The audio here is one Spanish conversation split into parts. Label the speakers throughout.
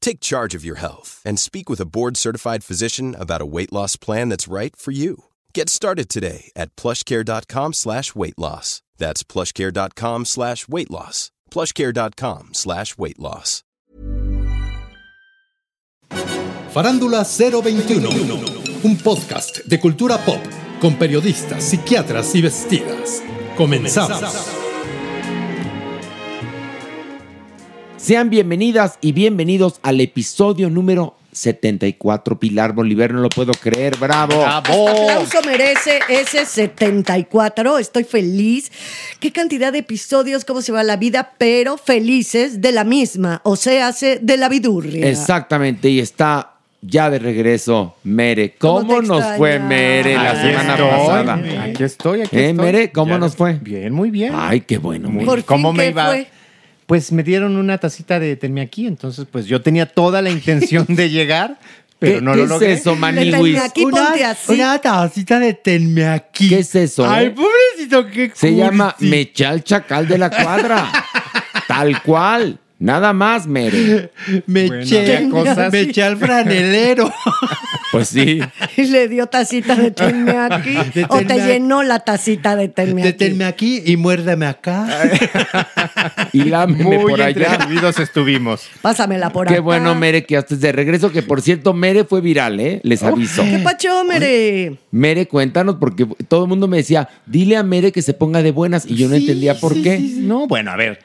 Speaker 1: Take charge of your health and speak with a board-certified physician about a weight loss plan that's right for you. Get started today at plushcare.com slash weight loss. That's plushcare.com slash weight loss. plushcare.com slash weight loss.
Speaker 2: Farándula 021, un podcast de cultura pop con periodistas, psiquiatras y vestidas. Comenzamos.
Speaker 3: Sean bienvenidas y bienvenidos al episodio número 74. Pilar Bolívar, no lo puedo creer, bravo.
Speaker 4: Oh.
Speaker 5: Aplauso merece ese 74. Estoy feliz. Qué cantidad de episodios, cómo se va la vida, pero felices de la misma. O sea, hace de la vidurria.
Speaker 3: Exactamente, y está ya de regreso Mere.
Speaker 5: ¿Cómo
Speaker 3: ¿Cómo
Speaker 5: te
Speaker 3: nos fue
Speaker 5: extrañaba?
Speaker 3: Mere la
Speaker 5: Aquí
Speaker 3: semana
Speaker 5: estoy,
Speaker 3: pasada?
Speaker 4: Aquí estoy, aquí
Speaker 3: ¿Eh,
Speaker 4: estoy.
Speaker 3: Mere? ¿Cómo
Speaker 4: Ya.
Speaker 3: nos fue?
Speaker 4: Bien, muy bien.
Speaker 3: Ay, qué bueno.
Speaker 4: Muy
Speaker 3: Mere.
Speaker 5: Por fin,
Speaker 4: ¿Cómo me
Speaker 5: ¿qué
Speaker 4: iba?
Speaker 5: fue?
Speaker 4: Pues me dieron una tacita de tenme aquí, entonces pues yo tenía toda la intención de llegar, pero
Speaker 3: ¿Qué-
Speaker 4: no
Speaker 3: qué
Speaker 4: lo
Speaker 3: es
Speaker 4: logré.
Speaker 3: eso,
Speaker 5: Le
Speaker 3: Maniwis?
Speaker 5: tenía aquí, ponte así.
Speaker 4: tacita de tenme aquí.
Speaker 3: ¿Qué es eso, eh?
Speaker 4: pobrecito, qué
Speaker 3: Se llama
Speaker 4: cursi.
Speaker 3: Mechal Chacal de la Cuadra. Tal cual. Nada más, Mere.
Speaker 6: Me
Speaker 4: Bueno,
Speaker 6: eché,
Speaker 4: había cosas
Speaker 6: me
Speaker 4: así.
Speaker 6: eché al franelero.
Speaker 3: Pues sí.
Speaker 5: Y le dio tacita de tenme aquí.
Speaker 6: De
Speaker 5: o te
Speaker 6: tenme-
Speaker 5: llenó la tacita de tenme aquí.
Speaker 6: Deténme aquí y muérdame acá.
Speaker 3: Y lámeme
Speaker 4: Muy
Speaker 3: por allá.
Speaker 4: entretenidos estuvimos.
Speaker 5: Pásamela por
Speaker 3: Qué
Speaker 5: acá.
Speaker 3: bueno, Mere, que ya estés de regreso, que por cierto, Mere fue viral, ¿eh? Les aviso.
Speaker 5: Qué pacho, mere.
Speaker 3: Mere, cuéntanos, porque todo el mundo me decía, dile a Mere que se ponga de buenas, y yo no
Speaker 4: Sí,
Speaker 3: entendía por
Speaker 4: sí,
Speaker 3: qué.
Speaker 4: sí, sí. No, bueno, a ver.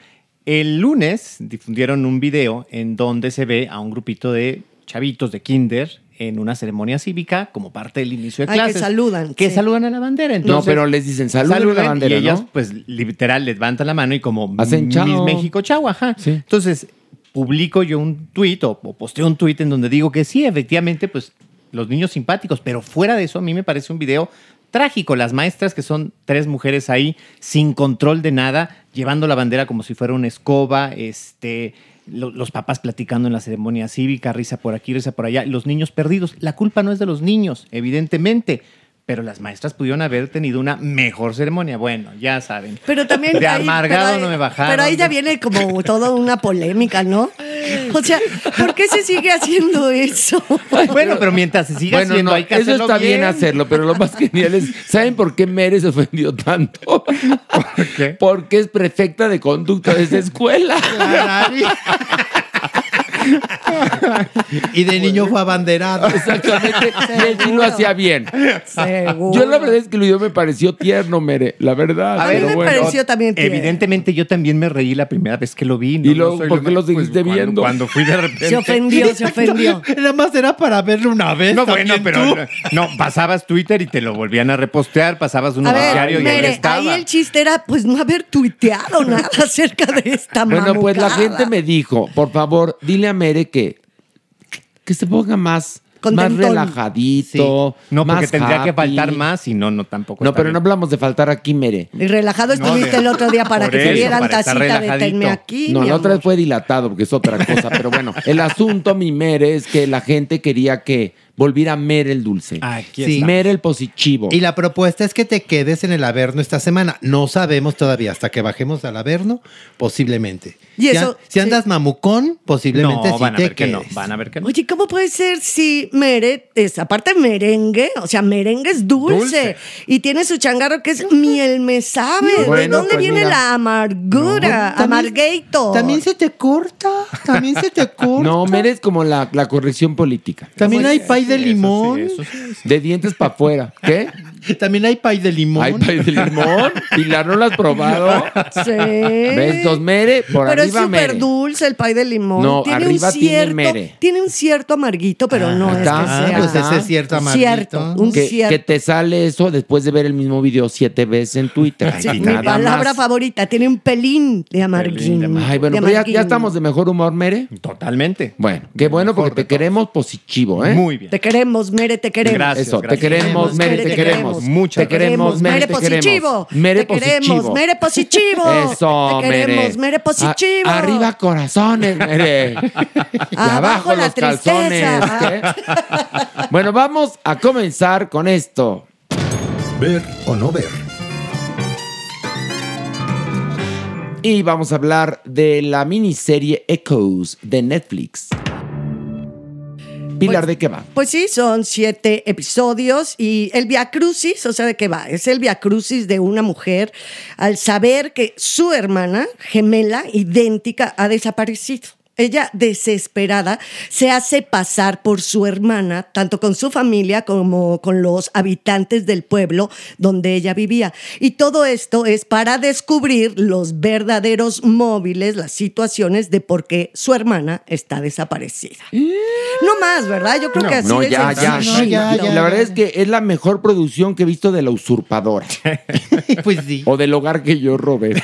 Speaker 4: El lunes difundieron un video en donde se ve a un grupito de chavitos de kinder en una ceremonia cívica como parte del inicio de
Speaker 5: Ay, que
Speaker 4: clases.
Speaker 5: saludan,
Speaker 4: Que
Speaker 5: sí.
Speaker 4: saludan a la bandera.
Speaker 3: no,
Speaker 4: Entonces,
Speaker 3: pero les dicen, saluden la bandera,
Speaker 4: y ellas,
Speaker 3: ¿no?
Speaker 4: pues, literal, levantan la mano y como
Speaker 3: Hacen
Speaker 4: Miss
Speaker 3: chao.
Speaker 4: México, chao, ajá.
Speaker 3: Sí.
Speaker 4: Entonces, publico yo un tuit o, o posteo un tuit en donde digo que sí, efectivamente, pues, los niños simpáticos, pero fuera de eso, a mí me parece un video trágico. Las maestras, que son tres mujeres ahí, sin control de nada, llevando la bandera como si fuera una escoba, este... lo- Los papás platicando en la ceremonia cívica, risa por aquí, risa por allá, los niños perdidos. La culpa no es de los niños, evidentemente, pero las maestras pudieron haber tenido una mejor ceremonia. Bueno, ya saben.
Speaker 5: Pero también.
Speaker 4: De amargado
Speaker 5: pero ahí-
Speaker 4: no me bajaron.
Speaker 5: Pero ahí ya viene como toda una polémica, ¿no? O sea, ¿por qué se sigue haciendo eso?
Speaker 4: bueno, pero mientras se siga
Speaker 3: Bueno,
Speaker 4: haciendo,
Speaker 3: no,
Speaker 4: hay que
Speaker 3: eso
Speaker 4: hacerlo
Speaker 3: está bien.
Speaker 4: bien.
Speaker 3: hacerlo, pero lo más genial es, ¿saben por qué Mere se ofendió tanto?
Speaker 4: qué?
Speaker 3: Porque es prefecta de conducta de esa escuela.
Speaker 6: Y de niño fue abanderado.
Speaker 3: Exactamente. Y él sí lo hacía bien.
Speaker 5: Seguro.
Speaker 3: Yo la verdad es que el video me pareció tierno, Mere, la verdad.
Speaker 5: A mí
Speaker 3: pero
Speaker 5: me
Speaker 3: bueno.
Speaker 5: pareció también tierno.
Speaker 4: Evidentemente, yo también me reí la primera vez que lo vi.
Speaker 3: ¿Y luego
Speaker 4: soy
Speaker 3: por qué lo seguiste
Speaker 4: cuando-
Speaker 3: viendo?
Speaker 4: Cuando, fui de repente.
Speaker 5: Se ofendió, se ofendió.
Speaker 6: Nada más era para verlo una vez.
Speaker 4: No, bueno,
Speaker 6: también
Speaker 4: pero
Speaker 6: tú.
Speaker 4: no, pasabas Twitter y te lo volvían a repostear, pasabas un
Speaker 5: A ver,
Speaker 4: diario y ahí
Speaker 5: Mere,
Speaker 4: estaba.
Speaker 5: ahí el chiste era pues no haber tuiteado nada acerca de esta
Speaker 3: Bueno, pues la
Speaker 5: mamucada.
Speaker 3: gente me dijo, por favor, dile a Mere que, que se ponga más, más
Speaker 5: Contentón.
Speaker 4: Sí.
Speaker 3: relajadito.
Speaker 4: No, porque
Speaker 3: más
Speaker 4: tendría que
Speaker 3: happy.
Speaker 4: faltar más y no, no, tampoco.
Speaker 3: No,
Speaker 4: está
Speaker 3: pero no
Speaker 4: bien.
Speaker 3: hablamos de faltar aquí, Mere.
Speaker 5: Y relajado
Speaker 4: No,
Speaker 5: estuviste
Speaker 4: de-
Speaker 5: el otro día para
Speaker 4: por
Speaker 5: que te
Speaker 4: eso,
Speaker 5: dieran
Speaker 4: para estar
Speaker 5: tacita de
Speaker 4: relajadito.
Speaker 5: tenme aquí.
Speaker 3: No,
Speaker 5: mi
Speaker 3: la otra
Speaker 5: amor.
Speaker 3: vez fue dilatado, porque es otra cosa. Pero bueno, el asunto, mi mere, es que la gente quería que volver a Merel Dulce.
Speaker 4: Aquí
Speaker 6: Sí. está.
Speaker 3: Merel Positivo.
Speaker 6: Y la propuesta es que te quedes en el Averno esta semana. No sabemos todavía. Hasta que bajemos al Averno, posiblemente.
Speaker 5: Y
Speaker 6: Si
Speaker 5: eso-
Speaker 6: an- si andas mamucón, posiblemente
Speaker 4: No,
Speaker 6: sí
Speaker 4: van a
Speaker 6: te
Speaker 4: ver que no.
Speaker 6: quedes.
Speaker 4: Van a ver que no. Pues,
Speaker 5: Oye, ¿cómo puede ser si mere es, aparte merengue, o sea, merengue es dulce,
Speaker 4: Dulce.
Speaker 5: y tiene su changarro que es miel me sabe? ¿De
Speaker 3: Bueno,
Speaker 5: dónde
Speaker 3: pues
Speaker 5: viene
Speaker 3: mira.
Speaker 5: la amargura?
Speaker 6: También-
Speaker 5: Amargator.
Speaker 6: También se te corta. También se te corta.
Speaker 3: no, Merel es como la, la corrección política.
Speaker 6: También hay pay de
Speaker 4: Eso sí,
Speaker 6: limón.
Speaker 4: eso sí.
Speaker 3: De dientes para afuera. ¿Qué?
Speaker 6: También hay pay de limón.
Speaker 3: Ay, pay de limón. Pilar, ¿no lo has probado?
Speaker 5: Sí.
Speaker 3: ¿Ves? Dos mere, por
Speaker 5: pero
Speaker 3: arriba
Speaker 5: es súper
Speaker 3: mere.
Speaker 5: dulce el pay de limón.
Speaker 3: No, arriba tiene
Speaker 5: cierto,
Speaker 3: mere.
Speaker 5: tiene un cierto amarguito, pero no es que
Speaker 3: está.
Speaker 6: Ah,
Speaker 5: sea.
Speaker 6: pues
Speaker 3: Ajá.
Speaker 6: ese es cierto, amarguito.
Speaker 5: Cierto, un
Speaker 3: que,
Speaker 5: cierto.
Speaker 3: que te sale eso después de ver el mismo video siete veces en Twitter.
Speaker 5: Sí,
Speaker 3: Ay,
Speaker 5: mi
Speaker 3: nada
Speaker 5: palabra
Speaker 3: más.
Speaker 5: favorita tiene un pelín de
Speaker 4: Pelín de
Speaker 5: amarguín.
Speaker 3: Ay, bueno,
Speaker 5: de
Speaker 3: pero ya,
Speaker 5: amarguín.
Speaker 3: ya estamos de mejor humor, Mere.
Speaker 4: Totalmente.
Speaker 3: Bueno, qué bueno porque te queremos positivo, ¿eh?
Speaker 4: Muy bien.
Speaker 5: Te queremos, Mere, te queremos.
Speaker 4: Gracias.
Speaker 3: Eso, te queremos, Mere, te queremos.
Speaker 4: Muchas
Speaker 3: Te queremos, Mere, te queremos.
Speaker 5: positivo.
Speaker 3: Mere
Speaker 5: te queremos,
Speaker 3: positivo.
Speaker 5: Mere positivo.
Speaker 3: Eso,
Speaker 5: te
Speaker 3: Mere.
Speaker 5: queremos, Mere positivo.
Speaker 3: A- arriba corazones, Mere. y
Speaker 5: Abajo
Speaker 3: abajo
Speaker 5: la
Speaker 3: los calzones.
Speaker 5: tristeza.
Speaker 3: ¿qué? bueno, vamos a comenzar con esto.
Speaker 2: Ver o no ver.
Speaker 3: Y vamos a hablar de la miniserie Echoes de Netflix. Pilar,
Speaker 5: Pues-
Speaker 3: ¿de qué va?
Speaker 5: Pues sí, son siete episodios y el Via Crucis, o sea, ¿de qué va? Es el Via Crucis de una mujer al saber que su hermana gemela, idéntica, ha desaparecido. Ella, desesperada, se hace pasar por su hermana, tanto con su familia como con los habitantes del pueblo donde ella vivía. Y todo esto es para descubrir los verdaderos móviles, las situaciones de por qué su hermana está desaparecida. No más, ¿verdad? Yo creo que así
Speaker 3: No,
Speaker 5: de
Speaker 3: ya, ya,
Speaker 5: sencillo.
Speaker 6: No, ya,
Speaker 3: La-
Speaker 6: ya,
Speaker 3: La
Speaker 6: ya,
Speaker 3: verdad
Speaker 6: ya.
Speaker 3: es que es la mejor producción que he visto de la usurpadora
Speaker 6: pues sí.
Speaker 3: o del hogar que yo robé,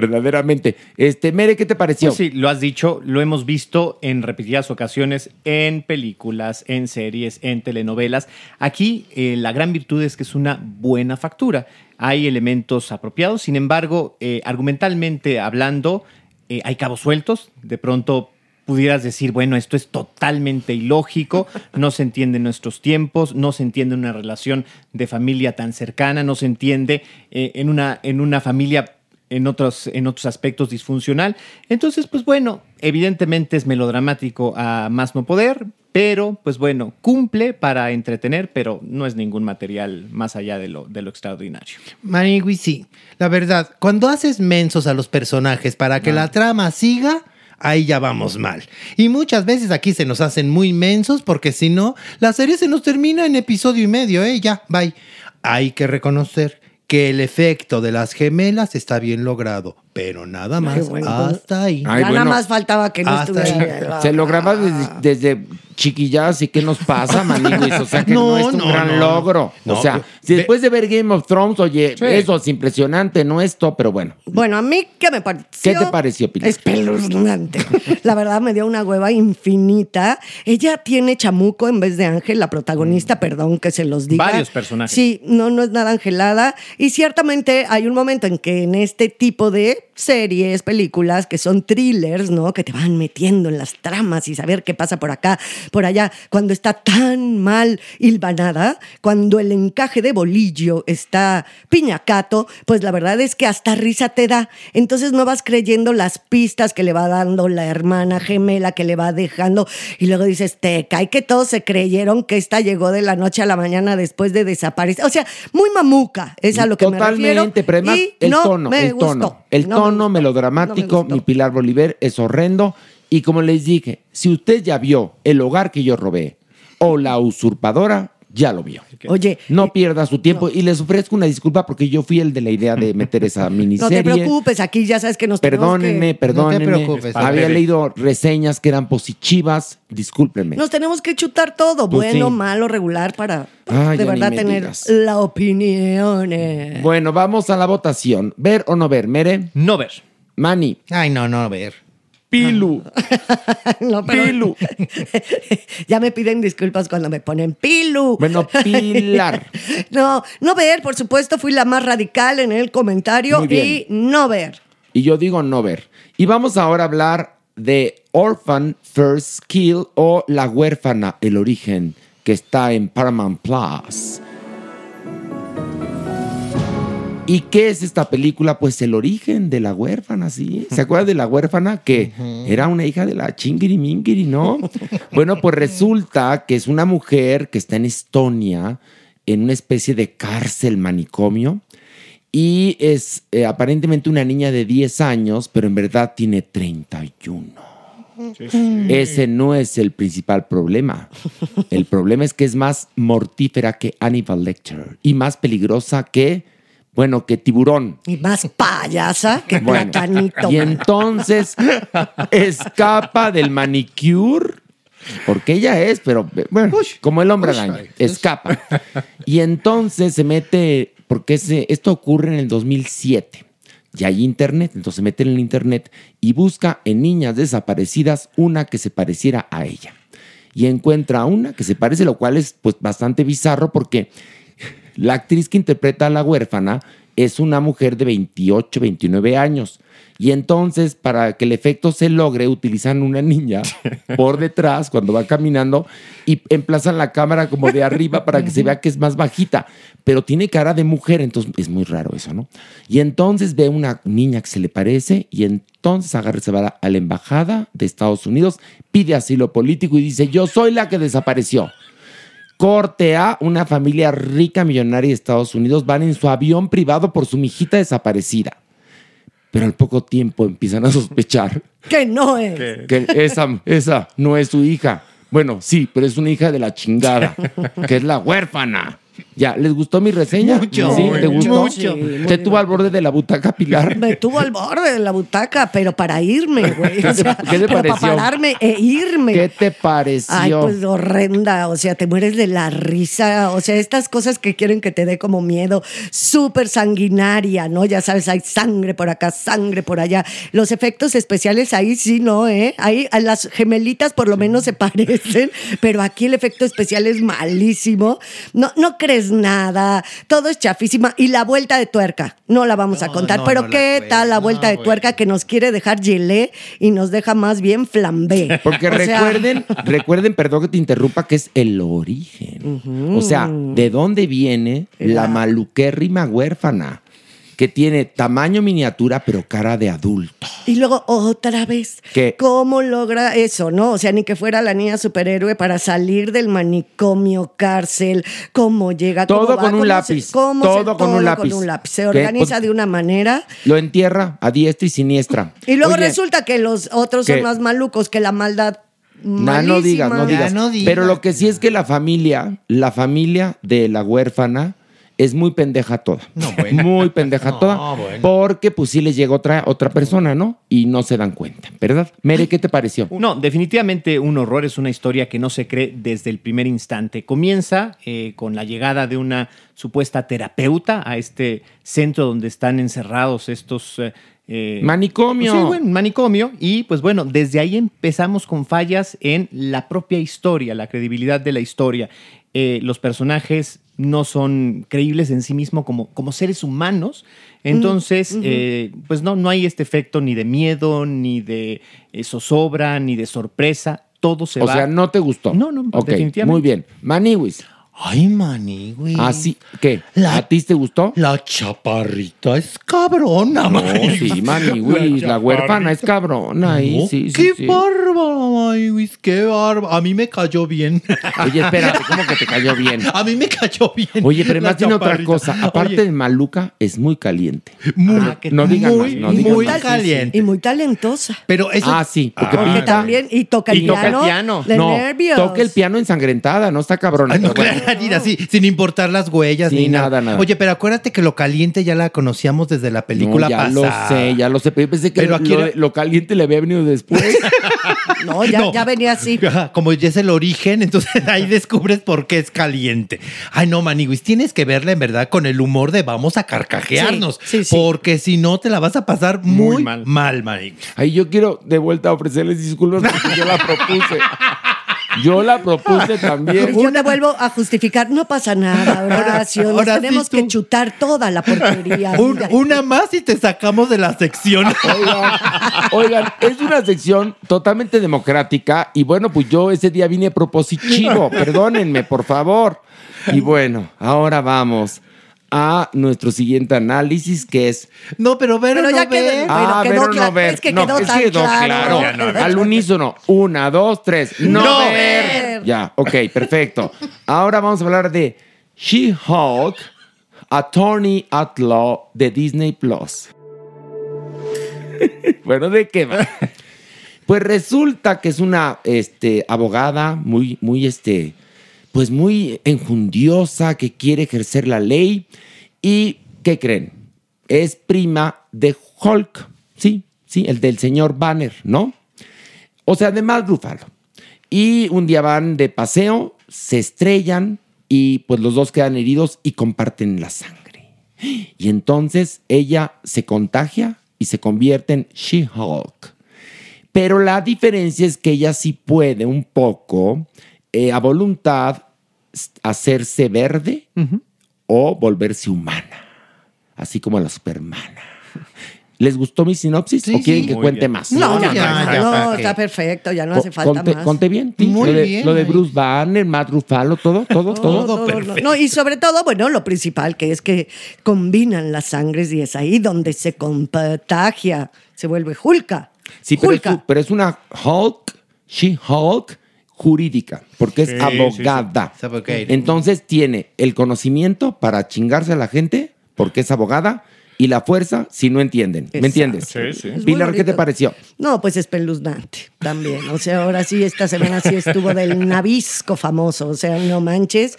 Speaker 3: verdaderamente. Este, Mere, ¿qué te pareció?
Speaker 4: Pues sí, lo has dicho, lo hemos visto en repetidas ocasiones en películas, en series, en telenovelas. Aquí eh, la gran virtud es que es una buena factura. Hay elementos apropiados, sin embargo, eh, argumentalmente hablando, eh, hay cabos sueltos. De pronto pudieras decir, bueno, esto es totalmente ilógico, no se entienden nuestros tiempos, no se entiende una relación de familia tan cercana, no se entiende eh, en, una, en una familia en otros, en otros aspectos disfuncional. Entonces, pues bueno, evidentemente es melodramático a más no poder, pero pues bueno, cumple para entretener, pero no es ningún material más allá de lo, de lo extraordinario.
Speaker 6: Manigui, sí. La verdad, cuando haces mensos a los personajes para que la trama siga, ahí ya vamos mal. Y muchas veces aquí se nos hacen muy mensos porque si no, la serie se nos termina en episodio y medio, ¿eh? Ya, bye. Hay que reconocer que el efecto de las gemelas está bien logrado, pero nada más
Speaker 5: bueno.
Speaker 6: hasta ahí.
Speaker 3: Ay,
Speaker 5: ya
Speaker 3: bueno.
Speaker 5: nada más faltaba que no
Speaker 6: Hasta
Speaker 5: estuviera.
Speaker 3: Se lo grabas des- desde, chiquillas y qué nos pasa, maniguis. O sea que
Speaker 6: No,
Speaker 3: no, es un
Speaker 6: no,
Speaker 3: gran
Speaker 6: no.
Speaker 3: logro.
Speaker 6: No,
Speaker 3: o sea,
Speaker 6: ve-
Speaker 3: si después de ver Game of Thrones, oye, eso es impresionante, no esto, pero bueno.
Speaker 5: Bueno, a mí, ¿qué me pareció?
Speaker 3: ¿Qué te pareció, Pilar?
Speaker 5: Espeluznante. La verdad, me dio una hueva infinita. Ella tiene chamuco en vez de Ángel, la
Speaker 3: Mm.
Speaker 5: protagonista, perdón que se los diga.
Speaker 4: Varios personajes.
Speaker 5: Sí, no, no es nada angelada. Y ciertamente hay un momento en que en este tipo de series, películas, que son thrillers, ¿no? Que te van metiendo en las tramas y saber qué pasa por acá, por allá, cuando está tan mal hilvanada, cuando el encaje de bolillo está piñacato, pues la verdad es que hasta risa te da. Entonces no vas creyendo las pistas que le va dando la hermana gemela que le va dejando y luego dices, te cae que todos se creyeron que esta llegó de la noche a la mañana después de desaparecer. O sea, muy mamuca, es a lo que me refiero.
Speaker 3: Totalmente, pero además
Speaker 5: Y
Speaker 3: el
Speaker 5: no
Speaker 3: tono,
Speaker 5: me
Speaker 3: el tono,
Speaker 5: gustó.
Speaker 3: el
Speaker 5: No me
Speaker 3: tono
Speaker 5: gustó.
Speaker 3: melodramático,
Speaker 5: No me
Speaker 3: mi
Speaker 5: gustó.
Speaker 3: Pilar Bolívar es horrendo. Y como les dije, si usted ya vio el hogar que yo robé o la usurpadora, ya lo vio.
Speaker 5: Oye,
Speaker 3: No pierda su tiempo y les ofrezco una disculpa porque yo fui el de la idea de meter esa
Speaker 5: no te
Speaker 3: miniserie.
Speaker 5: preocupes, aquí ya sabes que nos tenemos
Speaker 3: Perdónenme,
Speaker 5: que-
Speaker 3: perdónenme.
Speaker 6: No te preocupes.
Speaker 3: Había
Speaker 4: Padre.
Speaker 3: leído reseñas que eran positivas. Discúlpenme.
Speaker 5: Nos tenemos que chutar todo,
Speaker 3: Pues
Speaker 5: bueno,
Speaker 3: sí.
Speaker 5: malo, regular, para
Speaker 3: Ah,
Speaker 5: de
Speaker 3: ya ni
Speaker 5: verdad
Speaker 3: me
Speaker 5: tener
Speaker 3: digas.
Speaker 5: la opinión. eh.
Speaker 3: Bueno, vamos a la votación. ¿Ver o no ver? Mere,
Speaker 4: No ver.
Speaker 3: Mani,
Speaker 6: Ay, no, no, a ver.
Speaker 3: Pilu.
Speaker 5: No, pero-
Speaker 3: Pilu.
Speaker 5: ya me piden disculpas cuando me ponen pilu.
Speaker 3: Bueno, Pilar.
Speaker 5: No, no ver, por supuesto, fui la más radical en el comentario
Speaker 3: Muy bien.
Speaker 5: y no ver.
Speaker 3: Y yo digo no ver. Y vamos ahora a hablar de Orphan First Kill o La huérfana, el origen que está en Paramount Plus. ¿Y qué es esta película? Pues el origen de la huérfana, ¿sí? ¿Se acuerdan de la huérfana que era una hija de la chingiri no? Bueno, pues resulta que es una mujer que está en Estonia, en una especie de cárcel manicomio, y es eh, aparentemente una niña de 10 años, pero en verdad tiene 31. Ese no es el principal problema. El problema es que es más mortífera que Hannibal Lecter y más peligrosa que, bueno, que tiburón.
Speaker 5: Y más payasa que
Speaker 3: Bueno,
Speaker 5: platanito.
Speaker 3: y entonces escapa del manicure, porque ella es, pero bueno, como el hombre araña, escapa. Y entonces se mete, porque se- esto ocurre en el 2007. Ya hay internet, entonces se mete en el internet y busca en niñas desaparecidas una que se pareciera a ella. Y encuentra una que se parece, lo cual es pues bastante bizarro porque la actriz que interpreta a la huérfana es una mujer de 28, 29 años. Y entonces, para que el efecto se logre, utilizan una niña por detrás cuando va caminando y emplazan la cámara como de arriba para que se vea que es más bajita, pero tiene cara de mujer, entonces es muy raro eso, ¿no? Y entonces ve una niña que se le parece y entonces agarra y se va a la embajada de Estados Unidos, pide asilo político y dice, yo soy la que desapareció. Corte a una familia rica millonaria de Estados Unidos van en su avión privado por su mijita desaparecida. Pero al poco tiempo empiezan a sospechar
Speaker 5: Que no es.
Speaker 3: que esa, esa no es su hija. Bueno, sí, pero es una hija de la chingada, que es la huérfana. Ya, ¿les gustó mi reseña?
Speaker 6: Mucho,
Speaker 3: ¿Sí? ¿Te gustó?
Speaker 5: mucho. Sí, muy
Speaker 3: Te tuvo al borde de la butaca, Pilar.
Speaker 5: Me tuvo al borde de la butaca, pero para irme, güey. O sea,
Speaker 3: ¿Qué te
Speaker 5: pero para
Speaker 3: pareció?
Speaker 5: pararme e irme.
Speaker 3: ¿Qué te pareció?
Speaker 5: Ay, pues horrenda, o sea, te mueres de la risa, o sea, estas cosas que quieren que te dé como miedo, súper sanguinaria, ¿no? Ya sabes, hay sangre por acá, sangre por allá. Los efectos especiales ahí sí, ¿no? ¿Eh? Ahí a las gemelitas por lo menos se parecen, pero aquí el efecto especial es malísimo. No, no crees nada, todo es chafísima y la vuelta de tuerca, no la vamos a
Speaker 6: No,
Speaker 5: contar,
Speaker 6: no,
Speaker 5: pero
Speaker 6: no la
Speaker 5: ¿qué
Speaker 6: cuentes,
Speaker 5: tal la
Speaker 6: no,
Speaker 5: vuelta de
Speaker 6: güey.
Speaker 5: tuerca que nos quiere dejar gelé y nos deja más bien flambé?
Speaker 3: Porque
Speaker 5: O sea,
Speaker 3: recuerden, recuerden, perdón que te interrumpa, que es el origen. O sea, ¿de dónde viene la maluquérrima huérfana? Que tiene tamaño miniatura, pero cara de adulto.
Speaker 5: Y luego otra vez,
Speaker 3: ¿Qué?
Speaker 5: ¿cómo logra eso, no? O sea, ni que fuera la niña superhéroe para salir del manicomio, cárcel, cómo llega,
Speaker 3: Todo
Speaker 5: cómo va,
Speaker 3: con un
Speaker 5: cómo
Speaker 3: lápiz,
Speaker 5: se- cómo se-
Speaker 3: todo con un lápiz.
Speaker 5: Se
Speaker 3: ¿Qué?
Speaker 5: organiza
Speaker 3: Pues-
Speaker 5: de una manera
Speaker 3: Lo entierra a diestra y siniestra.
Speaker 5: y luego
Speaker 3: Oye,
Speaker 5: resulta que los otros son
Speaker 3: ¿Qué?
Speaker 5: más malucos que la maldad.
Speaker 3: No, no digas,
Speaker 5: malísima.
Speaker 3: no digas.
Speaker 6: no digas.
Speaker 3: Pero lo que sí es que la familia, la familia de la huérfana es muy pendeja toda.
Speaker 6: No, bueno.
Speaker 3: Muy pendeja
Speaker 6: No,
Speaker 3: toda.
Speaker 6: bueno.
Speaker 3: Porque pues sí les llega otra, otra persona, ¿no? Y no se dan cuenta, ¿verdad? Mere, ¿qué te pareció?
Speaker 4: No, definitivamente un horror es una historia que no se cree desde el primer instante. Comienza eh, con la llegada de una supuesta terapeuta a este centro donde están encerrados estos... eh, eh,
Speaker 3: Manicomio.
Speaker 4: Sí, bueno, manicomio. Y pues bueno, desde ahí empezamos con fallas en la propia historia, la credibilidad de la historia. Eh, los personajes no son creíbles en sí mismo como, como seres humanos. Entonces, eh, pues no, no hay este efecto ni de miedo, ni de eh, zozobra, ni de sorpresa. Todo se
Speaker 3: o
Speaker 4: va.
Speaker 3: sea, no te gustó.
Speaker 4: No, no,
Speaker 3: Ok,
Speaker 4: definitivamente.
Speaker 3: Muy bien. Maniwis,
Speaker 6: Ay, maní, güey.
Speaker 3: así que,
Speaker 6: La-
Speaker 3: ¿a ti te gustó?
Speaker 6: La chaparrita es cabrona,
Speaker 3: No,
Speaker 6: Maniwis.
Speaker 3: sí, Maniwis, la, huérfana es cabrona. ahí,
Speaker 6: No,
Speaker 3: sí, sí,
Speaker 6: qué
Speaker 3: sí.
Speaker 6: bárbaro, Maniwis, qué bárbaro. A mí me cayó bien.
Speaker 3: Oye, espérate, ¿cómo que te cayó bien?
Speaker 6: A mí me cayó bien.
Speaker 3: Oye, pero
Speaker 6: la
Speaker 3: más tiene otra
Speaker 6: chaparrita.
Speaker 3: cosa. Aparte
Speaker 6: Oye,
Speaker 3: de maluca, es muy caliente.
Speaker 6: muy,
Speaker 4: Ah, que
Speaker 3: no digan
Speaker 6: muy,
Speaker 3: más, no digan
Speaker 6: muy
Speaker 3: más.
Speaker 6: caliente.
Speaker 5: Y muy talentosa.
Speaker 6: Pero eso.
Speaker 3: Ah, sí, porque
Speaker 5: Porque
Speaker 3: pinta.
Speaker 5: también, y toca el
Speaker 4: Y toca el
Speaker 5: piano.
Speaker 4: piano.
Speaker 5: De
Speaker 3: no,
Speaker 5: nervios.
Speaker 3: toca el piano ensangrentada, no está cabrona.
Speaker 6: Ah, no,
Speaker 3: Pero bueno,
Speaker 6: claro, mira, sí, sin importar las huellas
Speaker 3: Sí,
Speaker 6: ni nada.
Speaker 3: nada, nada.
Speaker 6: Oye, pero acuérdate que lo caliente ya la conocíamos desde la película
Speaker 3: no, ya
Speaker 6: pasada.
Speaker 3: lo sé, ya lo sé. Pero yo pensé que
Speaker 6: Pero aquí
Speaker 3: lo,
Speaker 6: era-
Speaker 3: lo caliente le había venido después.
Speaker 5: No, ya,
Speaker 6: No.
Speaker 5: ya venía así.
Speaker 6: Ajá, Como ya es el origen, entonces ahí descubres por qué es caliente. Ay, no, Maniguis, tienes que verla en verdad con el humor de vamos a carcajearnos.
Speaker 5: Sí, sí, sí.
Speaker 6: Porque si no, te la vas a pasar muy,
Speaker 4: Muy
Speaker 6: mal,
Speaker 4: mal.
Speaker 6: mal Maniguis.
Speaker 3: Ahí yo quiero de vuelta ofrecerles disculpas porque yo la propuse. Yo la propuse también.
Speaker 5: Yo te vuelvo a justificar, no pasa nada, Horacio. Nos
Speaker 6: ahora sí
Speaker 5: tenemos
Speaker 6: tú.
Speaker 5: que chutar toda la porquería.
Speaker 6: Un-
Speaker 5: mira.
Speaker 6: una más y te sacamos de la sección.
Speaker 3: Oigan, oigan, es una sección totalmente democrática y bueno, pues yo ese día vine propositivo, perdónenme, por favor. Y bueno, ahora vamos a nuestro siguiente análisis que es...
Speaker 6: No, pero Vero
Speaker 5: Pero
Speaker 6: no
Speaker 5: ya quedó-
Speaker 6: ve.
Speaker 5: Bueno,
Speaker 3: ah,
Speaker 5: quedó
Speaker 3: ver o
Speaker 5: claro,
Speaker 3: no ver.
Speaker 5: es que
Speaker 3: no,
Speaker 5: quedó
Speaker 3: es
Speaker 5: tan
Speaker 3: quedó
Speaker 5: claro.
Speaker 3: claro.
Speaker 5: Ya no ver.
Speaker 3: Al unísono. Una, dos, tres. No,
Speaker 6: No
Speaker 3: ver.
Speaker 5: ver.
Speaker 3: Ya, ok, perfecto. Ahora vamos a hablar de She-Hulk, Attorney at Law de Disney Plus. bueno, ¿de qué va? Pues resulta que es una este, abogada muy, muy, este, pues muy enjundiosa que quiere ejercer la ley. ¿Y qué creen? Es prima de Hulk, sí, sí, el del señor Banner, ¿no? O sea, de Mark Ruffalo. Y un día van de paseo, se estrellan y pues los dos quedan heridos y comparten la sangre. Y entonces ella se contagia y se convierte en She-Hulk. Pero la diferencia es que ella sí puede un poco, eh, a voluntad, s- hacerse verde o volverse humana, así como la supermana. ¿Les gustó mi sinopsis
Speaker 6: Sí,
Speaker 3: o quieren
Speaker 6: sí.
Speaker 3: que
Speaker 4: Muy
Speaker 3: cuente
Speaker 4: bien.
Speaker 3: más?
Speaker 5: No,
Speaker 6: No, ya,
Speaker 5: ya, no,
Speaker 6: ya,
Speaker 5: no,
Speaker 6: ¿para qué?
Speaker 5: está perfecto, ya no hace falta
Speaker 3: conté,
Speaker 5: más.
Speaker 3: conté bien, sí.
Speaker 6: Muy
Speaker 3: lo de,
Speaker 6: bien,
Speaker 3: lo de
Speaker 6: ahí.
Speaker 3: Bruce Banner, Matt Ruffalo, todo, todo, todo.
Speaker 5: Todo, todo, no. No, y sobre todo, bueno, lo principal que es que combinan las sangres y es ahí donde se contagia, se vuelve Hulka.
Speaker 3: Sí, pero es,
Speaker 5: Hulka.
Speaker 3: su- pero es una Hulk, She-Hulk jurídica, porque es
Speaker 4: Sí,
Speaker 3: abogada.
Speaker 6: sí. Es abogada.
Speaker 3: Entonces tiene el conocimiento para chingarse a la gente, porque es abogada, y la fuerza si no entienden.
Speaker 5: Exacto.
Speaker 3: ¿Me entiendes?
Speaker 4: Sí, sí.
Speaker 5: Es muy
Speaker 3: Pilar, ¿qué te
Speaker 5: bonito.
Speaker 3: pareció?
Speaker 5: No, pues espeluznante también. O sea, ahora sí, esta semana sí estuvo del navisco famoso. O sea, no manches.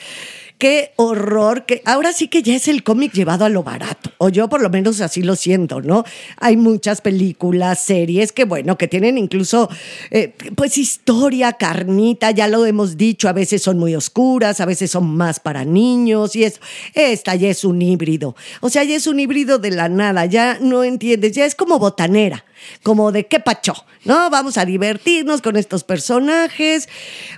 Speaker 5: Qué horror. Que ahora sí que ya es el cómic llevado a lo barato. O yo por lo menos así lo siento, ¿no? Hay muchas películas, series que, bueno, que tienen incluso, eh, pues, historia, carnita. Ya lo hemos dicho, a veces son muy oscuras, a veces son más para niños y eso. Esta ya es un híbrido. O sea, ya es un híbrido de la nada. Ya no entiendes. Ya es como botanera como de qué pacho, ¿no? Vamos a divertirnos con estos personajes.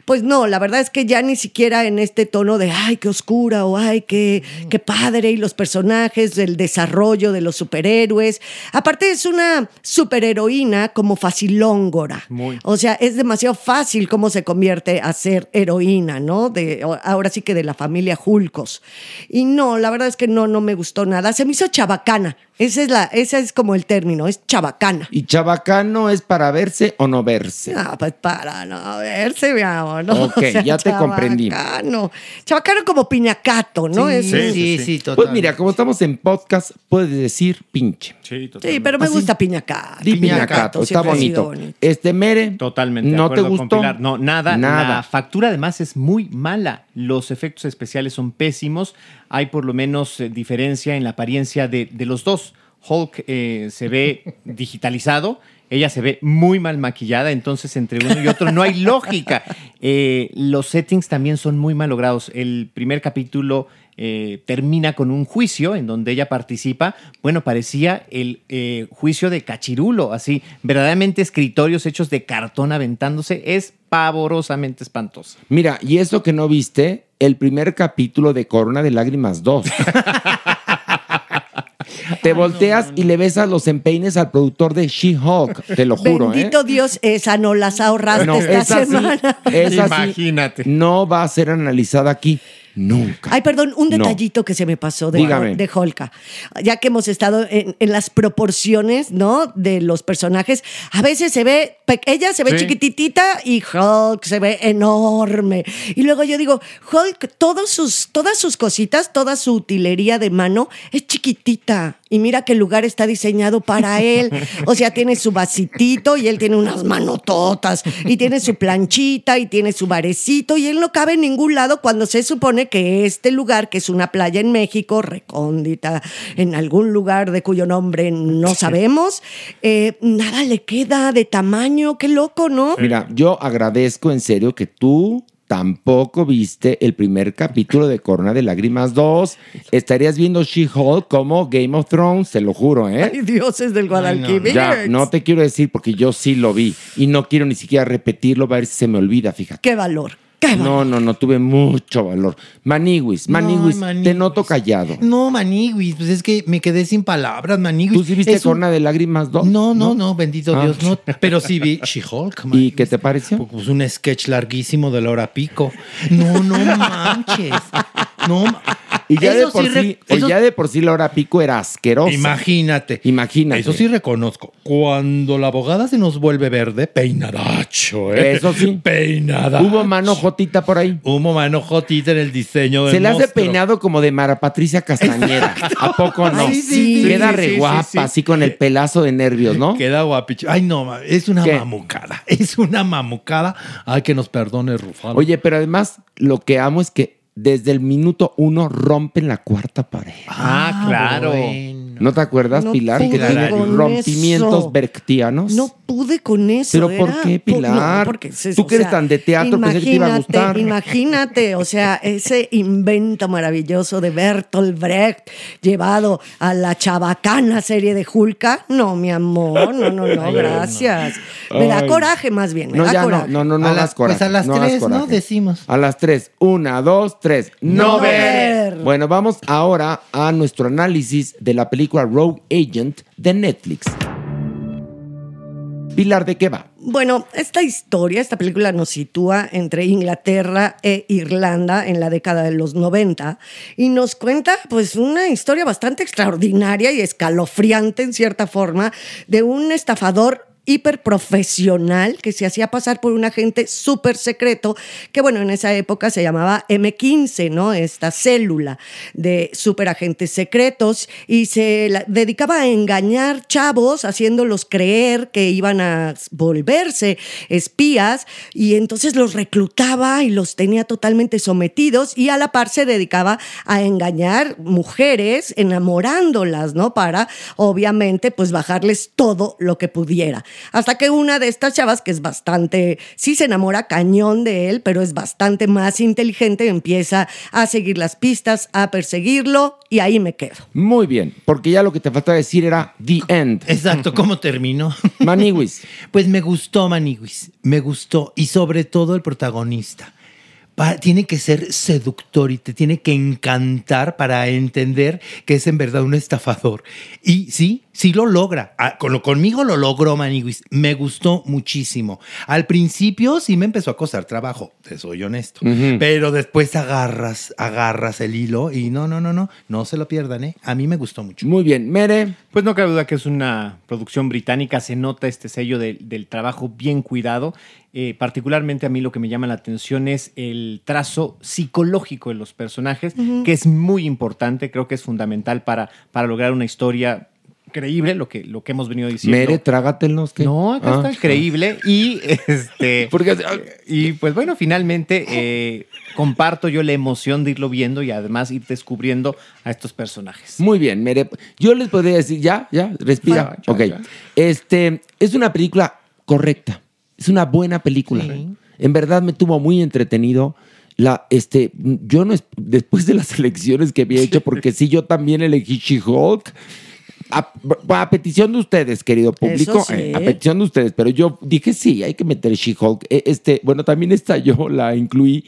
Speaker 5: Pues no, la verdad es que ya ni siquiera en este tono de ay, qué oscura o ay, qué, qué padre y los personajes, el desarrollo de los superhéroes. Aparte es una superheroína como facilóngora.
Speaker 4: Muy.
Speaker 5: O sea, es demasiado fácil cómo se convierte a ser heroína, ¿no? De, o- ahora sí que de la familia Julcos. Y no, la verdad es que no, no me gustó nada. Se me hizo chabacana. Esa es, la, esa es como el término, es chabacana.
Speaker 3: ¿Y chabacano es para verse o no verse?
Speaker 5: Ah, pues para no verse, mi amor, ¿no?
Speaker 3: Ok, ya te comprendí.
Speaker 5: Chabacano. Chabacano como piñacato, ¿no?
Speaker 6: Sí,
Speaker 5: Es-
Speaker 6: sí,
Speaker 5: sí,
Speaker 6: sí,
Speaker 3: pues
Speaker 6: total.
Speaker 3: mira, como estamos en podcast, puedes decir pinche.
Speaker 4: Sí, totalmente.
Speaker 5: pero me
Speaker 3: Así.
Speaker 5: gusta piñacato.
Speaker 3: Di piñacato, está
Speaker 5: siempre ha sido
Speaker 3: bonito. Este Mere,
Speaker 4: Totalmente. de
Speaker 3: ¿no te
Speaker 4: acuerdo con
Speaker 3: gustó?
Speaker 4: Pilar. No, nada, La
Speaker 3: nada.
Speaker 4: factura además es muy mala. Los efectos especiales son pésimos. Hay por lo menos eh, diferencia en la apariencia de, de los dos. Hulk eh, se ve digitalizado. Ella se ve muy mal maquillada, entonces entre uno y otro no hay lógica. Eh, los settings también son muy mal logrados. El primer capítulo eh, termina con un juicio en donde ella participa. Bueno, parecía el eh, juicio de Cachirulo, así, verdaderamente escritorios hechos de cartón aventándose. Es pavorosamente espantoso.
Speaker 3: Mira, y eso que no viste, el primer capítulo de Corona de Lágrimas 2. Te volteas y le besas los empeines al productor de She-Hulk, te lo juro. ¿eh?
Speaker 5: Bendito Dios, esa no las ahorraste
Speaker 3: No,
Speaker 5: esta
Speaker 3: esa sí,
Speaker 5: semana.
Speaker 3: esa sí
Speaker 4: Imagínate.
Speaker 3: no va a ser analizada aquí nunca.
Speaker 5: Ay, perdón, un
Speaker 3: No.
Speaker 5: detallito que se me pasó de,
Speaker 3: Dígame.
Speaker 5: de Holka. Ya que hemos estado en, en las proporciones, ¿no? De los personajes, a veces se ve, pe- ella se ve
Speaker 4: Sí.
Speaker 5: chiquititita y Hulk se ve enorme. Y luego yo digo, Hulk, todos sus, todas sus cositas, toda su utilería de mano es chiquitita. Y mira que el lugar está diseñado para él. O sea, tiene su vasitito y él tiene unas manototas y tiene su planchita y tiene su barecito y él no cabe en ningún lado cuando se supone que este lugar, que es una playa en México, recóndita, en algún lugar de cuyo nombre no sabemos, eh,
Speaker 3: ¿Eh?
Speaker 5: nada le queda de tamaño. Qué loco, ¿no?
Speaker 3: Mira, yo agradezco en serio que tú tampoco viste el primer capítulo de Corona de Lágrimas 2, estarías viendo She-Hulk como Game of Thrones, te lo juro, ¿eh?
Speaker 5: Ay, dioses del Guadalquivir.
Speaker 3: Ya, no te quiero decir porque yo sí lo vi y no quiero ni siquiera repetirlo, va a ver si se me olvida, fíjate.
Speaker 5: Qué valor. Qué valor.
Speaker 3: No, no, no, tuve mucho valor. Maniwis, Maniwis, te
Speaker 6: Maniwis.
Speaker 3: noto callado.
Speaker 6: No, Maniguis, pues es que me quedé sin palabras, Maniguis.
Speaker 3: ¿Tú sí viste
Speaker 6: Es un-
Speaker 3: Corona de Lágrimas 2?
Speaker 6: No, no, no, bendito
Speaker 3: Ah.
Speaker 6: Dios, no. Pero sí vi She-Hulk,
Speaker 3: ¿Y
Speaker 6: Maniguis.
Speaker 3: qué te pareció?
Speaker 6: Pues un sketch larguísimo de la hora pico. No, no manches. No, ma-
Speaker 3: Y ya, de
Speaker 6: Eso
Speaker 3: por sí,
Speaker 6: sí re-
Speaker 3: oye,
Speaker 6: eso-
Speaker 3: ya de por sí la hora pico era asquerosa.
Speaker 6: Imagínate.
Speaker 3: Imagínate.
Speaker 6: Eso sí reconozco. Cuando la abogada se nos vuelve verde, peinadacho, ¿eh?
Speaker 3: Eso sí.
Speaker 6: Peinadacho.
Speaker 3: Hubo mano jotita por ahí.
Speaker 6: Hubo mano jotita en el diseño del
Speaker 3: Se le hace
Speaker 6: monstruo.
Speaker 3: peinado como de Mara Patricia Castañeda. ¿A poco no?
Speaker 6: Ay, sí, sí,
Speaker 3: Queda
Speaker 6: sí,
Speaker 3: re
Speaker 6: sí,
Speaker 3: guapa,
Speaker 6: sí, sí.
Speaker 3: así con el pelazo de nervios, ¿no?
Speaker 6: Queda guapicho. Ay, no, ma- es una
Speaker 3: ¿Qué?
Speaker 6: mamucada. Es una mamucada. Ay, que nos perdone, Rufalo.
Speaker 3: Oye, pero además, lo que amo es que desde el minuto uno rompen la cuarta pared.
Speaker 4: Ah, claro.
Speaker 6: bueno.
Speaker 3: ¿No te acuerdas,
Speaker 5: No
Speaker 3: Pilar? Que
Speaker 5: pude
Speaker 3: tiene
Speaker 5: con
Speaker 3: rompimientos
Speaker 5: eso.
Speaker 3: bertianos.
Speaker 5: No pude con eso.
Speaker 3: ¿Pero por
Speaker 5: era-
Speaker 3: qué,
Speaker 5: po- no,
Speaker 3: Pilar?
Speaker 5: porque se-
Speaker 3: Tú
Speaker 5: o
Speaker 3: que eres
Speaker 5: sea,
Speaker 3: tan de teatro, pensé que te iba a
Speaker 5: imagínate,
Speaker 3: gustar.
Speaker 5: Imagínate, o sea, ese invento maravilloso de Bertolt Brecht llevado a la chabacana serie de Julka. No, mi amor, no, no, no, gracias. Me da
Speaker 3: Ay.
Speaker 5: coraje más bien, me
Speaker 3: No,
Speaker 5: da
Speaker 3: ya no,
Speaker 5: coraje.
Speaker 3: no, no, no
Speaker 6: ah, A la-
Speaker 3: hagas coraje.
Speaker 6: pues a las
Speaker 3: no hagas
Speaker 6: tres, ¿no?
Speaker 3: coraje.
Speaker 6: Decimos.
Speaker 3: A las tres. Una, dos, tres. ¡No,
Speaker 5: No
Speaker 3: ver!
Speaker 5: ver.
Speaker 3: Bueno, vamos ahora a nuestro análisis de la película Rogue Agent de Netflix. Pilar, ¿de qué va?
Speaker 5: Bueno, esta historia, esta película nos sitúa entre Inglaterra e Irlanda en la década de los 90 y nos cuenta pues una historia bastante extraordinaria y escalofriante en cierta forma de un estafador hiperprofesional que se hacía pasar por un agente súper secreto que bueno en esa época se llamaba M15, ¿no? Esta célula de superagentes secretos y se la- dedicaba a engañar chavos haciéndolos creer que iban a volverse espías y entonces los reclutaba y los tenía totalmente sometidos y a la par se dedicaba a engañar mujeres enamorándolas, ¿no? Para obviamente pues bajarles todo lo que pudiera. Hasta que una de estas chavas que es bastante, sí se enamora cañón de él, pero es bastante más inteligente, empieza a seguir las pistas, a perseguirlo y ahí me quedo.
Speaker 3: Muy bien, porque ya lo que te faltaba decir era The End.
Speaker 6: Exacto, ¿cómo terminó?
Speaker 3: Maniwis,
Speaker 6: Pues me gustó Maniguis, me gustó y sobre todo el protagonista. Pa- tiene que ser seductor y te tiene que encantar para entender que es en verdad un estafador. Y sí, sí lo logra. Ah, con lo- conmigo lo logró Maniguis. Me gustó muchísimo. Al principio sí me empezó a costar trabajo, te soy honesto. Pero después agarras, agarras el hilo y no, no, no, no, no se lo pierdan, ¿eh? A mí me gustó mucho.
Speaker 3: muy bien. Mere,
Speaker 4: Pues no cabe duda que es una producción británica, se nota este sello del- del trabajo bien cuidado. Eh, particularmente a mí lo que me llama la atención es el trazo psicológico de los personajes, que es muy importante, creo que es fundamental para, para lograr una historia creíble, lo que, lo que hemos venido diciendo.
Speaker 3: Mere, trágatelos. ¿qué?
Speaker 4: No, acá
Speaker 3: Ah.
Speaker 4: está creíble. Y este.
Speaker 3: Porque-
Speaker 4: y pues bueno, finalmente eh, comparto yo la emoción de irlo viendo y además ir descubriendo a estos personajes.
Speaker 3: Muy bien, Mere. Yo les podría decir, ya, ya, respira.
Speaker 4: Ya, ya,
Speaker 3: ok.
Speaker 4: ya.
Speaker 3: Este, es una película correcta. Es una buena película. En verdad me tuvo muy entretenido. La, este, yo no, es- después de las elecciones que había hecho, porque sí, yo también elegí She-Hulk. A, a petición de ustedes, querido público,
Speaker 5: Eso sí.
Speaker 3: eh, a petición de ustedes, pero yo dije sí, hay que meter She-Hulk. Eh, Este, bueno, también esta yo la incluí,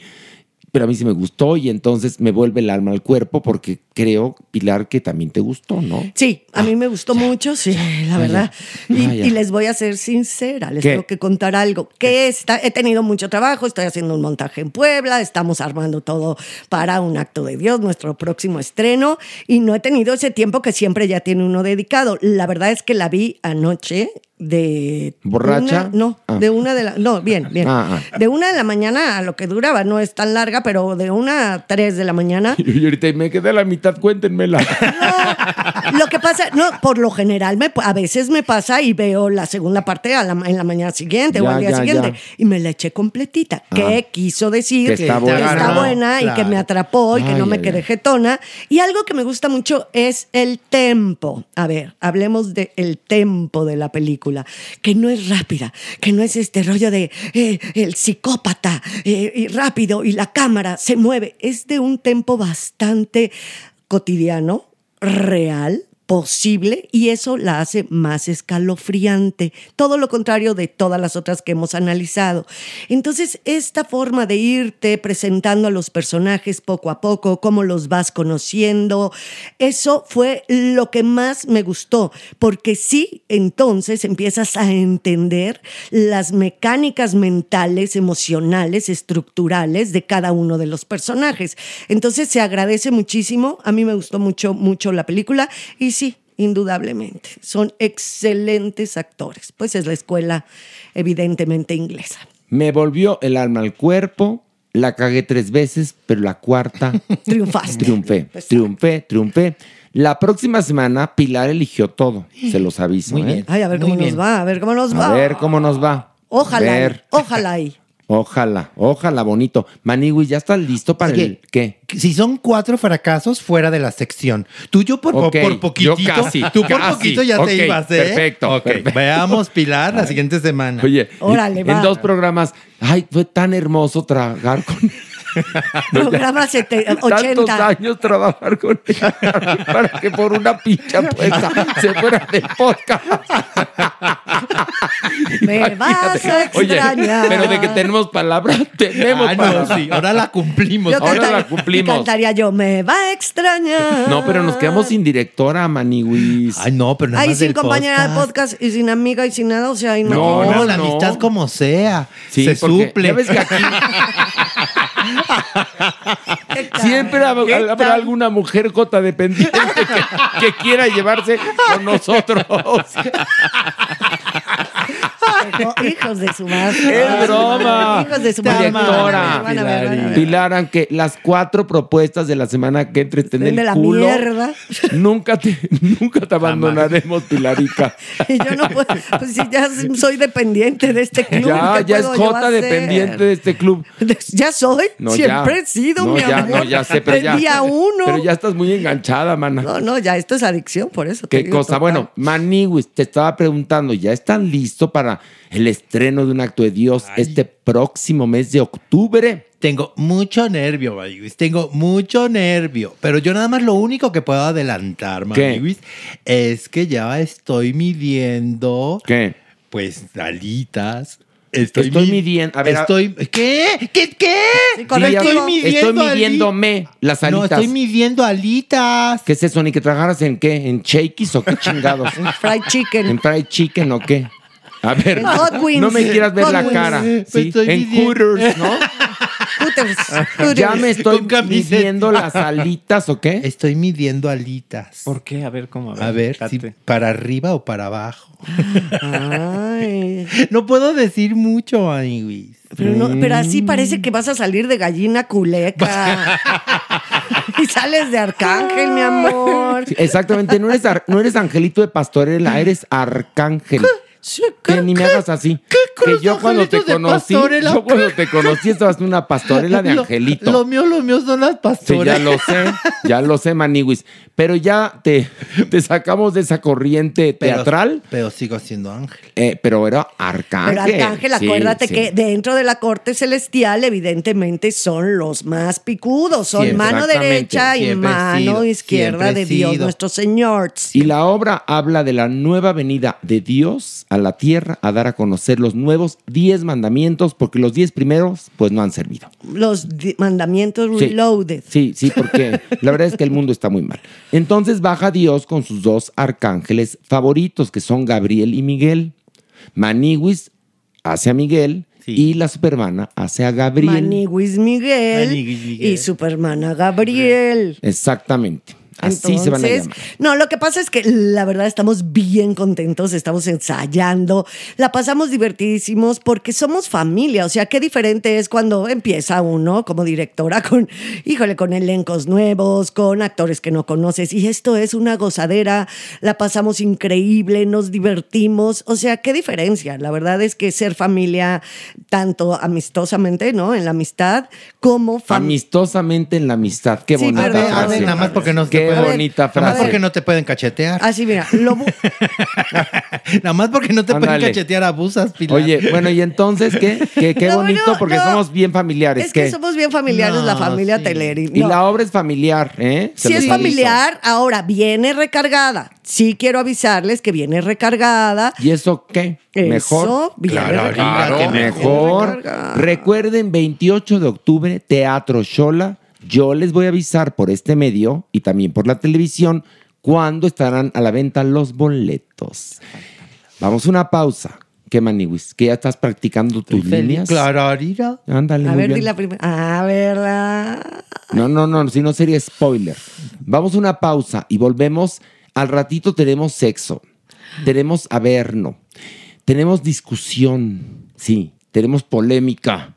Speaker 3: pero a mí sí me gustó y entonces me vuelve el alma al cuerpo porque creo, Pilar, que también te gustó, ¿no?
Speaker 5: Sí, a mí me gustó mucho, sí, la verdad. Y,
Speaker 3: Ah, ya.
Speaker 5: y les voy a ser sincera, les
Speaker 3: ¿Qué?
Speaker 5: tengo que contar algo. Que está, he tenido mucho trabajo, estoy haciendo un montaje en Puebla, estamos armando todo para un acto de Dios, nuestro próximo estreno, y no he tenido ese tiempo que siempre ya tiene uno dedicado. La verdad es que la vi anoche de...
Speaker 3: ¿Borracha?
Speaker 5: una- no,
Speaker 3: Ah.
Speaker 5: de una de la... No, bien, bien.
Speaker 3: Ah,
Speaker 5: De una de la mañana a lo que duraba, no es tan larga, pero de una a tres de la mañana.
Speaker 3: Y ahorita me quedé a la mitad, cuéntenmela.
Speaker 5: No, lo que pasa, no, por lo general me, a veces me pasa y veo la segunda parte a la ma- en la mañana siguiente o
Speaker 3: Ya,
Speaker 5: al día
Speaker 3: ya,
Speaker 5: siguiente
Speaker 3: ya.
Speaker 5: y me la eché completita.
Speaker 3: Ah.
Speaker 5: ¿Qué quiso decir?
Speaker 3: Que está buena.
Speaker 5: está buena y que
Speaker 6: Claro.
Speaker 5: me atrapó y que
Speaker 3: Ay,
Speaker 5: no me
Speaker 3: ay,
Speaker 5: quedé
Speaker 3: ay.
Speaker 5: jetona. Y algo que me gusta mucho es el tempo. A ver, hablemos del el tempo de la película. película, que no es rápida, que no es este rollo de eh, el psicópata eh, y rápido y la cámara se mueve, es de un tempo bastante cotidiano, real, posible y eso la hace más escalofriante, todo lo contrario de todas las otras que hemos analizado. Entonces, esta forma de irte presentando a los personajes poco a poco, cómo los vas conociendo, eso fue lo que más me gustó, porque sí, entonces empiezas a entender las mecánicas mentales, emocionales, estructurales de cada uno de los personajes. Entonces, se agradece muchísimo, a mí me gustó mucho, mucho la película y sí, indudablemente, son excelentes actores, pues es la escuela evidentemente inglesa.
Speaker 3: Me volvió el alma al cuerpo. La cagué tres veces, pero la cuarta.
Speaker 5: Triunfaste. Pues,
Speaker 3: Triunfé, triunfé, triunfé. La próxima semana Pilar eligió todo. Se los aviso.
Speaker 4: Muy
Speaker 3: ¿eh?
Speaker 4: bien.
Speaker 5: Ay, a ver
Speaker 4: Muy
Speaker 5: cómo
Speaker 4: bien.
Speaker 5: nos va, a ver cómo nos va.
Speaker 3: A ver cómo nos va.
Speaker 5: Ojalá,
Speaker 3: A
Speaker 5: y-
Speaker 3: ver.
Speaker 5: ojalá y.
Speaker 3: Ojalá, ojalá, bonito. Manigui, ¿ya estás listo para
Speaker 6: Oye,
Speaker 3: el qué?
Speaker 6: Si son cuatro fracasos fuera de la sección. Tú yo por, po-
Speaker 3: Ok,
Speaker 6: por poquitito.
Speaker 3: yo casi,
Speaker 6: tú por
Speaker 3: casi.
Speaker 6: poquito ya
Speaker 3: Ok,
Speaker 6: te ibas, ¿eh?
Speaker 3: perfecto,
Speaker 6: Ok,
Speaker 3: perfecto.
Speaker 6: Veamos, Pilar, la siguiente semana.
Speaker 3: Oye,
Speaker 5: Órale,
Speaker 3: en,
Speaker 5: va.
Speaker 3: en dos programas, ay, fue tan hermoso trabajar con
Speaker 5: Programa sete- 80.
Speaker 3: tantos años trabajar con ella para que por una pincha puesta se fuera del podcast.
Speaker 5: Me vas a
Speaker 3: Oye,
Speaker 5: extrañar.
Speaker 3: pero de que tenemos palabra, tenemos
Speaker 6: Ah, no,
Speaker 3: palabra.
Speaker 6: sí, ahora la cumplimos.
Speaker 5: Yo
Speaker 3: ahora
Speaker 5: cantaría-
Speaker 3: la cumplimos.
Speaker 5: y Cantaría yo, me va a extrañar.
Speaker 3: No, pero nos quedamos sin directora, Maniguis.
Speaker 6: Ay, no, pero nada
Speaker 5: Ahí
Speaker 6: más
Speaker 5: sin
Speaker 6: del
Speaker 5: compañera de podcast y sin amiga y sin nada, o sea, ahí no.
Speaker 3: No,
Speaker 6: No,
Speaker 3: no,
Speaker 6: la
Speaker 3: no.
Speaker 6: amistad como sea.
Speaker 3: Sí,
Speaker 6: se
Speaker 3: porque
Speaker 6: suple.
Speaker 3: ya ves que aquí
Speaker 5: ¿Qué tal?
Speaker 3: siempre hab- habrá alguna mujer cota dependiente que, que quiera llevarse con nosotros.
Speaker 5: Hijos de su madre.
Speaker 3: ¡Es broma!
Speaker 5: Hijos de su madre.
Speaker 3: Directora.
Speaker 5: Van a ver, van a ver, van a ver.
Speaker 3: Pilar, aunque las cuatro propuestas de la semana que entres en el
Speaker 5: de la
Speaker 3: culo,
Speaker 5: mierda.
Speaker 3: nunca te, nunca te abandonaremos, Pilarica.
Speaker 5: Y yo no puedo, pues si ya soy dependiente de este club.
Speaker 3: Ya,
Speaker 5: ¿qué
Speaker 3: ya es
Speaker 5: puedo yo
Speaker 3: Jota
Speaker 5: hacer?
Speaker 3: dependiente de este club.
Speaker 5: Ya soy,
Speaker 3: No,
Speaker 5: siempre
Speaker 3: ya.
Speaker 5: he sido,
Speaker 3: no,
Speaker 5: mi
Speaker 3: ya,
Speaker 5: amor.
Speaker 3: No, ya sé, pero
Speaker 5: Del
Speaker 3: ya.
Speaker 5: día uno.
Speaker 3: Pero ya estás muy enganchada, mana.
Speaker 5: No, no, ya, esto es adicción, por eso. te
Speaker 3: Qué
Speaker 5: digo,
Speaker 3: cosa.
Speaker 5: total.
Speaker 3: Bueno, Maniwis, te estaba preguntando, ¿ya están listos para el estreno de un acto de Dios este próximo mes de octubre?
Speaker 6: Tengo mucho nervio, Maniguis. Tengo mucho nervio. Pero yo nada más lo único que puedo adelantar,
Speaker 3: ¿Qué?
Speaker 6: Maniguis, es que ya estoy midiendo.
Speaker 3: ¿Qué?
Speaker 6: Pues alitas. Estoy,
Speaker 3: Estoy
Speaker 6: mi-
Speaker 3: midiendo- a ver, a-
Speaker 6: estoy. ¿Qué? ¿Qué? ¿Qué?
Speaker 5: Sí, correcto.
Speaker 6: estoy
Speaker 5: Estoy
Speaker 6: midiendo.
Speaker 3: Estoy midiéndome las
Speaker 6: ali- No,
Speaker 3: alitas.
Speaker 6: estoy midiendo alitas.
Speaker 3: ¿Qué es eso? ¿Ni que trabajaras en qué? ¿En shakies o qué chingados?
Speaker 5: Fried chicken.
Speaker 3: ¿En fried chicken o qué? A ver,
Speaker 5: En
Speaker 3: no,
Speaker 5: Hot Wheels.
Speaker 3: no me quieras ver
Speaker 5: Hot
Speaker 3: la
Speaker 5: Wheels.
Speaker 3: cara.
Speaker 6: Pues
Speaker 3: ¿sí?
Speaker 6: estoy
Speaker 3: En
Speaker 6: midiendo.
Speaker 3: Hooters, ¿no?
Speaker 5: Hooters, hooters.
Speaker 3: Ya me estoy
Speaker 6: Con camiseta.
Speaker 3: midiendo las alitas o qué.
Speaker 6: Estoy midiendo alitas.
Speaker 4: ¿Por qué? A ver, ¿cómo?
Speaker 6: A ver, si
Speaker 4: date.
Speaker 6: para arriba o para abajo.
Speaker 5: Ay,
Speaker 6: No puedo decir mucho, amiguis.
Speaker 5: pero, no, pero así parece que vas a salir de gallina culeca. y sales de arcángel, mi amor.
Speaker 3: Sí, exactamente, no eres, ar- no eres angelito de pastorela, eres arcángel. Que ni me hagas así.
Speaker 6: con
Speaker 3: Que
Speaker 6: los
Speaker 3: yo cuando te
Speaker 6: angelitos de
Speaker 3: conocí,
Speaker 6: pastorela?
Speaker 3: yo cuando te conocí estabas en una pastorela de
Speaker 6: Lo-
Speaker 3: angelito.
Speaker 6: Lo, mío, lo mío son las
Speaker 3: Sí, ya
Speaker 6: pastoras.
Speaker 3: lo sé, ya lo sé, Maniwis. Pero ya te, te sacamos de esa corriente
Speaker 6: Pero-
Speaker 3: teatral,
Speaker 6: Pero sigo siendo ángel.
Speaker 3: eh, pero era arcángel.
Speaker 5: Pero Arcángel,
Speaker 3: Sí,
Speaker 5: acuérdate
Speaker 3: sí.
Speaker 5: que dentro de la corte celestial, evidentemente, son los más picudos. Son
Speaker 3: Siempre,
Speaker 5: mano
Speaker 3: exactamente.
Speaker 5: derecha y
Speaker 6: Siempre he
Speaker 5: mano
Speaker 6: sido,
Speaker 5: izquierda
Speaker 6: siempre he
Speaker 5: de Dios
Speaker 6: sido.
Speaker 5: nuestro Señor.
Speaker 3: Y la obra habla de la nueva venida de Dios a la tierra a dar a conocer los nuevos diez mandamientos, porque los diez primeros pues no han servido.
Speaker 5: Los di- mandamientos
Speaker 3: Sí.
Speaker 5: reloaded.
Speaker 3: Sí, sí, porque la verdad es que el mundo está muy mal. Entonces baja Dios con sus dos arcángeles favoritos, que son Gabriel y Miguel. Maniwis hace a Miguel
Speaker 6: Sí.
Speaker 3: y la supermana hace a Gabriel.
Speaker 5: Maniguis Miguel,
Speaker 6: Maniguis Miguel.
Speaker 5: y Supermana Gabriel.
Speaker 3: Exactamente. Así se van a
Speaker 5: Entonces,
Speaker 3: llamar.
Speaker 5: No, lo que pasa es que la verdad estamos bien contentos, estamos ensayando, la pasamos divertidísimos porque somos familia. O sea, qué diferente es cuando empieza uno como directora con, híjole, con elencos nuevos, con actores que no conoces. Y esto es una gozadera, la pasamos increíble, nos divertimos. O sea, qué diferencia. La verdad es que ser familia, tanto amistosamente, ¿no? En la amistad, como familia.
Speaker 3: Amistosamente en la amistad. Qué
Speaker 5: Sí,
Speaker 3: bonita
Speaker 5: pero-
Speaker 3: frase.
Speaker 5: a ver, nada
Speaker 6: más porque no se
Speaker 3: Qué
Speaker 6: puede
Speaker 3: Qué
Speaker 5: A ver,
Speaker 3: bonita
Speaker 6: Nada más
Speaker 3: frase.
Speaker 6: porque no te pueden cachetear.
Speaker 5: Así, Ah, mira, lo bu-
Speaker 6: Nada más porque no te pueden
Speaker 3: Ándale.
Speaker 6: cachetear abusas, Pilar.
Speaker 3: Oye, bueno, y entonces, ¿qué? Qué, qué
Speaker 5: No,
Speaker 3: bonito,
Speaker 5: no,
Speaker 3: porque
Speaker 5: no.
Speaker 3: somos bien familiares.
Speaker 5: es que
Speaker 3: ¿qué?
Speaker 5: somos bien familiares,
Speaker 6: No,
Speaker 5: la familia
Speaker 6: sí.
Speaker 5: Teleri.
Speaker 3: Y
Speaker 5: No.
Speaker 3: la obra es familiar, ¿eh? Se
Speaker 5: Si
Speaker 3: los
Speaker 5: es
Speaker 3: aviso.
Speaker 5: familiar, ahora viene recargada. Sí quiero avisarles que viene recargada.
Speaker 3: ¿Y eso qué? Mejor.
Speaker 5: Eso viene
Speaker 6: Claro,
Speaker 5: recargada.
Speaker 6: claro,
Speaker 3: que
Speaker 6: viene
Speaker 3: mejor.
Speaker 5: recargada.
Speaker 3: Recuerden, 28 de octubre, Teatro Shola. Yo les voy a avisar por este medio y también por la televisión cuándo estarán a la venta los boletos. Vamos a una pausa. ¿Qué, Maniwis? ¿Que ya estás practicando tus líneas?
Speaker 6: Clararira.
Speaker 3: Ándale,
Speaker 5: A
Speaker 3: muy
Speaker 5: ver,
Speaker 3: bien.
Speaker 5: di la primera. Ah, ¿verdad?
Speaker 3: No, no, no, si no sería spoiler. Vamos a una pausa y volvemos. Al ratito tenemos sexo, tenemos averno, tenemos discusión, sí, tenemos polémica.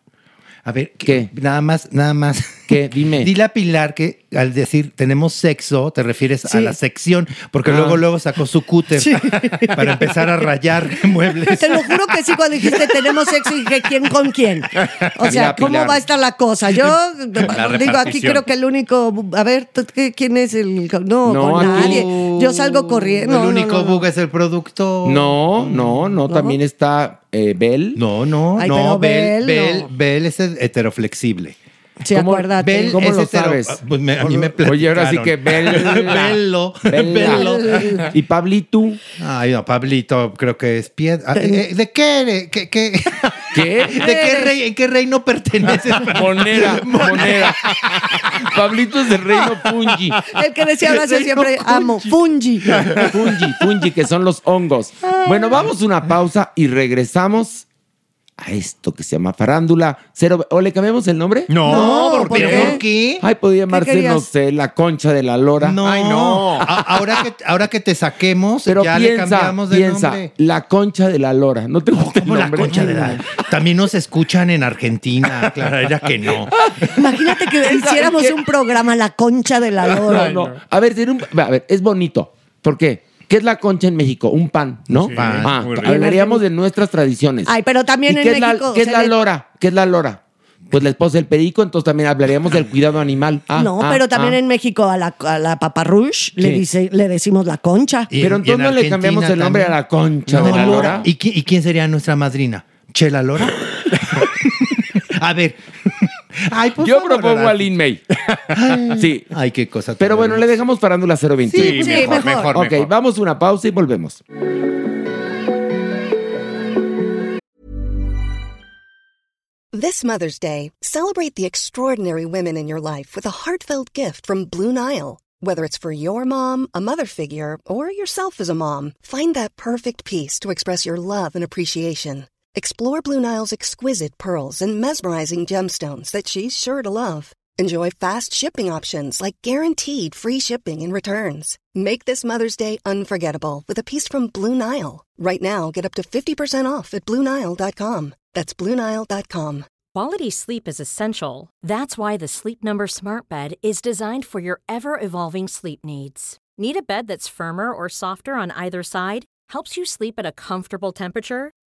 Speaker 6: A ver,
Speaker 3: ¿Qué?
Speaker 6: Nada más, nada más.
Speaker 3: ¿Qué? Dime.
Speaker 6: Dile a Pilar que al decir tenemos sexo, te refieres a la sección, porque
Speaker 3: Ah.
Speaker 6: luego luego sacó su cúter para empezar a rayar muebles.
Speaker 5: Te lo juro que sí, cuando dijiste tenemos sexo y dije quién con quién. O sea,
Speaker 3: Mira,
Speaker 5: ¿cómo
Speaker 3: Pilar.
Speaker 5: va a estar la cosa? Yo digo, aquí
Speaker 7: repartición.
Speaker 5: creo que el único. A ver, ¿tú qué- ¿quién es el.? No,
Speaker 3: No,
Speaker 5: con
Speaker 3: aquí-
Speaker 5: nadie. Yo salgo corriendo. No,
Speaker 6: El
Speaker 5: no,
Speaker 6: único
Speaker 5: no, no.
Speaker 6: bug es el producto.
Speaker 3: No, no, no, también está eh, Bell.
Speaker 6: No, no,
Speaker 5: Ay,
Speaker 6: no.
Speaker 5: pero
Speaker 6: Bel,
Speaker 5: Bel,
Speaker 6: Bel,
Speaker 5: no.
Speaker 6: Bell es heteroflexible.
Speaker 5: Sí,
Speaker 3: ¿Cómo-
Speaker 5: acuérdate.
Speaker 6: Bel
Speaker 3: Ah, ¿Cómo
Speaker 6: es
Speaker 3: lo
Speaker 6: hetero-
Speaker 3: sabes?
Speaker 6: Ah, pues me- a mí me
Speaker 3: Oye, ahora sí
Speaker 6: platicaron.
Speaker 3: que Bell.
Speaker 6: Bello,
Speaker 3: Bella.
Speaker 6: bello.
Speaker 3: Y Pablito,
Speaker 6: Ay, no, Pablito, creo que es piedra. Ah, eh, ¿De qué eres? ¿Qué, qué?
Speaker 3: ¿qué?
Speaker 6: de qué rey, en qué reino perteneces?
Speaker 3: Monera, monera. Pablito es del reino Punji.
Speaker 5: El que decía Horacio siempre, amo, fungi.
Speaker 3: Fungi, fungi, que son los hongos. Bueno, vamos a una pausa y regresamos a esto que se llama farándula. Cero... ¿O le cambiamos el nombre?
Speaker 6: No,
Speaker 5: No, ¿por
Speaker 6: pero
Speaker 5: qué?
Speaker 6: ¿por qué?
Speaker 3: Ay, podía llamarse,
Speaker 5: querías?
Speaker 3: no sé, la concha de la lora.
Speaker 6: No.
Speaker 3: Ay, no.
Speaker 6: A- ahora, que, ahora que te saquemos,
Speaker 3: Pero
Speaker 6: ya le
Speaker 3: piensa,
Speaker 6: cambiamos de
Speaker 3: piensa,
Speaker 6: nombre.
Speaker 3: la concha de la lora. ¿No te gusta el
Speaker 6: Como la
Speaker 3: nombre?
Speaker 6: concha de la. También nos escuchan en Argentina. Claro, era que no.
Speaker 5: Imagínate que hiciéramos un programa La Concha de la Lora.
Speaker 3: No, no. A ver, tiene un- a ver, es bonito. ¿Por qué? ¿Qué es la concha en México? Un pan, ¿no?
Speaker 6: Pan,
Speaker 3: Ah,
Speaker 7: muy rico.
Speaker 3: hablaríamos de nuestras tradiciones.
Speaker 5: Ay, pero también
Speaker 3: ¿Y
Speaker 5: en
Speaker 3: qué es la-
Speaker 5: México
Speaker 3: ¿Qué es
Speaker 5: se
Speaker 3: la
Speaker 5: le-
Speaker 3: lora? ¿Qué es la lora? Pues la esposa del perico, entonces también hablaríamos del cuidado animal. Ah,
Speaker 5: no,
Speaker 3: ah,
Speaker 5: pero también
Speaker 3: ah.
Speaker 5: en México a la, a la paparrush le,
Speaker 3: Sí.
Speaker 5: dice, le decimos la concha.
Speaker 6: Y
Speaker 3: Pero
Speaker 6: en- y en
Speaker 3: entonces no le
Speaker 6: Argentina
Speaker 3: cambiamos el nombre
Speaker 6: también.
Speaker 3: a la concha
Speaker 6: No,
Speaker 3: de la
Speaker 6: Lora.
Speaker 3: lora.
Speaker 6: ¿Y, qui- y quién sería nuestra madrina? ¿Chela Lora? a ver. Ay, por
Speaker 3: Yo
Speaker 6: favor,
Speaker 3: propongo
Speaker 6: Horacio.
Speaker 3: a Lin May. sí.
Speaker 6: Ay, qué cosa. tan
Speaker 3: Pero bueno, le
Speaker 6: hermosa.
Speaker 3: dejamos farándula 021.
Speaker 7: Sí,
Speaker 5: Sí,
Speaker 7: mejor,
Speaker 5: mejor.
Speaker 7: mejor,
Speaker 3: ok,
Speaker 7: mejor.
Speaker 3: vamos una pausa y volvemos.
Speaker 8: This Mother's Day, celebrate the extraordinary women in your life with a heartfelt gift from Blue Nile. Whether it's for your mom, a mother figure, or yourself as a mom, find that perfect piece to express your love and appreciation. Explore Blue Nile's exquisite pearls and mesmerizing gemstones that she's sure to love. Enjoy fast shipping options like guaranteed free shipping and returns. Make this Mother's Day unforgettable with a piece from Blue Nile. Right now, get up to 50% off at BlueNile.com. That's BlueNile.com.
Speaker 9: Quality sleep is essential. That's why the Sleep Number Smart Bed is designed for your ever evolving sleep needs. Need a bed that's firmer or softer on either side? Helps you sleep at a comfortable temperature?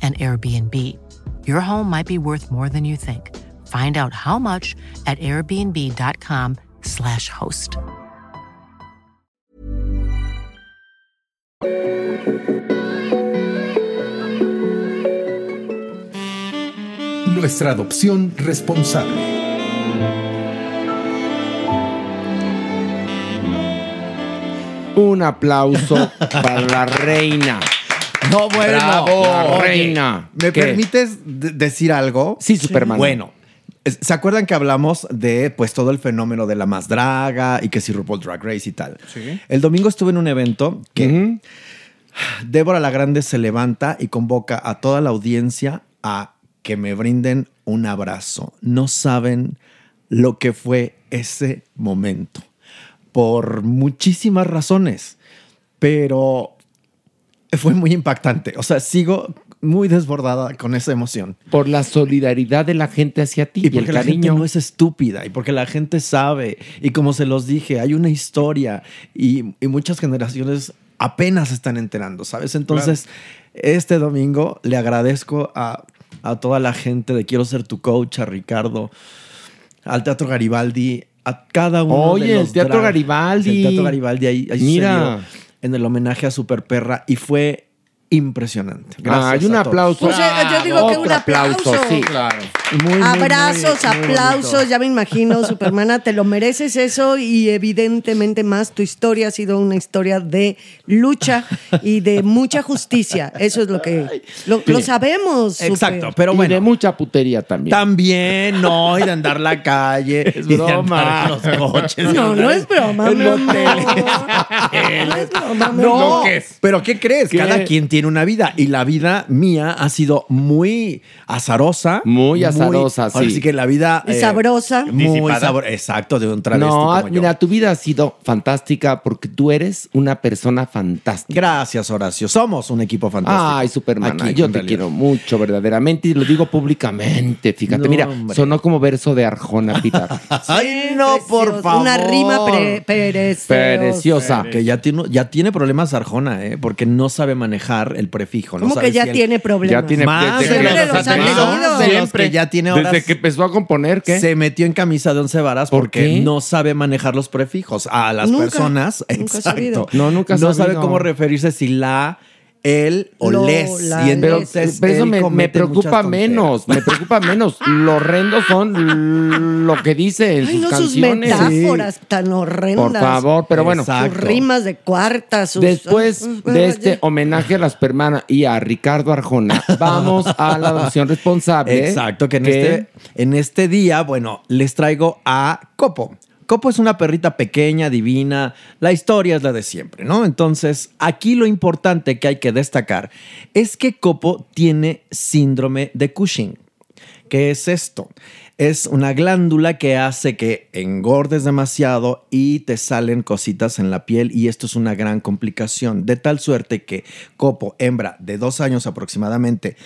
Speaker 10: an Airbnb. Your home might be worth more than you think. Find out how much at airbnb.com/slash host.
Speaker 2: Nuestra adopción responsable.
Speaker 3: Un aplauso para la reina.
Speaker 7: No, bueno.
Speaker 3: Bravo,
Speaker 7: Oye,
Speaker 3: reina.
Speaker 7: ¿Me
Speaker 3: ¿Qué?
Speaker 7: permites de- decir algo?
Speaker 3: Sí, Superman.
Speaker 7: Bueno, es- ¿se acuerdan que hablamos de pues todo el fenómeno de la más draga y que si RuPaul Drag Race y tal?
Speaker 4: Sí.
Speaker 7: El domingo estuve en un evento que
Speaker 3: Ujú.
Speaker 7: Débora la Grande se levanta y convoca a toda la audiencia a que me brinden un abrazo. No saben lo que fue ese momento. Por muchísimas razones. Pero fue muy impactante. O sea, sigo muy desbordada con esa emoción.
Speaker 3: Por la solidaridad de la gente hacia ti y,
Speaker 7: Y
Speaker 3: el
Speaker 7: porque la gente
Speaker 3: cariño.
Speaker 7: no es estúpida y porque la gente sabe. Y como se los dije, hay una historia y, y muchas generaciones apenas se están enterando, ¿sabes? Entonces, este domingo le agradezco a, a toda la gente de Quiero ser tu coach, a Ricardo, al Teatro Garibaldi, a cada uno
Speaker 3: Oye,
Speaker 7: de
Speaker 3: el
Speaker 7: los
Speaker 3: Teatro
Speaker 7: drag-
Speaker 3: Garibaldi.
Speaker 7: El Teatro Garibaldi ahí, ahí
Speaker 3: Mira.
Speaker 7: sucedió en el homenaje a Superperra y fue impresionante. Gracias.
Speaker 3: Ah, Hay un
Speaker 7: a todos.
Speaker 3: aplauso.
Speaker 5: Pues, eh, yo digo que
Speaker 3: Otro
Speaker 5: un aplauso.
Speaker 3: sí.
Speaker 4: Claro.
Speaker 7: Muy, muy, muy,
Speaker 5: Abrazos,
Speaker 7: muy bonito.
Speaker 5: aplausos, ya me imagino, Supermana, te lo mereces eso y evidentemente más tu historia ha sido una historia de lucha y de mucha justicia. Eso es lo que lo, lo sabemos. Super.
Speaker 7: Exacto, pero
Speaker 3: y
Speaker 7: bueno.
Speaker 3: de mucha putería también.
Speaker 7: También, no, y de andar la calle. y de
Speaker 3: broma.
Speaker 7: andar en los coches.
Speaker 5: No, no es broma, mi amor. No es broma, mi
Speaker 7: No,
Speaker 5: amor.
Speaker 7: pero ¿qué crees?
Speaker 3: ¿Qué?
Speaker 7: Cada quien tiene una vida y la vida mía ha sido muy azarosa.
Speaker 3: Muy azarosa, sí.
Speaker 7: Así que la vida... eh,
Speaker 5: Y sabrosa.
Speaker 7: Muy
Speaker 4: Anticipada.
Speaker 7: sabrosa. Exacto, de un travesti
Speaker 3: no, ah,
Speaker 7: como yo.
Speaker 3: mira, tu vida ha sido fantástica porque tú eres una persona fantástica.
Speaker 7: Gracias, Horacio. Somos un equipo fantástico.
Speaker 3: Ay, Superman,
Speaker 7: Aquí,
Speaker 3: yo
Speaker 7: en
Speaker 3: te
Speaker 7: realidad.
Speaker 3: quiero mucho, verdaderamente, y lo digo públicamente, fíjate.
Speaker 7: No,
Speaker 3: mira,
Speaker 7: hombre.
Speaker 3: sonó como verso de Arjona Pitar.
Speaker 7: Ay, no, por
Speaker 5: Precioso.
Speaker 7: favor.
Speaker 5: Una rima pre- pereciosa.
Speaker 3: Pereciosa.
Speaker 7: Que ya tiene, ya tiene problemas Arjona, ¿eh? Porque no sabe manejar el prefijo. no
Speaker 5: ¿Cómo
Speaker 7: sabe
Speaker 5: que ya
Speaker 7: si él-
Speaker 5: tiene problemas?
Speaker 3: Ya tiene-
Speaker 7: Más de
Speaker 3: Desde
Speaker 5: que
Speaker 7: los,
Speaker 5: los
Speaker 7: ha
Speaker 5: ha
Speaker 7: tenido.
Speaker 5: tenido.
Speaker 7: de los
Speaker 4: Siempre.
Speaker 7: que ya tiene ahora.
Speaker 3: Desde que empezó a componer, ¿qué?
Speaker 7: Se metió en camisa de once varas
Speaker 3: ¿Por
Speaker 7: porque
Speaker 3: qué?
Speaker 7: no sabe manejar los prefijos a las
Speaker 5: Nunca,
Speaker 7: personas.
Speaker 5: nunca ha sabido.
Speaker 7: Exacto.
Speaker 3: No, nunca ha
Speaker 7: No sabe
Speaker 3: sabido.
Speaker 7: cómo referirse si la, él o
Speaker 5: Lo,
Speaker 7: les.
Speaker 5: la,
Speaker 7: y
Speaker 3: pero,
Speaker 7: entonces
Speaker 3: pero eso
Speaker 7: él
Speaker 3: me, me
Speaker 7: comete
Speaker 3: preocupa
Speaker 7: muchas tonteras.
Speaker 3: menos, me preocupa menos. Lo horrendo son lo que dice en
Speaker 5: Ay,
Speaker 3: sus
Speaker 5: no, sus
Speaker 3: canciones.
Speaker 5: metáforas tan horrendas.
Speaker 3: Por favor, pero bueno.
Speaker 7: Exacto.
Speaker 5: Sus rimas de cuartas. sus-
Speaker 3: Después de este homenaje a las permanas y a Ricardo Arjona, vamos a la adopción responsable.
Speaker 7: Exacto, que en, Este, en este día, bueno, les traigo a Copo. Copo es una perrita pequeña, divina, la historia es la de siempre, ¿no? Entonces, aquí lo importante que hay que destacar es que Copo tiene síndrome de Cushing. ¿Qué es esto? Es una glándula que hace que engordes demasiado y te salen cositas en la piel y esto es una gran complicación, de tal suerte que Copo, hembra de dos años aproximadamente,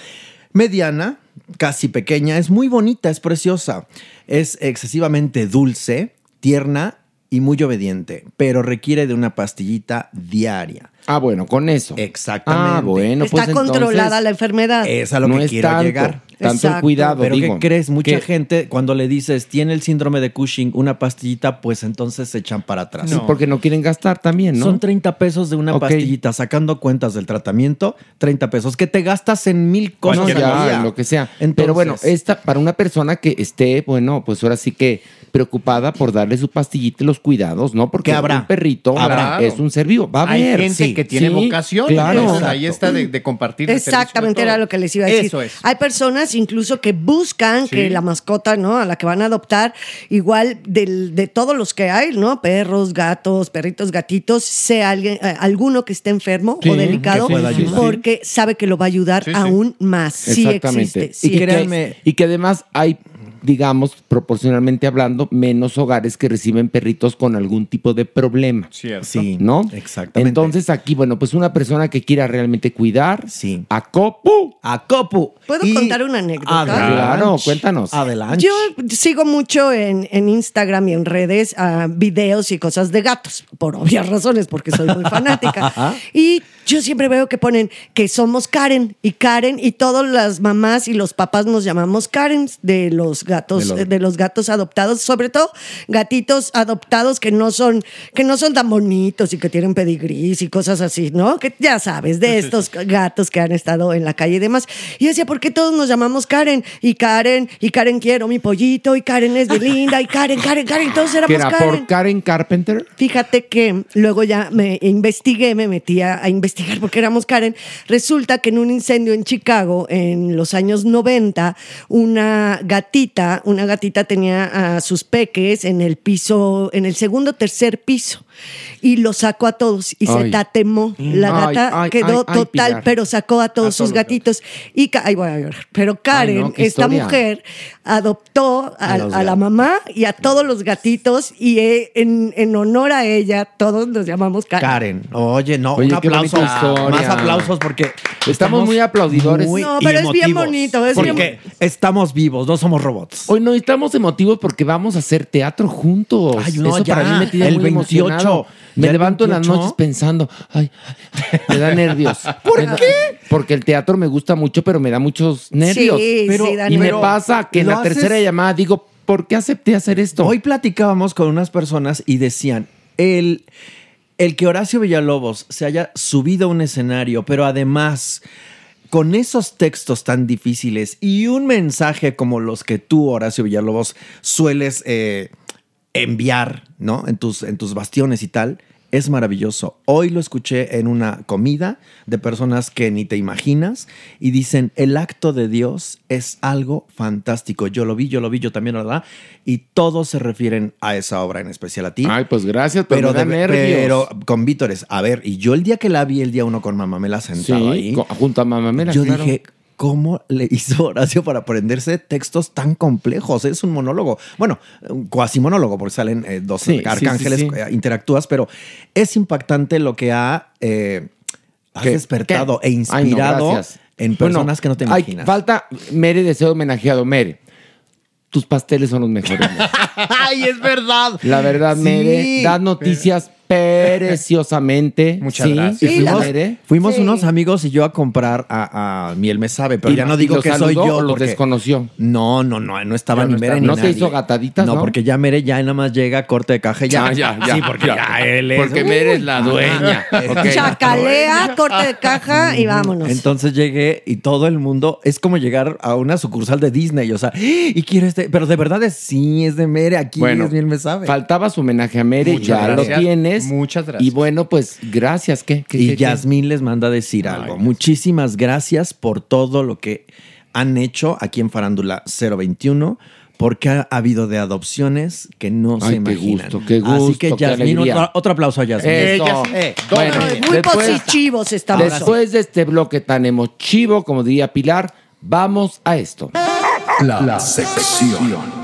Speaker 7: mediana, casi pequeña, es muy bonita, es preciosa, es excesivamente dulce, tierna y muy obediente, pero requiere de una pastillita diaria.
Speaker 3: Ah, bueno, con eso.
Speaker 7: Exactamente.
Speaker 3: Ah, bueno,
Speaker 5: Está
Speaker 3: pues entonces,
Speaker 5: controlada la enfermedad.
Speaker 7: Es a lo
Speaker 3: no
Speaker 7: que
Speaker 3: es
Speaker 7: quiero
Speaker 3: tanto,
Speaker 7: llegar.
Speaker 3: Tanto
Speaker 5: Exacto.
Speaker 3: el cuidado,
Speaker 7: Pero
Speaker 3: digo.
Speaker 7: ¿qué crees? Mucha
Speaker 3: que-
Speaker 7: gente cuando le dices tiene el síndrome de Cushing, una pastillita, pues entonces se echan para atrás.
Speaker 3: Sí, porque no quieren gastar también, ¿no?
Speaker 7: Son 30 pesos de una
Speaker 3: Ok.
Speaker 7: pastillita, sacando cuentas del tratamiento, 30 pesos que te gastas en mil cosas.
Speaker 3: No,
Speaker 7: al
Speaker 3: ya,
Speaker 7: día.
Speaker 3: lo que sea.
Speaker 7: Entonces-
Speaker 3: Pero bueno, esta, para una persona que esté, bueno, pues ahora sí que preocupada por darle su pastillita y los cuidados, ¿no? Porque
Speaker 7: ¿Qué habrá?
Speaker 3: un perrito
Speaker 7: Habrá.
Speaker 3: es un ser vivo. Va a
Speaker 4: Hay
Speaker 3: haber.
Speaker 4: gente
Speaker 3: sí,
Speaker 4: que tiene
Speaker 3: sí,
Speaker 4: vocación.
Speaker 3: Claro.
Speaker 4: Entonces, ahí está de, de compartir. de servicio
Speaker 5: Exactamente
Speaker 4: de todo.
Speaker 5: era lo que les iba a decir.
Speaker 4: Eso es.
Speaker 5: Hay personas incluso que buscan que la mascota, ¿no? A la que van a adoptar, igual del- de todos los que hay, ¿no? Perros, gatos, perritos, gatitos, sea alguien, eh, alguno que esté enfermo
Speaker 3: Sí,
Speaker 5: o delicado,
Speaker 3: que pueda ayudar.
Speaker 5: porque sabe que lo va a ayudar
Speaker 4: Sí, sí.
Speaker 5: aún más. Sí
Speaker 3: Exactamente.
Speaker 5: existe. sí
Speaker 3: y, que,
Speaker 7: créanme-
Speaker 3: y que además hay, digamos, proporcionalmente hablando, menos hogares que reciben perritos con algún tipo de problema.
Speaker 4: Cierto.
Speaker 7: Sí,
Speaker 3: ¿No?
Speaker 7: Exactamente.
Speaker 3: Entonces aquí, bueno, pues una persona que quiera realmente cuidar
Speaker 7: Sí.
Speaker 3: a Copu.
Speaker 7: a Copu.
Speaker 5: ¿Puedo contar una anécdota?
Speaker 7: Adelante.
Speaker 3: Claro, cuéntanos.
Speaker 7: Adelante.
Speaker 5: Yo sigo mucho en, en Instagram y en redes ah, videos y cosas de gatos, por obvias razones, porque soy muy fanática. y Yo siempre veo que ponen que somos Karen y Karen y todas las mamás y los papás nos llamamos Karen de los gatos, eh,
Speaker 7: De
Speaker 5: de
Speaker 7: los-
Speaker 5: los, gatos adoptados, sobre todo gatitos adoptados que no son, que no son tan bonitos y que tienen pedigrís y cosas así, ¿no? Que ya sabes, de estos gatos que han estado en la calle y demás. Y yo decía, ¿por qué todos nos llamamos Karen? Y Karen, y Karen quiero mi pollito, y Karen es de linda, y Karen, Karen, Karen, todos éramos
Speaker 3: Que era
Speaker 5: Karen.
Speaker 3: por Karen Carpenter.
Speaker 5: Fíjate que luego ya me investigué, me metí a, a investigar porque éramos Karen. Resulta que en un incendio en Chicago en los años 90, una gatita, una gatita tenía a sus peques en el piso, en el segundo, tercer piso y los sacó a todos y
Speaker 3: Ay.
Speaker 5: se tatemó. La
Speaker 3: Ay,
Speaker 5: gata
Speaker 3: ay,
Speaker 5: quedó
Speaker 3: ay, ay,
Speaker 5: total,
Speaker 3: Pilar.
Speaker 5: pero sacó a todos
Speaker 3: A todos
Speaker 5: sus
Speaker 3: los
Speaker 5: gatitos. Y ca- ay, voy a llorar. Pero Karen,
Speaker 3: no, qué
Speaker 5: esta
Speaker 3: historia.
Speaker 5: mujer, adoptó a,
Speaker 7: A los
Speaker 5: a la
Speaker 7: gatos.
Speaker 5: mamá y a todos los gatitos y eh, en, en honor a ella todos nos llamamos Karen.
Speaker 7: Karen, oye, no,
Speaker 3: Oye,
Speaker 7: un
Speaker 3: qué
Speaker 7: aplauso.
Speaker 3: bonita historia.
Speaker 7: Más aplausos porque estamos,
Speaker 3: muy aplaudidores.
Speaker 5: No, pero es bien
Speaker 7: emotivos.
Speaker 5: bonito, es
Speaker 7: porque
Speaker 5: bien-
Speaker 7: estamos vivos, no somos robots.
Speaker 3: Hoy no estamos emotivos porque vamos a hacer teatro juntos.
Speaker 7: Ay, no,
Speaker 3: Eso
Speaker 7: ya.
Speaker 3: para mí me tiene
Speaker 7: El
Speaker 3: muy
Speaker 7: 28.
Speaker 3: emocionado.
Speaker 7: Ya
Speaker 3: Me
Speaker 7: el
Speaker 3: levanto en las
Speaker 7: 28.
Speaker 3: noches pensando, ay, ay, me da nervios. ¿Por qué? Porque el teatro me gusta mucho, pero me da muchos nervios.
Speaker 5: Sí,
Speaker 7: Pero-
Speaker 5: sí, da
Speaker 3: y me
Speaker 5: nervios.
Speaker 3: pasa que en
Speaker 7: lo
Speaker 3: la tercera
Speaker 7: haces-
Speaker 3: llamada digo, ¿por qué acepté hacer esto?
Speaker 7: Hoy platicábamos con unas personas y decían, el, el que Horacio Villalobos se haya subido a un escenario, pero además con esos textos tan difíciles y un mensaje como los que tú, Horacio Villalobos, sueles eh, enviar, ¿no? En tus, en tus bastiones y tal. Es maravilloso. Hoy lo escuché en una comida de personas que ni te imaginas y dicen, el acto de Dios es algo fantástico. Yo lo vi, yo lo vi, yo también, ¿verdad? Y todos se refieren a esa obra, en especial a ti.
Speaker 3: Ay, pues gracias, pero, me da
Speaker 7: de-
Speaker 3: nervios.
Speaker 7: pero con Vítores, a ver, y yo el día que la vi, el día uno con mamá, me la
Speaker 3: sí,
Speaker 7: sentaba ahí.
Speaker 3: co- junto a mamá Mela,
Speaker 7: Yo
Speaker 3: claro.
Speaker 7: dije, ¿cómo le hizo Horacio para aprenderse textos tan complejos? Es un monólogo. Bueno, un cuasi monólogo, porque salen eh, dos
Speaker 3: Sí, sí,
Speaker 7: arcángeles,
Speaker 3: sí, sí.
Speaker 7: eh, interactúas, pero es impactante lo que ha, eh, has
Speaker 3: ¿Qué?
Speaker 7: despertado
Speaker 3: ¿Qué?
Speaker 7: e
Speaker 3: Ay, no,
Speaker 7: inspirado
Speaker 3: gracias.
Speaker 7: en
Speaker 3: Bueno,
Speaker 7: personas que no te
Speaker 3: ay,
Speaker 7: imaginas.
Speaker 3: falta, Mere, deseo homenajeado, Mere. Tus pasteles son los mejores. Mere.
Speaker 4: ¡Ay, es verdad!
Speaker 3: La verdad,
Speaker 7: Sí,
Speaker 3: Mere, das noticias preciosamente.
Speaker 4: Muchas
Speaker 3: Sí,
Speaker 4: gracias.
Speaker 3: sí,
Speaker 7: Y fuimos
Speaker 3: Mere.
Speaker 7: fuimos
Speaker 5: Sí.
Speaker 7: unos amigos y yo a comprar a, a Miel Me Sabe, pero
Speaker 3: Y-
Speaker 7: ya no
Speaker 3: y
Speaker 7: digo
Speaker 3: los
Speaker 7: que soy
Speaker 3: saludó
Speaker 7: yo.
Speaker 3: o los
Speaker 7: porque-
Speaker 3: desconoció.
Speaker 7: No, no, no, no estaba
Speaker 4: Ya
Speaker 7: ni
Speaker 4: no
Speaker 7: Mere
Speaker 4: estaba.
Speaker 7: ni
Speaker 3: ¿No te
Speaker 7: nadie.
Speaker 3: hizo gataditas, no?
Speaker 7: porque ya Mere ya nada más llega, corte de caja y ya.
Speaker 3: Ah, ya, ya,
Speaker 7: sí, porque
Speaker 3: ya.
Speaker 7: ya, él es. Ah,
Speaker 3: Porque Mere es la
Speaker 7: ajá.
Speaker 3: dueña. Ok.
Speaker 5: Chacalea, corte de caja y vámonos.
Speaker 7: Entonces llegué y todo el mundo es como llegar a una sucursal de Disney, o sea, ¡Ah! y quiero este, pero de verdad es sí, es de Mere, aquí
Speaker 3: Bueno,
Speaker 7: es bien me sabe.
Speaker 3: Faltaba su homenaje a Mere,
Speaker 4: Muchas
Speaker 3: ya
Speaker 4: gracias.
Speaker 3: lo tienes.
Speaker 4: Muchas gracias.
Speaker 3: Y bueno, pues gracias. ¿Qué? ¿Qué-
Speaker 7: Y
Speaker 3: qué-
Speaker 7: Yasmín les manda a decir algo. Muchísimas gracias por todo lo que han hecho aquí en Farándula 021, porque ha habido de adopciones que no
Speaker 3: Ay,
Speaker 7: se
Speaker 3: qué
Speaker 7: imaginan.
Speaker 3: gusto, qué
Speaker 7: Así
Speaker 3: guasmín,
Speaker 7: que Yasmín, otro, otro aplauso a Yasmín.
Speaker 3: Eso.
Speaker 4: Eh,
Speaker 3: Bueno,
Speaker 5: Ay, muy
Speaker 3: después,
Speaker 5: positivos estamos.
Speaker 3: después de este bloque tan emotivo, como diría Pilar, vamos a esto.
Speaker 2: La, sección.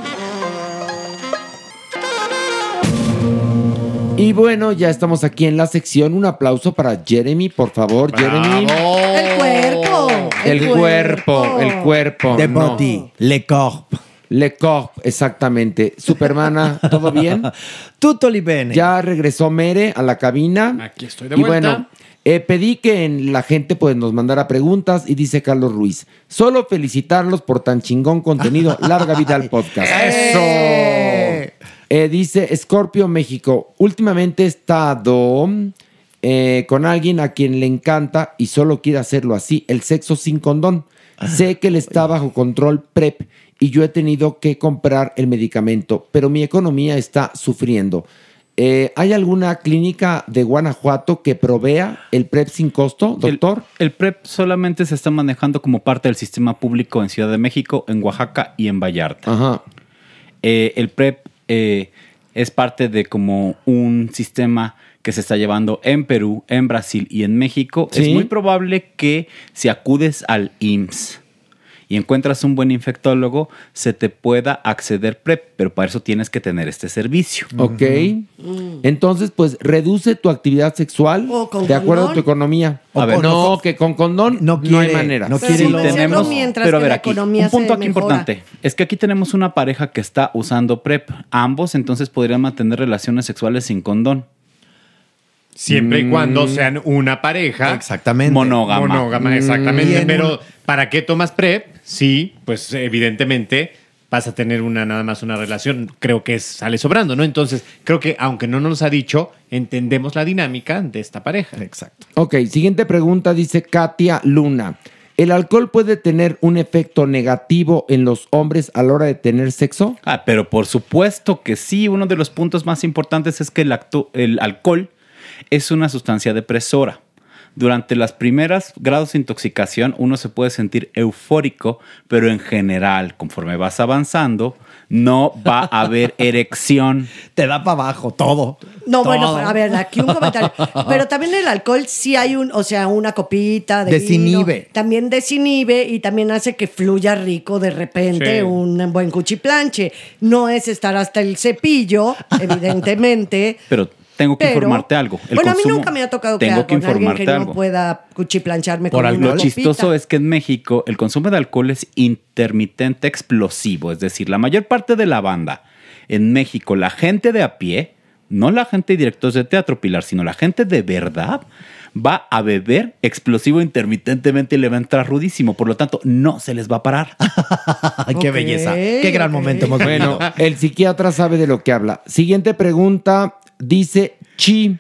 Speaker 3: Y bueno, ya estamos aquí en la sección. Un aplauso para Jeremy, por favor, Jeremy.
Speaker 5: el cuerpo.
Speaker 3: El, cuerpo, el cuerpo.
Speaker 7: The
Speaker 3: no.
Speaker 7: Body, Le Corp.
Speaker 3: Le Corp, exactamente. Supermana, ¿todo bien?
Speaker 7: Tutoli bene.
Speaker 3: Ya regresó Mere a la cabina.
Speaker 4: Aquí estoy de
Speaker 3: Y
Speaker 4: vuelta.
Speaker 3: bueno, eh, pedí que en- la gente pues, nos mandara preguntas y dice Carlos Ruiz, solo felicitarlos por tan chingón contenido. Larga vida al podcast.
Speaker 7: ¡Eso!
Speaker 3: Eh, dice Scorpio México, últimamente he estado eh, con alguien a quien le encanta y solo quiere hacerlo así, el sexo sin condón.
Speaker 11: Ah,
Speaker 3: Sé que él está bajo control PrEP y yo he tenido que comprar el medicamento, pero mi economía está sufriendo. Eh, ¿Hay alguna clínica de Guanajuato que provea el PrEP sin costo, doctor?
Speaker 11: El PREP solamente se está manejando como parte del sistema público en Ciudad de México, en Oaxaca y en Vallarta.
Speaker 3: Ajá.
Speaker 11: Eh, el PREP eh, es parte de como un sistema que se está llevando en Perú, en Brasil y en México. Es
Speaker 3: Sí.
Speaker 11: muy probable que si acudes al IMSS y encuentras un buen infectólogo, se te pueda acceder PREP, pero para eso tienes que tener este servicio.
Speaker 3: Ok. Entonces, pues reduce tu actividad sexual
Speaker 5: O Mm. Oh, con
Speaker 3: de acuerdo a tu
Speaker 5: condón.
Speaker 3: economía.
Speaker 7: O
Speaker 3: A ver,
Speaker 7: con-
Speaker 3: no,
Speaker 7: no-
Speaker 3: que con condón
Speaker 7: no
Speaker 3: no, hay
Speaker 7: quiere,
Speaker 3: manera.
Speaker 7: no
Speaker 5: Pero
Speaker 7: quiere
Speaker 5: sí,
Speaker 7: lo-
Speaker 5: hacerlo
Speaker 11: tenemos-
Speaker 5: mientras
Speaker 11: pero a
Speaker 5: que
Speaker 11: ver
Speaker 5: la
Speaker 11: aquí,
Speaker 5: economía
Speaker 11: un punto
Speaker 5: se
Speaker 11: aquí
Speaker 5: mejora.
Speaker 11: importante es que aquí tenemos una pareja que está usando PrEP. Ambos entonces podrían mantener relaciones sexuales sin condón.
Speaker 12: Siempre y cuando
Speaker 4: Mm.
Speaker 12: sean una pareja.
Speaker 7: Exactamente.
Speaker 12: Monógama. Mm. Monógama,
Speaker 4: Y
Speaker 12: exactamente.
Speaker 4: en
Speaker 12: Pero,
Speaker 4: un-
Speaker 12: ¿para qué tomas PrEP? Sí, pues evidentemente vas a tener una nada más una relación. Creo que es- sale sobrando, ¿no? Entonces, creo que aunque no nos ha dicho, entendemos la dinámica de esta pareja.
Speaker 7: Exacto.
Speaker 3: Ok, siguiente pregunta dice Katia Luna. ¿El alcohol puede tener un efecto negativo en los hombres a la hora de tener sexo?
Speaker 11: Ah, pero por supuesto que sí, uno de los puntos más importantes es que el, actu- el alcohol es una sustancia depresora. Durante las primeras grados de intoxicación uno se puede sentir eufórico, pero en general, conforme vas avanzando, no va a haber erección.
Speaker 7: Te da para abajo todo.
Speaker 5: No, bueno, a ver, aquí un comentario. Pero también el alcohol sí hay un, o sea, una copita de
Speaker 7: Desinhibe.
Speaker 5: vino. También desinhibe y también hace que fluya rico de repente
Speaker 7: Sí.
Speaker 5: un buen cuchiplanche. No es estar hasta el cepillo, evidentemente.
Speaker 11: Pero tengo que
Speaker 5: Pero-
Speaker 11: informarte algo. El
Speaker 5: bueno, a mí
Speaker 11: consumo-
Speaker 5: nunca me ha tocado
Speaker 11: tengo
Speaker 5: quedar con
Speaker 11: que
Speaker 5: alguien
Speaker 11: informarte
Speaker 5: que no
Speaker 11: algo.
Speaker 5: pueda cuchiplancharme
Speaker 11: Por
Speaker 5: con
Speaker 11: algo
Speaker 5: una copita.
Speaker 11: chistoso es que en México el consumo de alcohol es intermitente explosivo, es decir, la mayor parte de la banda en México, la gente de a pie, no la gente de directos de teatro Pilar, sino la gente de verdad va a beber explosivo intermitentemente y le va a entrar rudísimo, por lo tanto no se les va a parar.
Speaker 7: Ay, qué belleza. Qué gran momento hemos
Speaker 3: Bueno, el psiquiatra sabe de lo que habla. Siguiente pregunta dice Chi.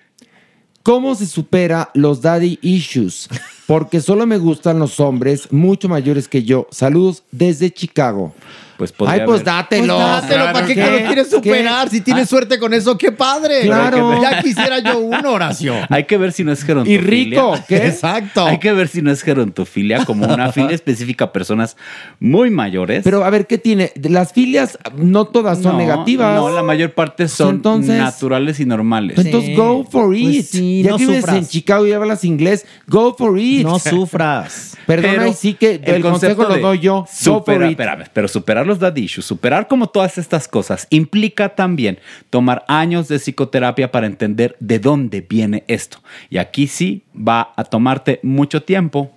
Speaker 3: ¿Cómo se supera los daddy issues? Porque solo me gustan los hombres mucho mayores que yo. Saludos desde Chicago.
Speaker 11: Pues
Speaker 3: Ay, pues dátelo.
Speaker 6: Pues dátelo, ¿para qué, que lo quieres superar? Si
Speaker 7: Ah.
Speaker 6: tienes suerte con eso, qué padre.
Speaker 11: Pero hay que ver.
Speaker 6: Ya quisiera yo una oración.
Speaker 11: Hay que ver si no es gerontofilia.
Speaker 6: Y rico, ¿qué?
Speaker 11: Exacto. Hay que ver si no es gerontofilia, como una filia específica a personas muy mayores.
Speaker 3: Pero a ver, ¿qué tiene? Las filias ah, no todas son
Speaker 11: No,
Speaker 3: negativas.
Speaker 11: No, la mayor parte son
Speaker 3: Entonces-
Speaker 11: naturales y normales.
Speaker 3: Entonces, go for
Speaker 5: Pues
Speaker 3: it. ya que vives en Chicago y hablas inglés, go for it.
Speaker 11: No sufras.
Speaker 3: Perdona, y sí que el, consejo lo doy yo. Go for
Speaker 11: Supera,
Speaker 3: it.
Speaker 11: espérame, pero superar los daddy issues, superar como todas estas cosas, implica también tomar años de psicoterapia para entender de dónde viene esto. Y aquí sí va a tomarte mucho tiempo.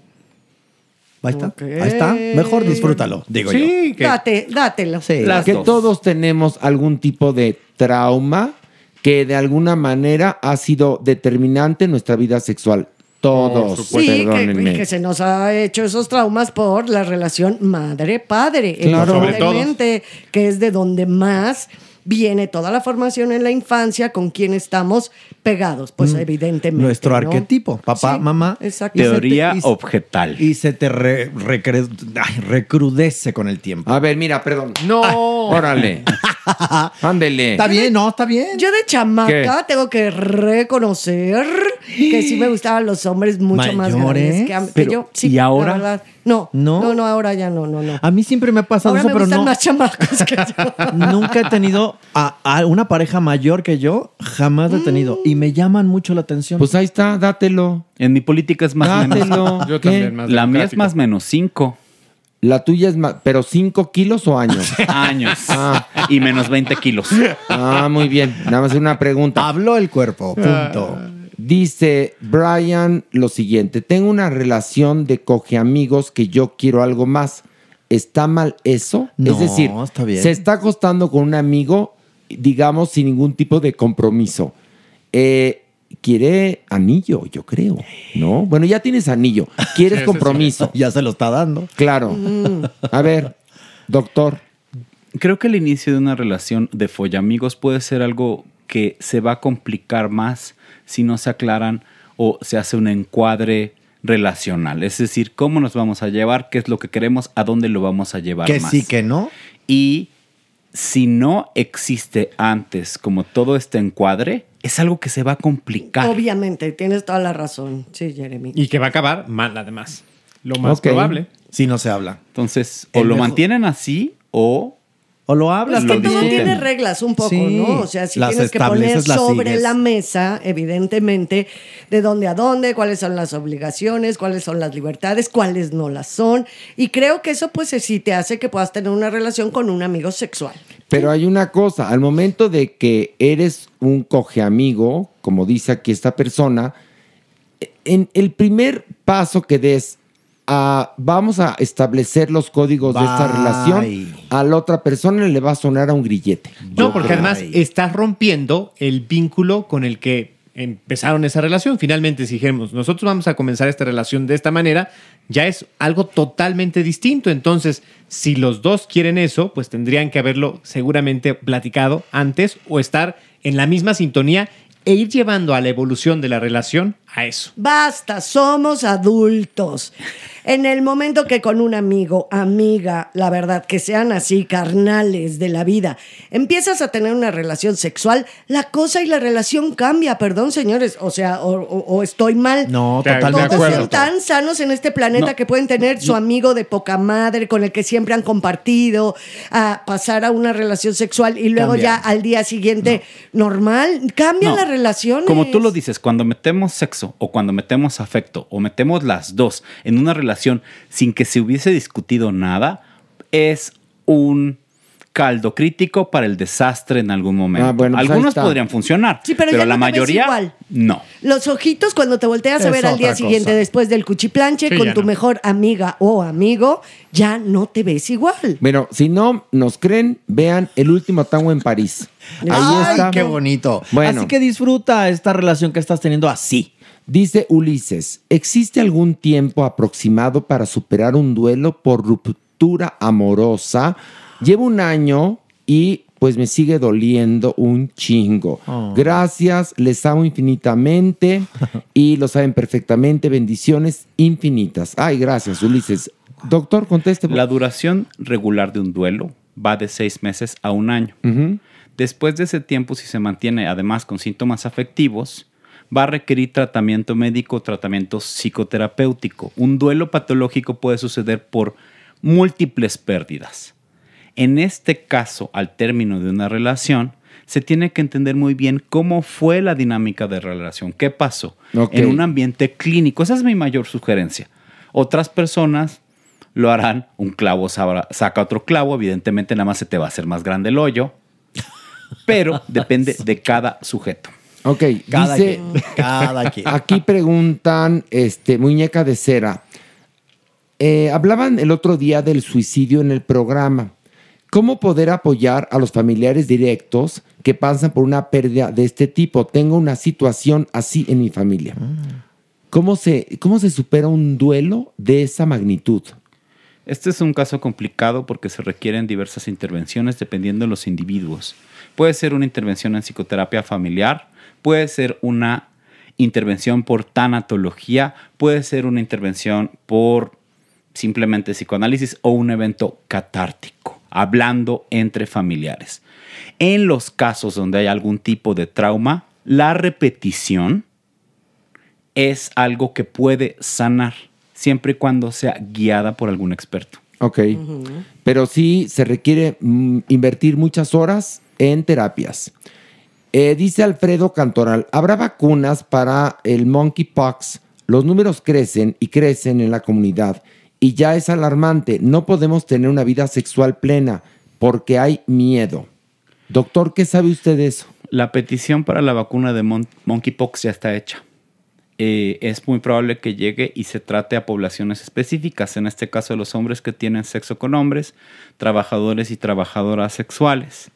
Speaker 7: Ahí está. Ahí está. Mejor disfrútalo, digo
Speaker 11: Sí,
Speaker 5: Date, dátelo.
Speaker 3: que todos tenemos algún tipo de trauma que de alguna manera ha sido determinante en nuestra vida sexual. Todos,
Speaker 7: Pues
Speaker 5: Sí, que,
Speaker 3: perdónenme.
Speaker 5: que se nos ha hecho esos traumas por la relación madre-padre,
Speaker 3: Claro. Sobre todo.
Speaker 5: evidentemente, que es de donde más viene toda la formación en la infancia con quien estamos pegados, pues evidentemente.
Speaker 7: Mm. Nuestro
Speaker 5: ¿no?
Speaker 7: arquetipo, papá, mamá.
Speaker 5: exacto.
Speaker 11: Teoría
Speaker 7: Y se te- y-
Speaker 11: objetal.
Speaker 7: Y se te re- recre- ay, recrudece con el tiempo.
Speaker 3: A ver, mira, perdón.
Speaker 6: No.
Speaker 3: Órale. Ándele.
Speaker 7: Está bien, no, está bien.
Speaker 5: Yo de chamaca
Speaker 3: ¿Qué?
Speaker 5: tengo que reconocer que sí me gustaban los hombres mucho más
Speaker 7: ¿Mayores?
Speaker 5: grandes que, a- que
Speaker 7: ¿eh? Pero,
Speaker 5: yo. Sí,
Speaker 7: ¿y
Speaker 5: la
Speaker 7: ahora?
Speaker 5: verdad. No,
Speaker 7: ¿No?
Speaker 5: no, no, ahora ya no, no, no.
Speaker 7: A mí siempre me ha pasado
Speaker 5: Ahora
Speaker 7: eso,
Speaker 5: me
Speaker 7: pero
Speaker 5: gustan
Speaker 7: no.
Speaker 5: más chamacos que yo.
Speaker 7: Nunca he tenido a, a una pareja mayor que yo, jamás lo he tenido.
Speaker 5: Mm.
Speaker 7: Y me llaman mucho la atención.
Speaker 3: Pues ahí está, dátelo.
Speaker 11: En mi política es más
Speaker 3: Dátelo.
Speaker 11: menos.
Speaker 3: Yo también,
Speaker 11: ¿Qué?
Speaker 3: más
Speaker 11: La mía es
Speaker 3: democrático.
Speaker 11: más menos 5
Speaker 3: La tuya es más, pero 5 kilos o años.
Speaker 11: años y menos 20 kilos.
Speaker 3: Ah, muy bien. Nada más una pregunta.
Speaker 7: Habló el cuerpo, punto.
Speaker 6: Ah.
Speaker 3: Dice Brian lo siguiente: Tengo una relación de coge amigos que yo quiero algo más. ¿Está mal eso?
Speaker 7: No,
Speaker 3: es decir,
Speaker 7: está bien.
Speaker 3: se está acostando con un amigo, digamos, sin ningún tipo de compromiso. Eh, quiere anillo, yo creo. ¿No? Bueno, ya tienes anillo. Quieres compromiso.
Speaker 7: Ya se lo está dando.
Speaker 3: Claro. A ver, doctor.
Speaker 11: Creo que el inicio de una relación de follamigos puede ser algo que se va a complicar más si no se aclaran o se hace un encuadre relacional. Es decir, cómo nos vamos a llevar, qué es lo que queremos, a dónde lo vamos a llevar
Speaker 7: Que
Speaker 11: más.
Speaker 7: sí, que no.
Speaker 11: Y si no existe antes como todo este encuadre, es algo que se va a
Speaker 7: Ah.
Speaker 11: complicar.
Speaker 5: Obviamente, tienes toda la razón. Sí, Jeremy.
Speaker 12: Y que va a acabar mal, además. Lo más
Speaker 11: Ok.
Speaker 12: probable.
Speaker 7: Si no se habla.
Speaker 11: Entonces, o
Speaker 7: El
Speaker 11: lo
Speaker 7: mejor-
Speaker 11: mantienen así o...
Speaker 7: O lo hablas,
Speaker 5: Es Pues que todo tiene reglas un poco,
Speaker 7: Sí.
Speaker 5: ¿no? O sea, si
Speaker 7: Las
Speaker 5: tienes que poner
Speaker 7: estableces, las
Speaker 5: sobre
Speaker 7: sigues.
Speaker 5: la mesa, evidentemente, de dónde a dónde, cuáles son las obligaciones, cuáles son las libertades, cuáles no las son. Y creo que eso, pues, sí te hace que puedas tener una relación con un amigo sexual.
Speaker 3: Pero hay una cosa, al momento de que eres un coge amigo, como dice aquí esta persona, en el primer paso que des a vamos a establecer los códigos de esta
Speaker 6: Bye.
Speaker 3: relación, a la otra persona le va a sonar a un grillete.
Speaker 12: No, porque además estás rompiendo el vínculo con el que
Speaker 4: empezaron esa relación. Finalmente, si dijéramos, nosotros vamos a comenzar esta relación de esta manera, ya es algo totalmente distinto. Entonces, si los dos quieren eso, pues tendrían que haberlo seguramente platicado antes o estar en la misma sintonía e ir llevando a la evolución de la relación a eso.
Speaker 5: Basta, somos adultos. En el momento que con un amigo, amiga, la verdad, que sean así, carnales de la vida, empiezas a tener una relación sexual, la cosa y la relación cambia, perdón, señores. O sea, o, o- o estoy mal.
Speaker 7: No,
Speaker 5: Todos
Speaker 7: totalmente de acuerdo.
Speaker 5: son tan sanos en este planeta
Speaker 7: No.
Speaker 5: que pueden tener su amigo de poca madre con el que siempre han compartido, a pasar a una relación sexual y luego
Speaker 11: Cambia.
Speaker 5: ya al día siguiente normal. Cambian
Speaker 11: No.
Speaker 5: las relaciones.
Speaker 11: Como tú lo dices, cuando metemos sexo o cuando metemos afecto o metemos las dos en una relación sin que se hubiese discutido nada, es un caldo crítico para el desastre en algún momento.
Speaker 3: Ah, bueno, pues ahí
Speaker 11: Algunos
Speaker 3: está.
Speaker 11: podrían funcionar,
Speaker 5: Sí, pero
Speaker 11: pero,
Speaker 5: ya
Speaker 11: la
Speaker 5: no te ves
Speaker 11: mayoría
Speaker 5: igual.
Speaker 11: no.
Speaker 5: Los ojitos cuando te volteas a
Speaker 11: Es
Speaker 5: ver al día
Speaker 11: otra
Speaker 5: siguiente
Speaker 11: cosa.
Speaker 5: después del cuchiplanche
Speaker 3: Sí,
Speaker 5: con
Speaker 3: ya
Speaker 5: tu
Speaker 3: no.
Speaker 5: mejor amiga o amigo, ya no te ves igual.
Speaker 3: Bueno, si no nos creen, vean el último tango en París. Ahí
Speaker 7: Ay,
Speaker 3: está.
Speaker 7: qué bonito.
Speaker 3: Bueno.
Speaker 7: Así que disfruta esta relación que estás teniendo así.
Speaker 3: Dice Ulises, ¿existe algún tiempo aproximado para superar un duelo por ruptura amorosa? Llevo un año y pues me sigue doliendo un chingo.
Speaker 7: Oh.
Speaker 3: Gracias, les amo infinitamente y lo saben perfectamente. Bendiciones infinitas. Ay, gracias, Ulises. Doctor, conteste. por-
Speaker 11: La duración regular de un duelo va de seis meses a un año.
Speaker 3: Ujú.
Speaker 11: Después de ese tiempo, si se mantiene además con síntomas afectivos, va a requerir tratamiento médico, tratamiento psicoterapéutico. Un duelo patológico puede suceder por múltiples pérdidas. En este caso, al término de una relación, se tiene que entender muy bien cómo fue la dinámica de la relación, qué pasó
Speaker 3: Ok.
Speaker 11: en un ambiente clínico. Esa es mi mayor sugerencia. Otras personas lo harán, un clavo sabra- saca otro clavo, evidentemente nada más se te va a hacer más grande el hoyo, pero depende de cada sujeto.
Speaker 3: Ok,
Speaker 11: Cada
Speaker 3: dice.
Speaker 11: quien, cada quien.
Speaker 3: Aquí preguntan, este, muñeca de cera. Eh, hablaban el otro día del suicidio en el programa. ¿Cómo poder apoyar a los familiares directos que pasan por una pérdida de este tipo? Tengo una situación así en mi familia. ¿Cómo se, cómo se supera un duelo de esa magnitud?
Speaker 11: Este es un caso complicado porque se requieren diversas intervenciones dependiendo de los individuos. Puede ser una intervención en psicoterapia familiar, puede ser una intervención por tanatología, puede ser una intervención por simplemente psicoanálisis o un evento catártico, hablando entre familiares. En los casos donde hay algún tipo de trauma, la repetición es algo que puede sanar, siempre y cuando sea guiada por algún experto.
Speaker 3: Ok. Pero sí se requiere mm, invertir muchas horas en terapias. Eh, dice Alfredo Cantoral, ¿habrá vacunas para el monkeypox? Los números crecen y crecen en la comunidad y ya es alarmante. No podemos tener una vida sexual plena porque hay miedo. Doctor, ¿qué sabe usted de eso?
Speaker 11: La petición para la vacuna de mon- monkeypox ya está hecha. Eh, es muy probable que llegue y se trate a poblaciones específicas, en este caso los hombres que tienen sexo con hombres, trabajadores y trabajadoras sexuales.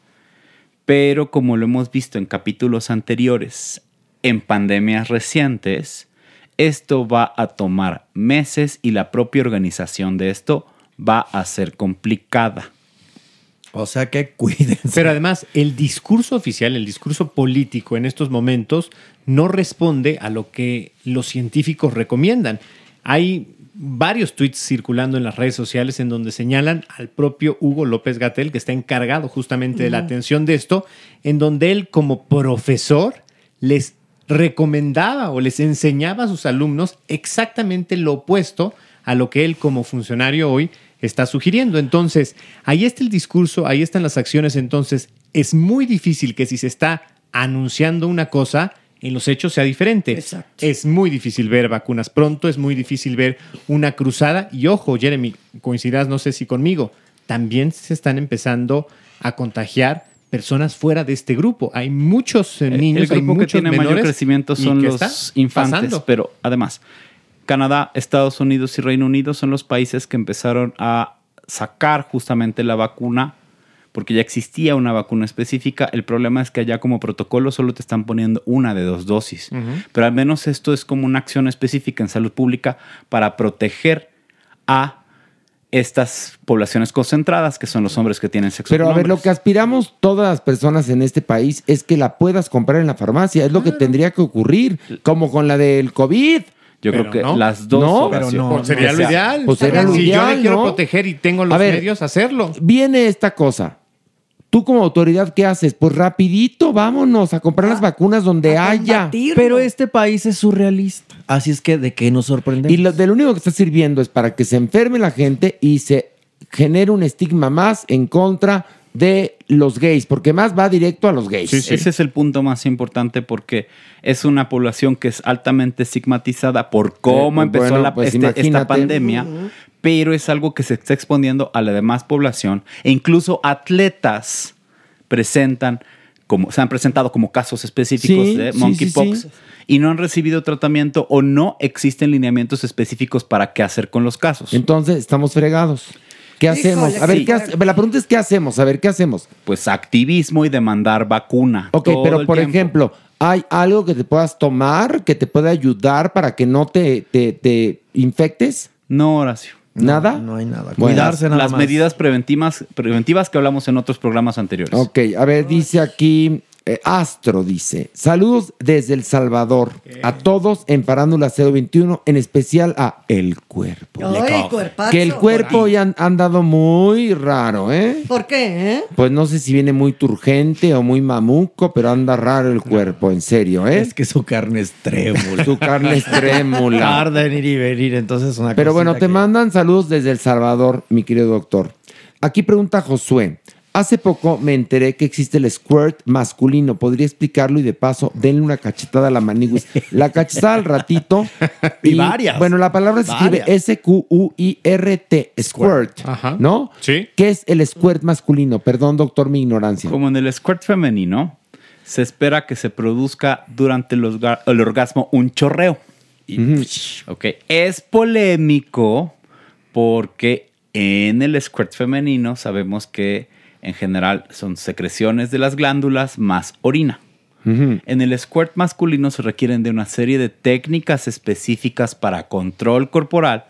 Speaker 11: Pero como lo hemos visto en capítulos anteriores, en pandemias recientes, esto va a tomar meses y la propia organización de esto va a ser complicada.
Speaker 7: O sea que cuídense.
Speaker 4: Pero además, el discurso oficial, el discurso político en estos momentos no responde a lo que los científicos recomiendan. Hay varios tweets circulando en las redes sociales en donde señalan al propio Hugo López Gatel, que está encargado justamente de la
Speaker 13: Ujú.
Speaker 4: atención de esto, en donde él como profesor les recomendaba o les enseñaba a sus alumnos exactamente lo opuesto a lo que él como funcionario hoy está sugiriendo. Entonces, ahí está el discurso, ahí están las acciones, entonces es muy difícil que si se está anunciando una cosa, en los hechos sea diferente. Es muy difícil ver vacunas pronto, es muy difícil ver una cruzada y ojo, Jeremy, coincidas no sé si conmigo, también se están empezando a contagiar personas fuera de este grupo. Hay muchos eh,
Speaker 11: El-
Speaker 4: niños,
Speaker 11: el grupo
Speaker 4: hay
Speaker 11: que
Speaker 4: muchos
Speaker 11: tiene mayor
Speaker 4: menores
Speaker 11: crecimiento
Speaker 4: y
Speaker 11: son
Speaker 4: que
Speaker 11: los
Speaker 4: está
Speaker 11: infantes,
Speaker 4: pasando.
Speaker 11: pero además Canadá, Estados Unidos y Reino Unido son los países que empezaron a sacar justamente la vacuna porque ya existía una vacuna específica. El problema es que allá como protocolo solo te están poniendo una de dos dosis. Pero al menos esto es como una acción específica en salud pública para proteger a estas poblaciones concentradas, que son los hombres que tienen sexo
Speaker 3: Pero a
Speaker 11: con
Speaker 3: ver,
Speaker 11: hombres.
Speaker 3: lo que aspiramos todas las personas en este país es que la puedas comprar en la farmacia. Es lo que tendría que ocurrir, como con la del COVID.
Speaker 11: Yo creo que las dos
Speaker 3: No,
Speaker 11: oraciones-
Speaker 12: Pues sería lo ideal.
Speaker 3: Pues sería lo
Speaker 12: si yo
Speaker 3: ideal,
Speaker 12: me quiero
Speaker 3: ¿no?
Speaker 12: proteger y tengo los
Speaker 3: A ver,
Speaker 12: medios, hacerlo.
Speaker 3: Viene esta cosa. Tú como autoridad, ¿qué haces? Pues rapidito, vámonos a comprar
Speaker 11: Ah,
Speaker 3: las vacunas donde haya.
Speaker 7: Pero este país es surrealista. Así es que, ¿de qué nos sorprendemos?
Speaker 3: Y lo, de lo único que está sirviendo es para que se enferme la gente y se genere un estigma más en contra de los gays, porque más va directo a los gays.
Speaker 11: Ese es el punto más importante porque es una población que es altamente estigmatizada por cómo
Speaker 3: Eh,
Speaker 11: empezó
Speaker 3: bueno,
Speaker 11: la,
Speaker 3: pues
Speaker 11: este- esta
Speaker 3: imagínate.
Speaker 11: pandemia,
Speaker 3: Ujú.
Speaker 11: pero es algo que se está exponiendo a la demás población e incluso atletas presentan como se han presentado como casos específicos
Speaker 3: Sí,
Speaker 11: de
Speaker 3: sí,
Speaker 11: monkeypox
Speaker 3: sí, sí.
Speaker 11: y no han recibido tratamiento o no existen lineamientos específicos para qué hacer con los casos.
Speaker 3: Entonces, estamos fregados. ¿Qué
Speaker 11: Híjole,
Speaker 3: hacemos? a ver,
Speaker 11: sí.
Speaker 3: ¿qué hace- la pregunta es, ¿qué hacemos? A ver, ¿qué hacemos?
Speaker 11: Pues activismo y demandar vacuna.
Speaker 3: Ok,
Speaker 11: todo
Speaker 3: pero
Speaker 11: el
Speaker 3: por
Speaker 11: tiempo.
Speaker 3: ejemplo, ¿hay algo que te puedas tomar que te pueda ayudar para que no te, te, te infectes?
Speaker 11: No, Horacio.
Speaker 3: ¿Nada?
Speaker 7: No, hay nada.
Speaker 3: Bueno,
Speaker 11: las, las medidas preventivas, preventivas que hablamos en otros programas anteriores.
Speaker 3: Ok, a ver, dice aquí, eh, Astro dice, saludos desde El Salvador a todos en Farándula 021, en especial a El Cuerpo.
Speaker 5: Ay, cuerpazo.
Speaker 3: Que el cuerpo hoy han, han dado muy raro, ¿eh?
Speaker 5: ¿Por qué? eh?
Speaker 3: Pues no sé si viene muy turgente o muy mamuco, pero anda raro el cuerpo, en serio, ¿eh? Es
Speaker 7: que su carne es trémula.
Speaker 3: Su carne es trémula.
Speaker 7: Tarda en ir y venir, entonces una
Speaker 3: Pero bueno,
Speaker 7: cosita
Speaker 3: te mandan saludos desde El Salvador, mi querido doctor. Aquí pregunta Josué. Hace poco me enteré que existe el squirt masculino. ¿Podría explicarlo? Y de paso, denle una cachetada a la maniguis. La cachetada al ratito.
Speaker 7: Y varias.
Speaker 3: Bueno, la palabra se escribe
Speaker 7: Varias.
Speaker 3: S-Q-U-I-R-T, squirt. ¿No? Sí. ¿Qué es el squirt masculino? Perdón, doctor, mi ignorancia.
Speaker 11: Como en el squirt femenino, se espera que se produzca durante el, orga- el orgasmo un chorreo. Y- Ok, es polémico porque en el squirt femenino sabemos que en general son secreciones de las glándulas más orina. En el squirt masculino se requieren de una serie de técnicas específicas para control corporal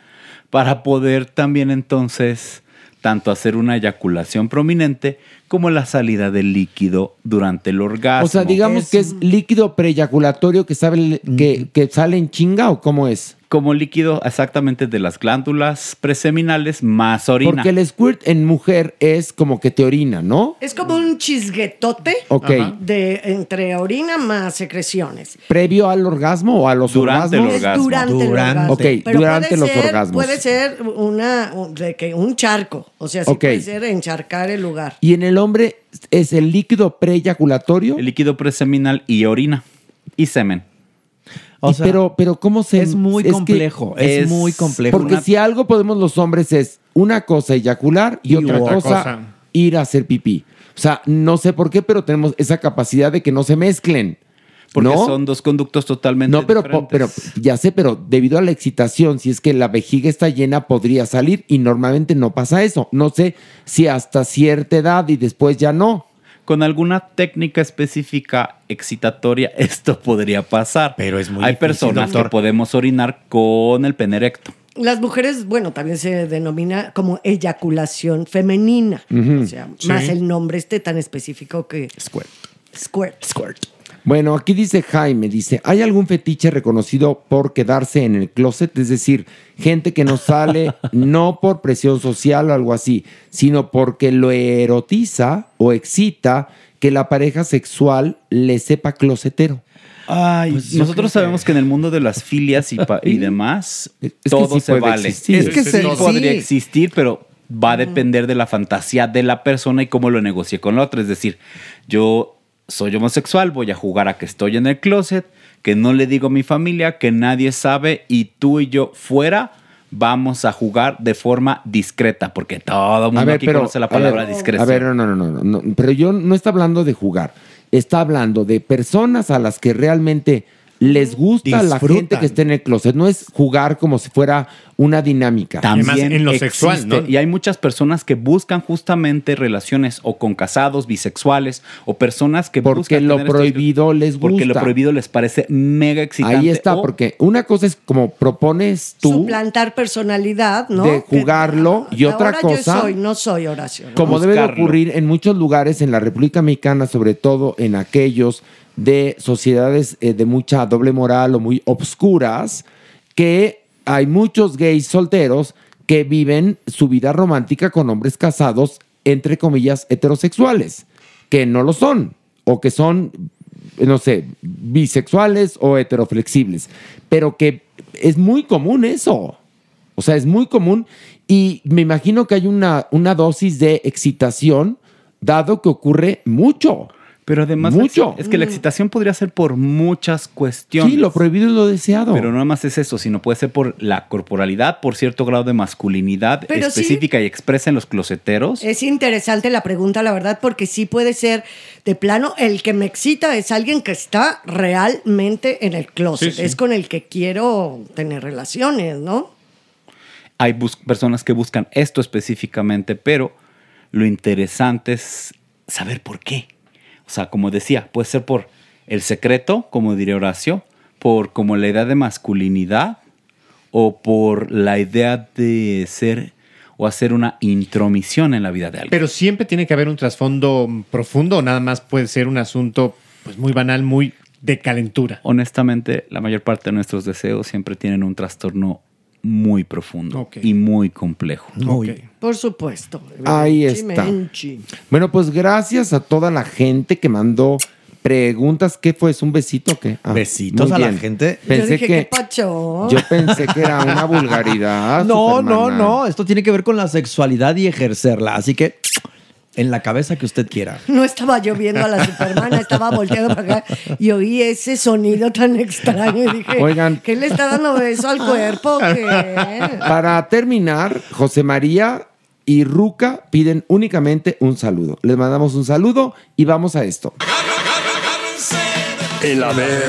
Speaker 11: para poder también entonces tanto hacer una eyaculación prominente como la salida del líquido durante el orgasmo.
Speaker 3: O sea, digamos que es líquido preyaculatorio que, sabe, que, que sale en chinga o cómo es.
Speaker 11: como líquido exactamente de las glándulas preseminales más orina.
Speaker 3: Porque el squirt en mujer es como que te orina, ¿no?
Speaker 5: Es como un chisguetote
Speaker 3: Ok. Ajá.
Speaker 5: de entre orina más secreciones.
Speaker 3: ¿Previo al orgasmo o a los
Speaker 11: Durante el
Speaker 3: orgasmos?
Speaker 11: orgasmo.
Speaker 5: Durante, el orgasmo.
Speaker 3: Ok,
Speaker 5: Pero
Speaker 3: durante
Speaker 5: puede
Speaker 3: los
Speaker 5: ser-
Speaker 3: orgasmos.
Speaker 5: Puede ser una, un, de que un charco. O sea, sí
Speaker 3: Ok.
Speaker 5: puede ser encharcar el lugar.
Speaker 3: Y en el hombre es el líquido preyaculatorio.
Speaker 11: El líquido preseminal y orina y semen.
Speaker 3: Y pero, pero ¿cómo se...? Es muy
Speaker 11: complejo, es muy complejo.
Speaker 3: Porque
Speaker 11: Una-
Speaker 3: si algo podemos los hombres es una cosa eyacular y,
Speaker 11: Y
Speaker 3: otra,
Speaker 11: otra
Speaker 3: cosa,
Speaker 11: cosa.
Speaker 3: ir a hacer pipí. O sea, no sé por qué, pero tenemos esa capacidad de que no se mezclen.
Speaker 11: Porque
Speaker 3: ¿no?
Speaker 11: son dos conductos totalmente
Speaker 3: No, pero, po-
Speaker 11: diferentes.
Speaker 3: pero ya sé, pero debido a la excitación, si es que la vejiga está llena, podría salir y normalmente no pasa eso. No sé si hasta cierta edad y después ya no.
Speaker 11: Con alguna técnica específica excitatoria, esto podría pasar. Pero es muy Hay
Speaker 5: difícil,
Speaker 11: personas
Speaker 5: doctor.
Speaker 11: que podemos orinar con el pene erecto.
Speaker 5: Las mujeres, bueno, también se denomina como eyaculación femenina.
Speaker 3: Ujú.
Speaker 5: O sea,
Speaker 3: Sí.
Speaker 5: más el nombre este tan específico que...
Speaker 3: Squirt.
Speaker 5: Squirt. Squirt.
Speaker 3: Bueno, aquí dice Jaime, dice, ¿hay algún fetiche reconocido por quedarse en el closet? Es decir, gente que no sale no por presión social o algo así, sino porque lo erotiza o excita que la pareja sexual le sepa closetero.
Speaker 11: Ay,
Speaker 3: Pues, yo
Speaker 11: nosotros
Speaker 3: creo que-
Speaker 11: sabemos que en el mundo de las filias y, pa- y demás,
Speaker 3: que
Speaker 11: todo
Speaker 3: sí
Speaker 11: se
Speaker 3: puede
Speaker 11: vale.
Speaker 3: existir.
Speaker 11: Es que
Speaker 3: Sí, sí,
Speaker 11: sí,
Speaker 3: todo.
Speaker 11: podría
Speaker 3: sí.
Speaker 11: existir, pero va a depender de la fantasía de la persona y cómo lo negocie con la otra. Es decir, yo soy homosexual, voy a jugar a que estoy en el closet, que no le digo a mi familia, que nadie sabe y tú y yo fuera vamos a jugar de forma discreta, porque todo el mundo aquí conoce la
Speaker 3: a ver,
Speaker 11: palabra discreta.
Speaker 3: A ver, no, no, no, no, no, no, Pero yo no está hablando de jugar. Está hablando de personas a las que realmente les gusta a la
Speaker 11: Disfrutan.
Speaker 3: gente que esté en el closet. No es jugar como si fuera una dinámica.
Speaker 11: También existe, Y hay muchas personas que buscan justamente relaciones o con casados, bisexuales o personas que
Speaker 3: Porque
Speaker 11: buscan
Speaker 3: lo
Speaker 11: tener estos-
Speaker 3: prohibido les gusta.
Speaker 11: porque lo prohibido les parece mega excitante. Oh.
Speaker 3: Ahí está,
Speaker 11: o-
Speaker 3: porque una cosa es como propones tú
Speaker 5: Suplantar personalidad, ¿no?
Speaker 3: de
Speaker 5: Que
Speaker 3: jugarlo y otra
Speaker 5: ahora
Speaker 3: cosa.
Speaker 5: Yo soy, no soy Horacio. ¿no?
Speaker 3: Como debe de ocurrir en muchos lugares en la República Mexicana, sobre todo en aquellos de sociedades eh, de mucha doble moral o muy obscuras, que hay muchos gays solteros que viven su vida romántica con hombres casados, entre comillas, heterosexuales, que no lo son, o que son, no sé, bisexuales o heteroflexibles, pero que es muy común eso. O sea, es muy común y me imagino que hay una, una dosis de excitación, dado que ocurre mucho.
Speaker 11: Pero además,
Speaker 3: mucho. Mm.
Speaker 11: Es que la excitación podría ser por muchas cuestiones.
Speaker 3: Sí, lo prohibido es lo deseado.
Speaker 11: Pero no nada más es eso, sino puede ser por la corporalidad, por cierto grado de masculinidad
Speaker 5: Pero sí.
Speaker 11: específica y expresa en los closeteros.
Speaker 5: Es interesante la pregunta, la verdad, porque sí puede ser de plano. El que me excita es alguien que está realmente en el closet.
Speaker 11: Sí, sí.
Speaker 5: Es con el que quiero tener relaciones, ¿no?
Speaker 11: Hay bus- personas que buscan esto específicamente, pero lo interesante es saber por qué. O sea, como decía, puede ser por el secreto, como diría Horacio, por como la idea de masculinidad o por la idea de ser o hacer una intromisión en la vida de alguien.
Speaker 12: Pero siempre tiene que haber un trasfondo mm, profundo o nada más puede ser un asunto pues muy banal, muy de calentura.
Speaker 11: Honestamente, la mayor parte de nuestros deseos siempre tienen un trastorno muy profundo y muy complejo.
Speaker 5: Por supuesto.
Speaker 3: Ahí
Speaker 5: Menchi,
Speaker 3: está.
Speaker 5: menchi.
Speaker 3: Bueno, pues gracias a toda la gente que mandó preguntas. ¿Qué fue? ¿Es un besito o qué? Ah,
Speaker 7: Besitos
Speaker 3: muy
Speaker 7: a la
Speaker 3: bien.
Speaker 7: gente.
Speaker 3: Pensé
Speaker 5: yo dije,
Speaker 3: que.
Speaker 5: ¿qué pacho?
Speaker 3: Yo pensé que era una vulgaridad.
Speaker 7: No, no,
Speaker 3: supermana.
Speaker 7: no. Esto tiene que ver con la sexualidad y ejercerla. Así que en la cabeza que usted quiera.
Speaker 5: No estaba yo viendo a la supermana, estaba volteando para acá y oí ese sonido tan extraño y dije,
Speaker 3: Oigan.
Speaker 5: ¿qué le está dando beso al cuerpo? ¿Qué?
Speaker 3: Para terminar, José María y Ruca piden únicamente un saludo. Les mandamos un saludo y vamos a esto.
Speaker 2: El haber.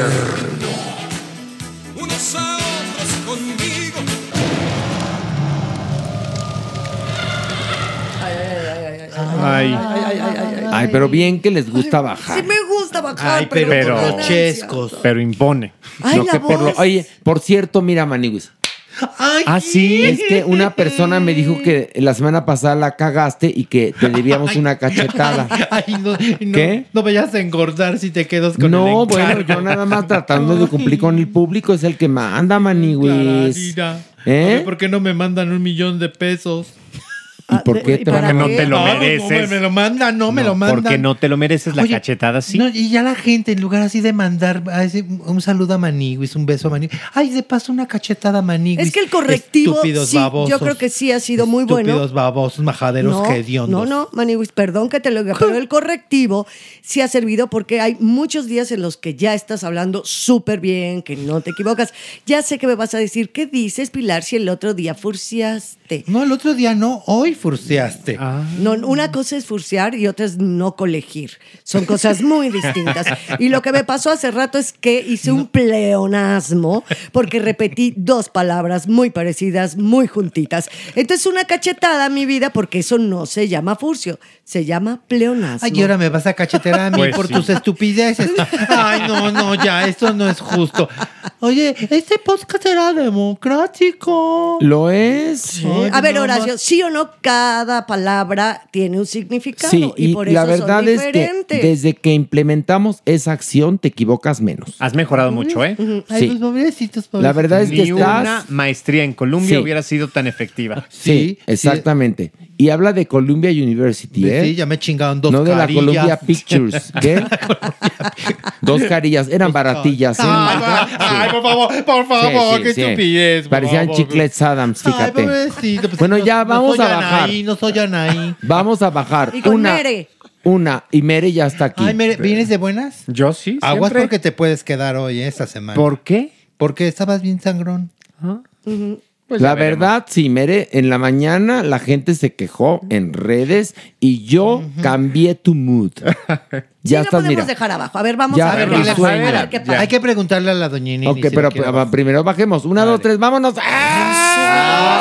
Speaker 14: unos a otros conmigo.
Speaker 3: Ay.
Speaker 5: Ay, ay, ay, ay, ay.
Speaker 3: Ay, pero bien que les gusta bajar.
Speaker 5: Sí me gusta bajar, pero, con ganancia.
Speaker 3: pero impone.
Speaker 5: Ay, la
Speaker 3: por
Speaker 5: voz.
Speaker 3: oye, por cierto, mira, Maniwis. Ah, sí. Es que una persona me dijo que la semana pasada la cagaste y que te debíamos una cachetada.
Speaker 6: Ay, no, no,
Speaker 3: ¿Qué?
Speaker 6: no vayas a engordar si te quedas con el
Speaker 3: No, bueno,
Speaker 6: encargo.
Speaker 3: yo nada más tratando de cumplir con el público es el que manda, Maniwis.
Speaker 6: Clararira.
Speaker 3: ¿Eh?
Speaker 6: A ver, ¿Por qué no me mandan un millón de pesos?
Speaker 5: Ah,
Speaker 3: ¿Y por qué te van a
Speaker 12: no te lo
Speaker 6: Ah,
Speaker 12: mereces.
Speaker 6: no, me- me lo mandan, no me lo mandan.
Speaker 12: Porque no te lo mereces la
Speaker 6: Oye,
Speaker 12: cachetada, sí.
Speaker 6: No, y ya la gente, en lugar así de mandar así, un saludo a Maniguis, un beso a Maniguis. Ay, de paso una cachetada a Maniguis.
Speaker 5: Es que el correctivo,
Speaker 6: Estúpidos
Speaker 5: sí,
Speaker 6: babosos.
Speaker 5: yo creo que sí ha sido muy bueno.
Speaker 6: Estúpidos babosos, majaderos,
Speaker 5: no,
Speaker 6: hediondos.
Speaker 5: No, no, Maniwis, perdón que te lo diga, pero el correctivo sí ha servido porque hay muchos días en los que ya estás hablando súper bien, que no te equivocas. Ya sé que me vas a decir, ¿qué dices, Pilar, si el otro día furciaste?
Speaker 6: No, el otro día no, hoy furciaste.
Speaker 12: Ah,
Speaker 5: No, una cosa es furciar y otra es no colegir. Son cosas muy distintas. Y lo que me pasó hace rato es que hice un pleonasmo porque repetí dos palabras muy parecidas, muy juntitas. Entonces, una cachetada, mi vida, porque eso no se llama furcio, se llama pleonasmo.
Speaker 6: Ay, y ahora me vas a cachetear a mí
Speaker 5: Pues
Speaker 6: por
Speaker 5: sí.
Speaker 6: tus estupideces. Ay, no, no, ya, esto no es justo. Oye, este podcast era democrático.
Speaker 3: Lo es.
Speaker 5: Sí. A ver, Horacio, ¿sí o no cada palabra tiene un significado?
Speaker 3: Sí,
Speaker 5: y,
Speaker 3: y,
Speaker 5: por
Speaker 3: la
Speaker 5: eso
Speaker 3: verdad
Speaker 5: son
Speaker 3: es que
Speaker 5: diferentes.
Speaker 3: desde que implementamos esa acción te equivocas menos.
Speaker 5: Ah,
Speaker 12: Has mejorado mucho, ¿eh?
Speaker 6: Ay,
Speaker 3: Sí.
Speaker 6: los pobrecitos,
Speaker 3: La verdad es que
Speaker 12: Ni una
Speaker 3: estás-
Speaker 12: maestría en Colombia
Speaker 3: Sí.
Speaker 12: hubiera sido tan efectiva.
Speaker 3: Sí, exactamente. Y habla de Columbia University, ¿eh?
Speaker 6: Pues Sí, ya me chingaron dos
Speaker 3: no de la
Speaker 6: carillas.
Speaker 3: Columbia Pictures, ¿qué? Dos carillas, eran baratillas. ¿eh?
Speaker 6: Ay, ay, ay, por favor, por favor,
Speaker 3: Sí,
Speaker 6: qué
Speaker 3: sí, sí.
Speaker 6: estupidez. por
Speaker 3: Parecían
Speaker 6: favor.
Speaker 3: chiclets Adams,
Speaker 6: Ay,
Speaker 3: fíjate.
Speaker 6: pobrecito, pues,
Speaker 3: Bueno, ya
Speaker 6: no
Speaker 3: vamos
Speaker 6: soy
Speaker 3: a bajar.
Speaker 6: Anaí, no soy Anaí.
Speaker 3: Vamos a bajar.
Speaker 6: Y con
Speaker 3: una,
Speaker 6: Mere.
Speaker 3: una. Y Mere ya está aquí.
Speaker 6: Ay, Mere, ¿vienes de buenas?
Speaker 12: Yo sí.
Speaker 6: Aguas
Speaker 12: siempre.
Speaker 6: porque te puedes quedar hoy, esta eh, semana.
Speaker 12: ¿Por qué?
Speaker 6: Porque estabas bien sangrón.
Speaker 5: Ujú.
Speaker 15: Pues
Speaker 3: la
Speaker 15: ya veremos.
Speaker 3: verdad, sí, Mere, en la mañana la gente se quejó en redes y yo cambié tu mood. ya
Speaker 5: no
Speaker 3: estás,
Speaker 5: podemos
Speaker 3: mira.
Speaker 5: dejar abajo. A ver, vamos
Speaker 3: Ya,
Speaker 5: a ver,
Speaker 3: a ver,
Speaker 5: vamos a
Speaker 3: suena.
Speaker 5: ver qué pasa.
Speaker 6: Hay que preguntarle a la doñinini.
Speaker 3: ok, pero pa- primero bajemos. Una, dos, tres, vámonos. ¡Ah!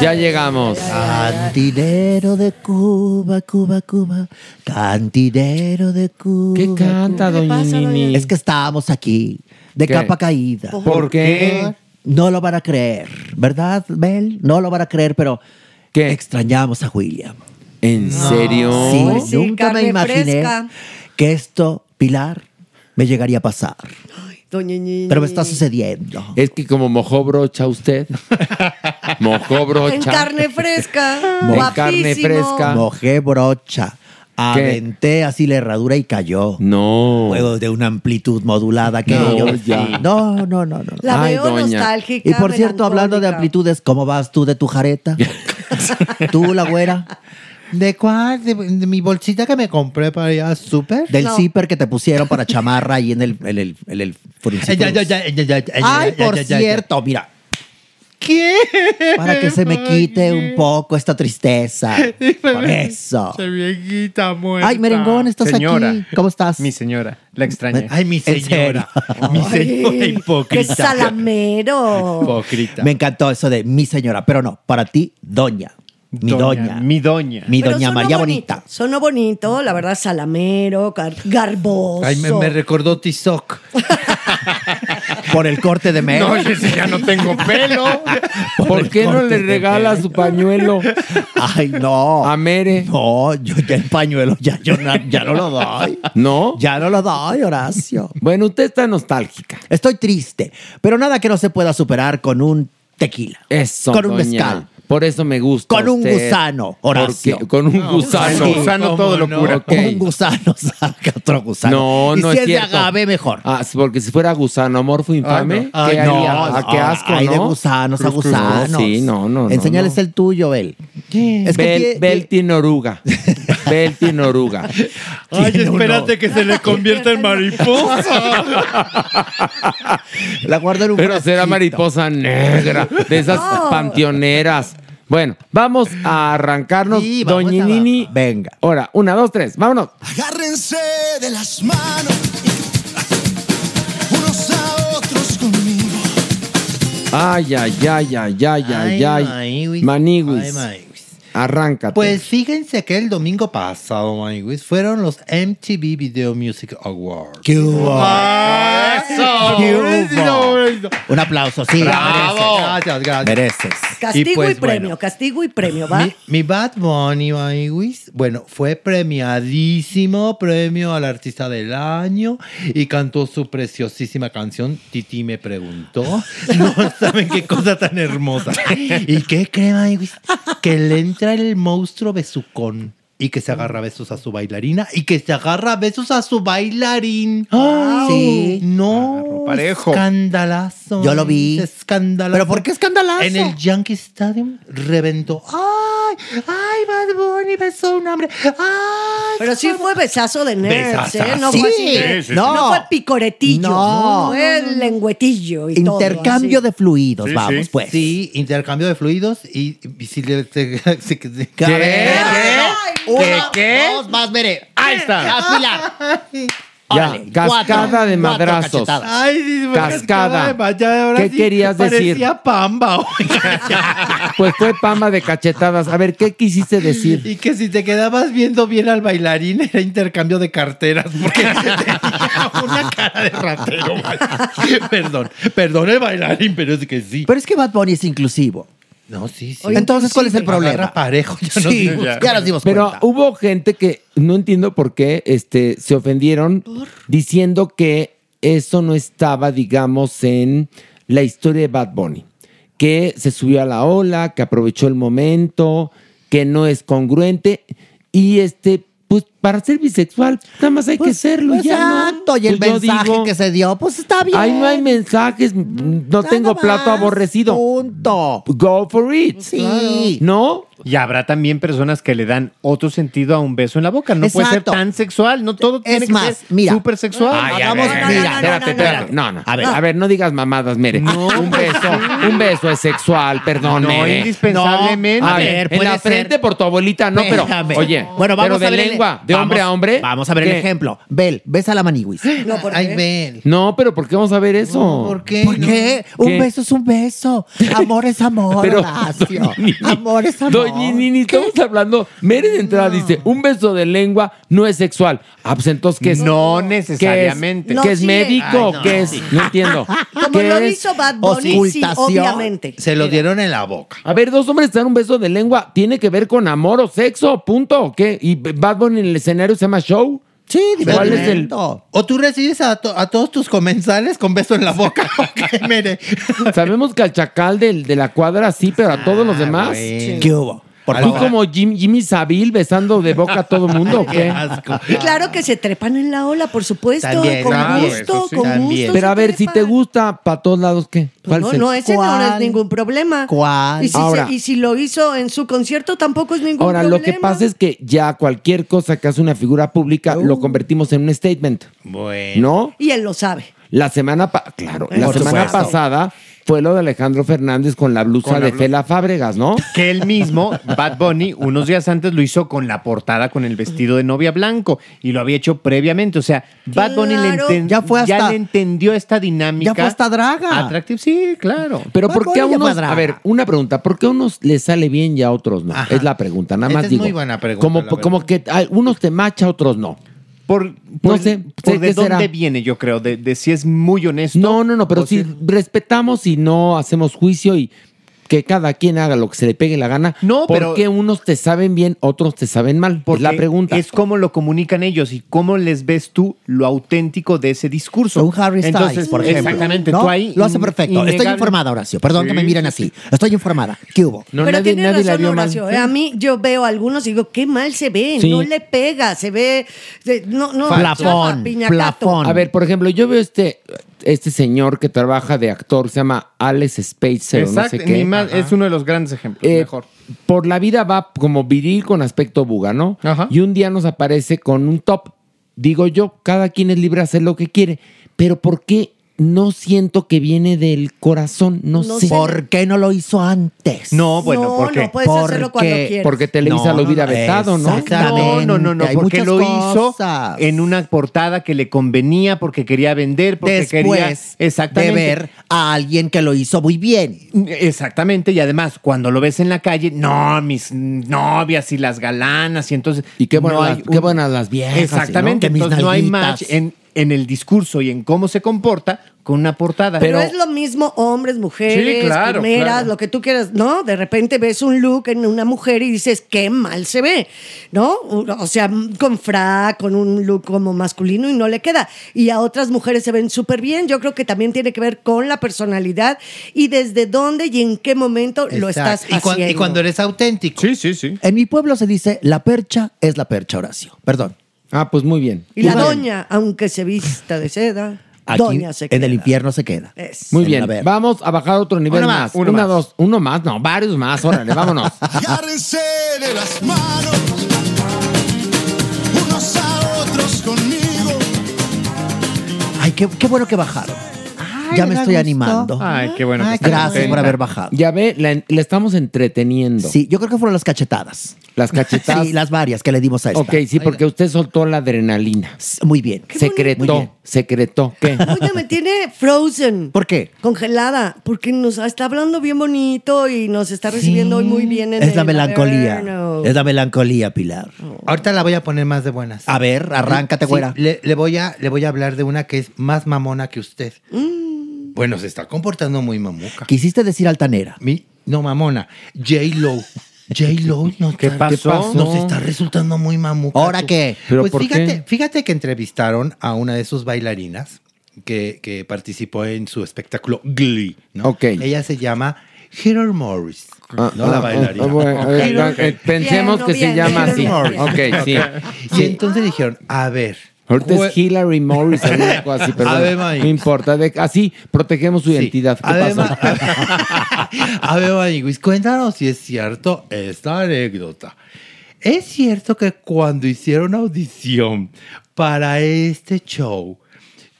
Speaker 3: Ya llegamos.
Speaker 6: Ah, Cantinero de Cuba, Cuba, Cuba. Cantinero de Cuba. ¿Qué
Speaker 3: canta, doña Nini?
Speaker 7: Es que estábamos aquí, de
Speaker 3: ¿Qué?
Speaker 7: capa caída.
Speaker 3: ¿Por ¿Por qué?
Speaker 7: No lo van a creer, ¿verdad, Bel? No lo van a creer, pero extrañamos a William.
Speaker 3: ¿En serio?
Speaker 7: Sí,
Speaker 3: Pues sí,
Speaker 7: nunca me
Speaker 5: carne
Speaker 7: imaginé
Speaker 5: fresca.
Speaker 7: que esto, Pilar, me llegaría a pasar.
Speaker 5: Doña Ñiñi.
Speaker 7: Pero me está sucediendo.
Speaker 3: Es que como mojó brocha usted. mojó brocha.
Speaker 5: En carne fresca.
Speaker 7: Mo-
Speaker 5: guapísimo.
Speaker 7: Mojé brocha. Aventé así la herradura y cayó.
Speaker 3: No.
Speaker 7: Juego de una amplitud modulada que
Speaker 5: No,
Speaker 7: yo-
Speaker 5: ya.
Speaker 7: No, no, no, no, no.
Speaker 5: La veo nostálgica.
Speaker 7: Y por cierto, hablando de
Speaker 5: melancólica.
Speaker 7: amplitudes, ¿cómo vas tú de tu jareta? ¿Tú, la güera?
Speaker 6: ¿De cuál? ¿De, de mi bolsita que me compré para ir al súper?
Speaker 7: Del zipper que te pusieron para chamarra ahí en el, en el, en el
Speaker 6: Ay,
Speaker 7: fruncifrunz.
Speaker 6: ya, ya, ya, ya, ya, ya,
Speaker 7: Ay,
Speaker 6: ya, ya,
Speaker 7: por
Speaker 6: ya, ya,
Speaker 7: cierto, mira.
Speaker 6: ¿Qué?
Speaker 7: Para que se me quite un poco esta tristeza. Por eso.
Speaker 4: Esa viejita muerta.
Speaker 7: Ay, merengón, estás
Speaker 4: Señora.
Speaker 7: aquí. ¿Cómo estás?
Speaker 4: Mi señora, la extrañé.
Speaker 7: Ay, mi señora.
Speaker 4: Mi
Speaker 5: señora ¡Qué
Speaker 4: hipócrita.
Speaker 5: salamero!
Speaker 7: Me encantó eso de mi señora, pero no, para ti, doña. Mi doña.
Speaker 4: Mi doña.
Speaker 7: Mi
Speaker 5: Pero
Speaker 7: doña
Speaker 5: sonó
Speaker 7: María
Speaker 5: bonito,
Speaker 7: Bonita.
Speaker 5: Sonó bonito, la verdad, salamero, gar- garboso.
Speaker 6: Ay, me, me recordó Tizoc.
Speaker 7: Por el corte de
Speaker 6: Mel.
Speaker 4: No, oye, si ya no tengo pelo.
Speaker 3: ¿Por qué no le regala su pañuelo?
Speaker 7: Ay, no.
Speaker 3: A Mere.
Speaker 7: No, yo ya el pañuelo, ya, yo na- ya no lo doy.
Speaker 3: ¿No?
Speaker 7: Ya no lo doy, Horacio.
Speaker 3: Bueno, usted está nostálgica.
Speaker 7: Estoy triste, pero nada que no se pueda superar con un tequila.
Speaker 3: Eso,
Speaker 7: Con un
Speaker 3: doña.
Speaker 7: mezcal.
Speaker 3: Por eso me gusta.
Speaker 7: Con un
Speaker 3: usted.
Speaker 7: gusano, Horacio.
Speaker 3: Porque- Con un
Speaker 7: No,
Speaker 3: gusano.
Speaker 7: sí, ¿cómo no?
Speaker 3: Ok.
Speaker 7: Un gusano saca otro gusano.
Speaker 3: No,
Speaker 7: Y
Speaker 3: no
Speaker 7: si
Speaker 3: es
Speaker 7: es de
Speaker 3: cierto.
Speaker 7: agave, mejor.
Speaker 3: Ah, porque si fuera gusano morfo infame,
Speaker 7: Ah, no.
Speaker 3: ¿qué
Speaker 7: Ay, no,
Speaker 3: haría? Ah,
Speaker 7: no,
Speaker 3: qué asco,
Speaker 7: hay
Speaker 3: ¿no?
Speaker 7: de gusanos a
Speaker 3: Cruz, cruz, no,
Speaker 7: gusanos.
Speaker 3: sí, no, no, no,
Speaker 7: Enseñales
Speaker 3: no.
Speaker 7: el tuyo, Bel. Es
Speaker 3: Bel,
Speaker 7: tie-
Speaker 3: Bel tiene oruga. Bel tiene oruga.
Speaker 7: Ay, Tiene espérate uno.
Speaker 4: que se le convierta en mariposa.
Speaker 7: La guardo en un
Speaker 3: Pero
Speaker 7: frasquito.
Speaker 3: será mariposa negra, de esas
Speaker 7: No.
Speaker 3: panteoneras. Bueno, vamos a arrancarnos.
Speaker 7: Sí, vamos
Speaker 3: Doña
Speaker 7: abajo.
Speaker 3: Nini.
Speaker 7: Venga.
Speaker 3: Ahora, una, dos, tres, vámonos.
Speaker 14: Agárrense de las manos, unos a otros conmigo.
Speaker 3: Ay, ay, ay, ay, ay, ay, ay. Maniguis. Arráncate.
Speaker 6: Pues fíjense que el domingo pasado, Maniguis, fueron los MTV Video Music Awards.
Speaker 7: ¡Qué hubo!
Speaker 6: ¡Eso!
Speaker 7: ¡Qué hubo! Un aplauso, sí.
Speaker 6: ¡Bravo!
Speaker 7: mereces.
Speaker 6: Gracias, gracias.
Speaker 7: Mereces.
Speaker 5: Castigo y,
Speaker 6: pues,
Speaker 5: premio,
Speaker 6: bueno.
Speaker 5: castigo y premio, ¿va?
Speaker 6: Mi, mi Bad Bunny, Maniwis, bueno, fue premiadísimo, premio al artista del año y cantó su preciosísima canción, Titi me preguntó. No saben qué cosa tan hermosa. ¿Y qué cree, Maniwis? Que le entra el monstruo besucón. Y que se agarra a besos a su bailarina. Y que se agarra a besos a su bailarín.
Speaker 7: Sí.
Speaker 6: No.
Speaker 7: parejo.
Speaker 6: Escandalazo.
Speaker 7: Yo lo vi.
Speaker 6: Escandalazo.
Speaker 7: ¿Pero por qué escandalazo?
Speaker 6: En el Yankee Stadium reventó. ¡Ay! ¡Ay, Bad Bunny besó a un hombre! ¡Ay!
Speaker 5: Pero sí fue besazo de nerds,
Speaker 6: Besazazo.
Speaker 5: ¿eh? No fue así.
Speaker 7: Sí,
Speaker 5: de-
Speaker 7: sí, sí.
Speaker 5: no.
Speaker 7: No.
Speaker 5: fue picoretillo.
Speaker 7: No.
Speaker 5: No. Fue lengüetillo y todo,
Speaker 7: Intercambio
Speaker 5: así.
Speaker 7: de fluidos,
Speaker 6: Sí,
Speaker 7: vamos,
Speaker 6: sí.
Speaker 7: pues.
Speaker 6: Sí, intercambio de fluidos y, y si le- te- si- ¿Qué?
Speaker 7: ¿Qué?
Speaker 6: Uno,
Speaker 7: ¿Qué?
Speaker 6: dos, más, veré.
Speaker 7: Ahí
Speaker 6: está.
Speaker 3: Ya,
Speaker 7: Órale,
Speaker 3: cascada
Speaker 7: cuatro,
Speaker 3: de
Speaker 7: cuatro
Speaker 3: madrazos.
Speaker 7: cachetadas.
Speaker 6: Ay, sí, fue
Speaker 3: Cascada.
Speaker 6: de vaya, ahora
Speaker 3: ¿Qué
Speaker 6: sí
Speaker 3: querías decir?
Speaker 6: Parecía pamba. oiga.
Speaker 3: Pues fue pama de cachetadas. A ver, ¿qué quisiste decir?
Speaker 6: Y que si te quedabas viendo bien al bailarín era intercambio de carteras porque tenía una cara de ratero. vaya. perdón, perdón el bailarín, pero es que sí.
Speaker 7: Pero es que Bad Bunny es inclusivo.
Speaker 6: No, sí, sí.
Speaker 7: Oye, Entonces, ¿cuál es el
Speaker 6: agarra
Speaker 7: problema?
Speaker 6: parejo, ya nos
Speaker 7: Sí,
Speaker 6: dimos
Speaker 7: ya
Speaker 6: cuenta.
Speaker 7: nos dimos
Speaker 3: Pero
Speaker 7: cuenta.
Speaker 3: hubo gente que no entiendo por qué este, se ofendieron diciendo que eso no estaba, digamos, en la historia de Bad Bunny. Que se subió a la ola, que aprovechó el momento, que no es congruente. Y este, pues para ser bisexual, nada más hay que serlo
Speaker 7: pues
Speaker 3: ya. ¿no?
Speaker 7: exacto, y el
Speaker 3: Pues yo
Speaker 7: mensaje que se dio, pues está bien.
Speaker 3: Ahí no hay mensajes, mm, no tengo plato aborrecido.
Speaker 7: Punto.
Speaker 3: Go for it.
Speaker 7: Sí.
Speaker 3: ¿No?
Speaker 4: Y habrá también personas que le dan otro sentido a un beso en la boca. No puede ser
Speaker 7: Exacto.
Speaker 4: tan sexual. No todo tiene
Speaker 7: más,
Speaker 4: que ser
Speaker 7: mira. Ah,
Speaker 4: súper sexual.
Speaker 3: Ay, a ver, mira, espérate, espérate. No, no. A ver,
Speaker 4: No.
Speaker 3: a ver, no digas mamadas, Mere. un beso, un beso es sexual, perdón,
Speaker 4: No,
Speaker 3: Mere.
Speaker 4: indispensablemente.
Speaker 3: No, a ver,
Speaker 4: A ver,
Speaker 3: en
Speaker 4: puede
Speaker 3: la
Speaker 4: ser-
Speaker 3: frente por tu abuelita, no, pero,
Speaker 7: Espérame.
Speaker 3: oye,
Speaker 7: bueno, vamos
Speaker 3: pero de
Speaker 7: a ver el-
Speaker 3: lengua, de hombre
Speaker 7: vamos-
Speaker 3: a hombre.
Speaker 7: Vamos a ver el
Speaker 3: ¿qué?
Speaker 7: ejemplo. Bel, besa a la maniguis.
Speaker 5: No, ¿por
Speaker 6: Ay, ven.
Speaker 3: No, pero ¿por qué vamos a ver eso?
Speaker 6: ¿Por qué?
Speaker 7: ¿Por
Speaker 6: no?
Speaker 7: qué? Un beso es un beso. Amor es amor,
Speaker 3: Pero-
Speaker 7: Horacio. Amor es amor.
Speaker 3: Doña Nini, estamos hablando. Mere de entrada dice: un beso de lengua no es sexual. Ah, pues entonces, ¿qué es?
Speaker 4: No
Speaker 3: ¿Qué es?
Speaker 4: necesariamente.
Speaker 3: ¿Qué es,
Speaker 5: No, sí es.
Speaker 3: médico?
Speaker 5: Ay, no,
Speaker 3: ¿Qué es?
Speaker 5: sí.
Speaker 3: No entiendo.
Speaker 5: Como
Speaker 3: ¿Qué
Speaker 5: lo
Speaker 3: es?
Speaker 5: hizo Bad Bunny, sí, obviamente.
Speaker 6: Oh, Se lo dieron en la boca.
Speaker 3: A ver, dos hombres te dan un beso de lengua. ¿Tiene que ver con amor o sexo? Punto. ¿Qué? ¿Y Bad Bunny en el escenario se llama show?
Speaker 7: Sí,
Speaker 3: ¿Cuál es el...?
Speaker 6: O tú recibes a, to- a todos tus comensales con beso en la boca. Ok, mire.
Speaker 3: Sabemos que al chacal del, de la cuadra sí, pero a todos los demás.
Speaker 6: Eh,
Speaker 7: ¿Qué hubo? Ah,
Speaker 4: Ah,
Speaker 7: Por
Speaker 3: ¿Tú
Speaker 7: favor.
Speaker 3: como Jim- Jimmy Savile besando de boca a todo mundo o qué?
Speaker 5: Y claro que se trepan en la ola, por supuesto,
Speaker 3: También,
Speaker 5: con
Speaker 3: claro,
Speaker 5: gusto,
Speaker 3: eso sí.
Speaker 5: con
Speaker 3: También.
Speaker 5: gusto.
Speaker 3: Pero
Speaker 5: se
Speaker 3: a ver, si te gusta, para todos lados, ¿qué? ¿Cuál
Speaker 5: Pues No,
Speaker 3: es el-
Speaker 5: no, ese no es ningún problema.
Speaker 7: ¿Cuál?
Speaker 5: Y si,
Speaker 3: Ahora.
Speaker 5: se- y si lo hizo en su concierto, tampoco es ningún
Speaker 3: Ahora,
Speaker 5: problema.
Speaker 3: lo que pasa es que ya cualquier cosa que hace una figura pública lo convertimos en un statement. Bueno. ¿No?
Speaker 5: Y él lo sabe.
Speaker 3: La semana, pa- claro, la
Speaker 5: Por
Speaker 3: semana
Speaker 5: supuesto.
Speaker 3: pasada fue lo de Alejandro Fernández con la blusa
Speaker 4: Con la
Speaker 3: de
Speaker 4: blu-
Speaker 3: Fela Fábregas, ¿no?
Speaker 4: Que él mismo, Bad Bunny, unos días antes lo hizo con la portada con el vestido de novia blanco y lo había hecho previamente. O sea, Bad Bunny le,
Speaker 7: Claro.
Speaker 4: enten-
Speaker 7: Ya fue hasta-
Speaker 4: le entendió esta dinámica.
Speaker 7: Ya fue hasta draga.
Speaker 4: Atractiva, sí, claro.
Speaker 3: Pero ¿por qué a
Speaker 7: Bunny ya fue
Speaker 3: unos,
Speaker 7: a drama.
Speaker 3: a ver, una pregunta, ¿por qué a unos les sale bien y a otros no? Es la pregunta, nada
Speaker 6: Esa
Speaker 3: más
Speaker 6: es
Speaker 3: digo.
Speaker 6: muy buena pregunta,
Speaker 3: Como,
Speaker 6: la verdad.
Speaker 3: como que a unos te macha, a otros no.
Speaker 4: Por,
Speaker 3: no sé,
Speaker 4: Por
Speaker 3: sé
Speaker 4: de dónde
Speaker 3: qué será.
Speaker 4: viene, yo creo, de, de si es muy honesto.
Speaker 3: No, no, no, pero si respetamos y no hacemos juicio y que cada quien haga lo que se le pegue la gana, no, ¿por
Speaker 4: pero-
Speaker 3: qué unos te saben bien, otros te saben mal?
Speaker 7: pues
Speaker 3: es la
Speaker 4: Porque
Speaker 3: pregunta.
Speaker 4: Es cómo lo comunican ellos y cómo les ves tú lo auténtico de ese discurso.
Speaker 7: Un Harry Styles,
Speaker 4: Entonces,
Speaker 7: por ejemplo.
Speaker 4: Exactamente,
Speaker 7: ¿no?
Speaker 4: tú ahí.
Speaker 7: Lo hace
Speaker 4: in-
Speaker 7: perfecto. Estoy
Speaker 4: innegable-
Speaker 7: informada, Horacio. Perdón que
Speaker 4: Sí,
Speaker 7: me miren así. Estoy informada. ¿Qué hubo?
Speaker 5: Pero tienes razón, Horacio. ¿eh? A mí yo veo a algunos y digo, qué mal se ve,
Speaker 3: Sí.
Speaker 5: no le pega, se ve... se- no, no, chafa, piñacato.
Speaker 3: A ver, por ejemplo, yo veo este, este señor que trabaja de actor, se llama Alex Spacer, o no
Speaker 4: Exacto,
Speaker 3: sé qué.
Speaker 4: ni más- es uno de los grandes ejemplos.
Speaker 3: Eh,
Speaker 4: mejor.
Speaker 3: Por la vida va como viril con aspecto buga, ¿no? Y un día nos aparece con un top. Digo yo, cada quien es libre de hacer lo que quiere, pero ¿por qué no siento que viene del corazón? No,
Speaker 7: No sé.
Speaker 3: sé.
Speaker 7: ¿Por qué no lo hizo antes?
Speaker 3: No, bueno,
Speaker 7: No,
Speaker 3: ¿por qué?
Speaker 7: no puedes hacerlo cuando quieres.
Speaker 3: Porque Televisa
Speaker 4: No,
Speaker 3: lo hubiera
Speaker 4: no, no,
Speaker 3: vetado, ¿no?
Speaker 4: Exactamente. No, no, no,
Speaker 7: Hay
Speaker 4: porque
Speaker 7: muchas
Speaker 4: lo hizo
Speaker 7: cosas.
Speaker 4: en una portada que le convenía, porque quería vender, porque quería.
Speaker 7: Después de
Speaker 4: Exactamente.
Speaker 7: ver a alguien que lo hizo muy bien.
Speaker 4: Exactamente, y además, cuando lo ves en la calle, no, mis novias y las galanas, y entonces.
Speaker 3: Y qué buenas,
Speaker 4: no hay
Speaker 3: las, qué
Speaker 4: un-
Speaker 3: buenas las viejas.
Speaker 4: Exactamente,
Speaker 3: ¿no? Que mis
Speaker 4: entonces no hay
Speaker 3: nalguitas.
Speaker 4: match en, en el discurso y en cómo se comporta con una portada.
Speaker 5: Pero, es lo mismo hombres, mujeres,
Speaker 4: Sí, claro,
Speaker 5: primeras,
Speaker 4: claro.
Speaker 5: lo que tú quieras, ¿no? De repente ves un look en una mujer y dices, qué mal se ve, ¿no? O sea, con frac, con un look como masculino y no le queda. Y a otras mujeres se ven súper bien. Yo creo que también tiene que ver con la personalidad y desde dónde y en qué momento lo estás
Speaker 6: Exacto. y, cuan- y
Speaker 5: haciendo.
Speaker 6: cuando eres auténtico.
Speaker 4: Sí, sí, sí.
Speaker 7: En mi pueblo se dice la percha es la percha, Horacio. Perdón.
Speaker 3: Ah, pues muy bien.
Speaker 5: Y la doña, aunque se vista de seda,
Speaker 7: Aquí
Speaker 5: doña se
Speaker 7: en
Speaker 5: queda.
Speaker 7: el infierno se queda. Eh.
Speaker 5: Es.
Speaker 3: Muy
Speaker 7: En
Speaker 3: bien,
Speaker 7: la ver-
Speaker 3: vamos a bajar otro nivel
Speaker 7: Uno más,
Speaker 3: más.
Speaker 7: uno
Speaker 3: Una,
Speaker 7: más.
Speaker 3: dos, uno más, no, varios más, órale, vámonos.
Speaker 14: Agárrense de las manos, unos a otros conmigo.
Speaker 7: Ay, qué, qué bueno que bajaron. ya me
Speaker 14: me da
Speaker 7: estoy
Speaker 14: gusto.
Speaker 7: animando.
Speaker 4: Ay, qué bueno que estás
Speaker 7: Gracias por
Speaker 4: contenta.
Speaker 7: haber bajado.
Speaker 3: Ya ve, la, la estamos entreteniendo.
Speaker 7: Sí, yo creo que fueron las cachetadas.
Speaker 3: Las cachetadas.
Speaker 7: Sí, las varias que le dimos a esta.
Speaker 3: Ok, sí, porque usted soltó la adrenalina.
Speaker 7: Muy bien.
Speaker 3: Secretó,
Speaker 7: Muy bien.
Speaker 3: secretó. ¿Qué?
Speaker 5: Oye, me tiene frozen.
Speaker 7: ¿Por qué?
Speaker 5: Congelada, porque nos está hablando bien bonito y nos está recibiendo hoy muy bien en
Speaker 7: Es la
Speaker 5: el
Speaker 7: melancolía.
Speaker 5: verano.
Speaker 7: Es la melancolía, Pilar.
Speaker 6: Ahorita la voy a poner más de buenas.
Speaker 7: A ver, arráncate,
Speaker 6: Sí,
Speaker 7: güera.
Speaker 6: le, le voy a, le voy a hablar de una que es más mamona que usted.
Speaker 5: Mm.
Speaker 6: Bueno, se está comportando muy mamuca.
Speaker 7: Quisiste decir altanera.
Speaker 6: Mi- no, mamona. J-Lo. J-Lo nos, ¿Qué
Speaker 7: pasó?
Speaker 6: nos está resultando muy mamuca.
Speaker 7: ¿Ahora
Speaker 6: tú.
Speaker 7: qué?
Speaker 6: Pues
Speaker 7: ¿Pero por
Speaker 6: fíjate,
Speaker 7: qué?
Speaker 6: fíjate que entrevistaron a una de sus bailarinas que, que participó en su espectáculo Glee. ¿no?
Speaker 3: Ok.
Speaker 6: Ella se llama Heather Morris. no
Speaker 3: ah,
Speaker 6: la
Speaker 3: ah,
Speaker 6: bailarina.
Speaker 3: ah, bueno,
Speaker 6: Ok,
Speaker 3: eh, no,
Speaker 6: ok.
Speaker 3: eh, pensemos Bien, que se bien, llama Heather así. Morris. Ok, sí.
Speaker 6: Y entonces dijeron, a ver.
Speaker 3: Ahorita
Speaker 6: jue-
Speaker 3: es Hillary Morris, o algo así, perdón.
Speaker 6: A ver, Mike.
Speaker 3: No importa, de- así protegemos su identidad. ¿Qué
Speaker 6: Además-
Speaker 3: pasó?
Speaker 6: A ver, amigos, cuéntanos si es cierto esta anécdota. Es cierto que cuando hicieron audición para este show,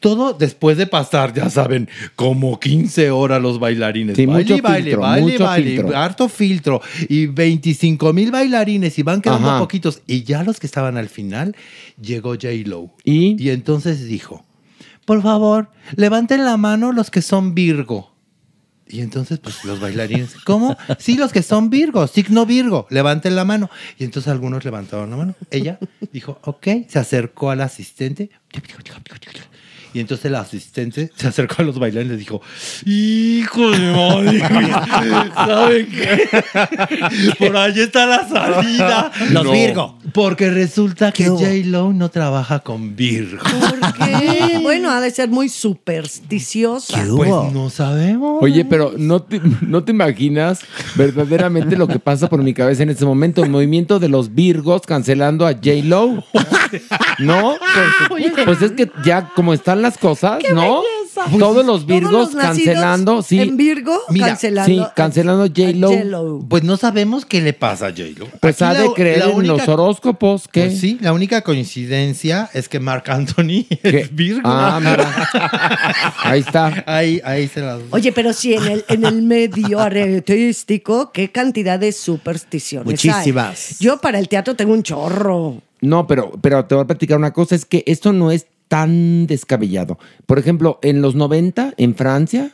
Speaker 6: todo después de pasar, ya saben, como 15 horas los bailarines.
Speaker 3: Sí,
Speaker 6: baile,
Speaker 3: mucho
Speaker 6: baile,
Speaker 3: filtro,
Speaker 6: baile,
Speaker 3: mucho
Speaker 6: baile,
Speaker 3: filtro.
Speaker 6: harto filtro. Y 25 mil bailarines y van quedando
Speaker 3: Ajá.
Speaker 6: poquitos. Y ya los que estaban al final, llegó J-Lo. ¿Y? y entonces dijo, por favor, levanten la mano los que son Virgo. Y entonces, pues los bailarines, ¿cómo? Sí, los que son Virgo, signo Virgo, levanten la mano. Y entonces algunos levantaron la mano. Ella dijo, ok, se acercó al asistente. Y entonces el asistente se acercó a los bailarines y les dijo, hijo de madre, ¿saben qué? Por ahí está la salida.
Speaker 16: Los Virgo.
Speaker 6: Porque resulta que J-Lo no trabaja con Virgo.
Speaker 5: ¿Qué? Bueno, ha de ser muy supersticiosa.
Speaker 3: hubo?
Speaker 6: Pues No sabemos.
Speaker 3: Oye, pero no te, no te imaginas verdaderamente lo que pasa por mi cabeza en este momento. El movimiento de los Virgos cancelando a J-Lo. ¿No? Por supuesto. Pues es que ya como están las cosas, ¿no? Pues
Speaker 5: belleza!
Speaker 3: Todos los Virgos
Speaker 5: Todos los nacidos
Speaker 3: cancelando, sí.
Speaker 5: en Virgo, cancelando
Speaker 3: Sí, cancelando a J-Lo.
Speaker 6: Pues no sabemos qué le pasa a J-Lo.
Speaker 3: Pues
Speaker 6: Aquí
Speaker 3: ha de creer en los horóscopos. ¿qué?
Speaker 6: Pues sí, la única coincidencia es que Mark Anthony es Virgo.
Speaker 3: Ah, mira. Ahí está.
Speaker 6: Ahí, ahí se las.
Speaker 5: Oye, pero sí, en el, en el medio artístico, qué cantidad de supersticiones. hay.
Speaker 3: Muchísimas.
Speaker 5: Yo para el teatro tengo un chorro.
Speaker 3: No, pero, pero te voy a platicar una cosa, es que esto no es tan descabellado. Por ejemplo, en los 90, en Francia,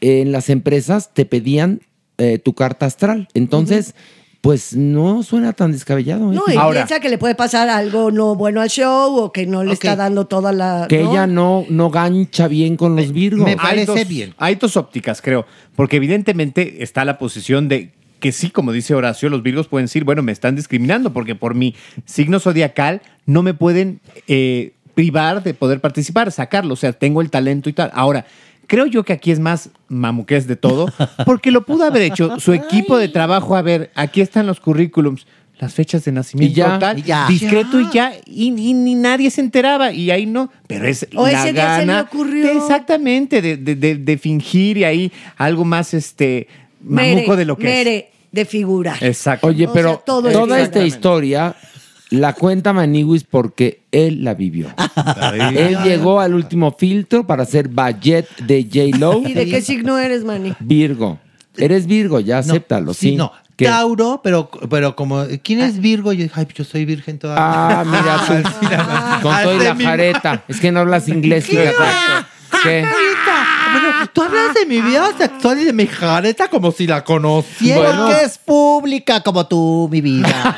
Speaker 3: en las empresas te pedían eh, tu carta astral. Entonces, pues no suena tan descabellado. ¿eh?
Speaker 5: No, y piensa que le puede pasar algo no bueno al show o que no le está dando toda la.
Speaker 3: que
Speaker 5: ¿no?
Speaker 3: ella no, no gancha bien con los Virgos.
Speaker 4: hay dos, Hay dos ópticas, creo. Porque evidentemente está la posición de que sí, como dice Horacio, los virgos pueden decir, bueno, me están discriminando porque por mi signo zodiacal no me pueden eh, privar de poder participar, sacarlo. O sea, tengo el talento y tal. Ahora, creo yo que aquí es más mamuqués de todo, porque lo pudo haber hecho su equipo de trabajo. A ver, aquí están los currículums. Las fechas de nacimiento,
Speaker 12: ya,
Speaker 4: tal,
Speaker 12: y ya.
Speaker 4: discreto y ya, y, y ni nadie se enteraba, y ahí no, pero es
Speaker 12: O
Speaker 4: la
Speaker 12: ese día
Speaker 4: gana
Speaker 12: se le
Speaker 4: ocurrió. Exactamente, de, de- de- de fingir y ahí algo más este
Speaker 5: Mere,
Speaker 4: mamuco de lo que
Speaker 5: mere, de figura.
Speaker 4: es. Exacto.
Speaker 3: Oye,
Speaker 5: O
Speaker 3: pero
Speaker 5: sea, todo es
Speaker 3: toda esta
Speaker 5: exactamente.
Speaker 3: historia la cuenta Maniwis porque él la vivió. él llegó al último filtro para hacer ballet de J-Lo.
Speaker 5: ¿Y de qué signo eres, Manny?
Speaker 3: Virgo. Eres Virgo, ya acéptalo, sí.
Speaker 6: sí, no.
Speaker 3: ¿Qué?
Speaker 6: Tauro, pero, pero como, ¿quién es Virgo? Yo dije, ay, yo soy virgen todavía.
Speaker 3: Ah, mira tú. Con toda la
Speaker 6: mi-
Speaker 3: jareta. Es que no hablas inglés,
Speaker 6: ¿Qué?
Speaker 3: fíjate. ¿Qué?
Speaker 6: Carita, bueno, tú hablas de mi vida sexual y de mi jareta como si la conociera.
Speaker 3: Bueno.
Speaker 6: ¿Qué es?
Speaker 17: pública como tú, mi vida.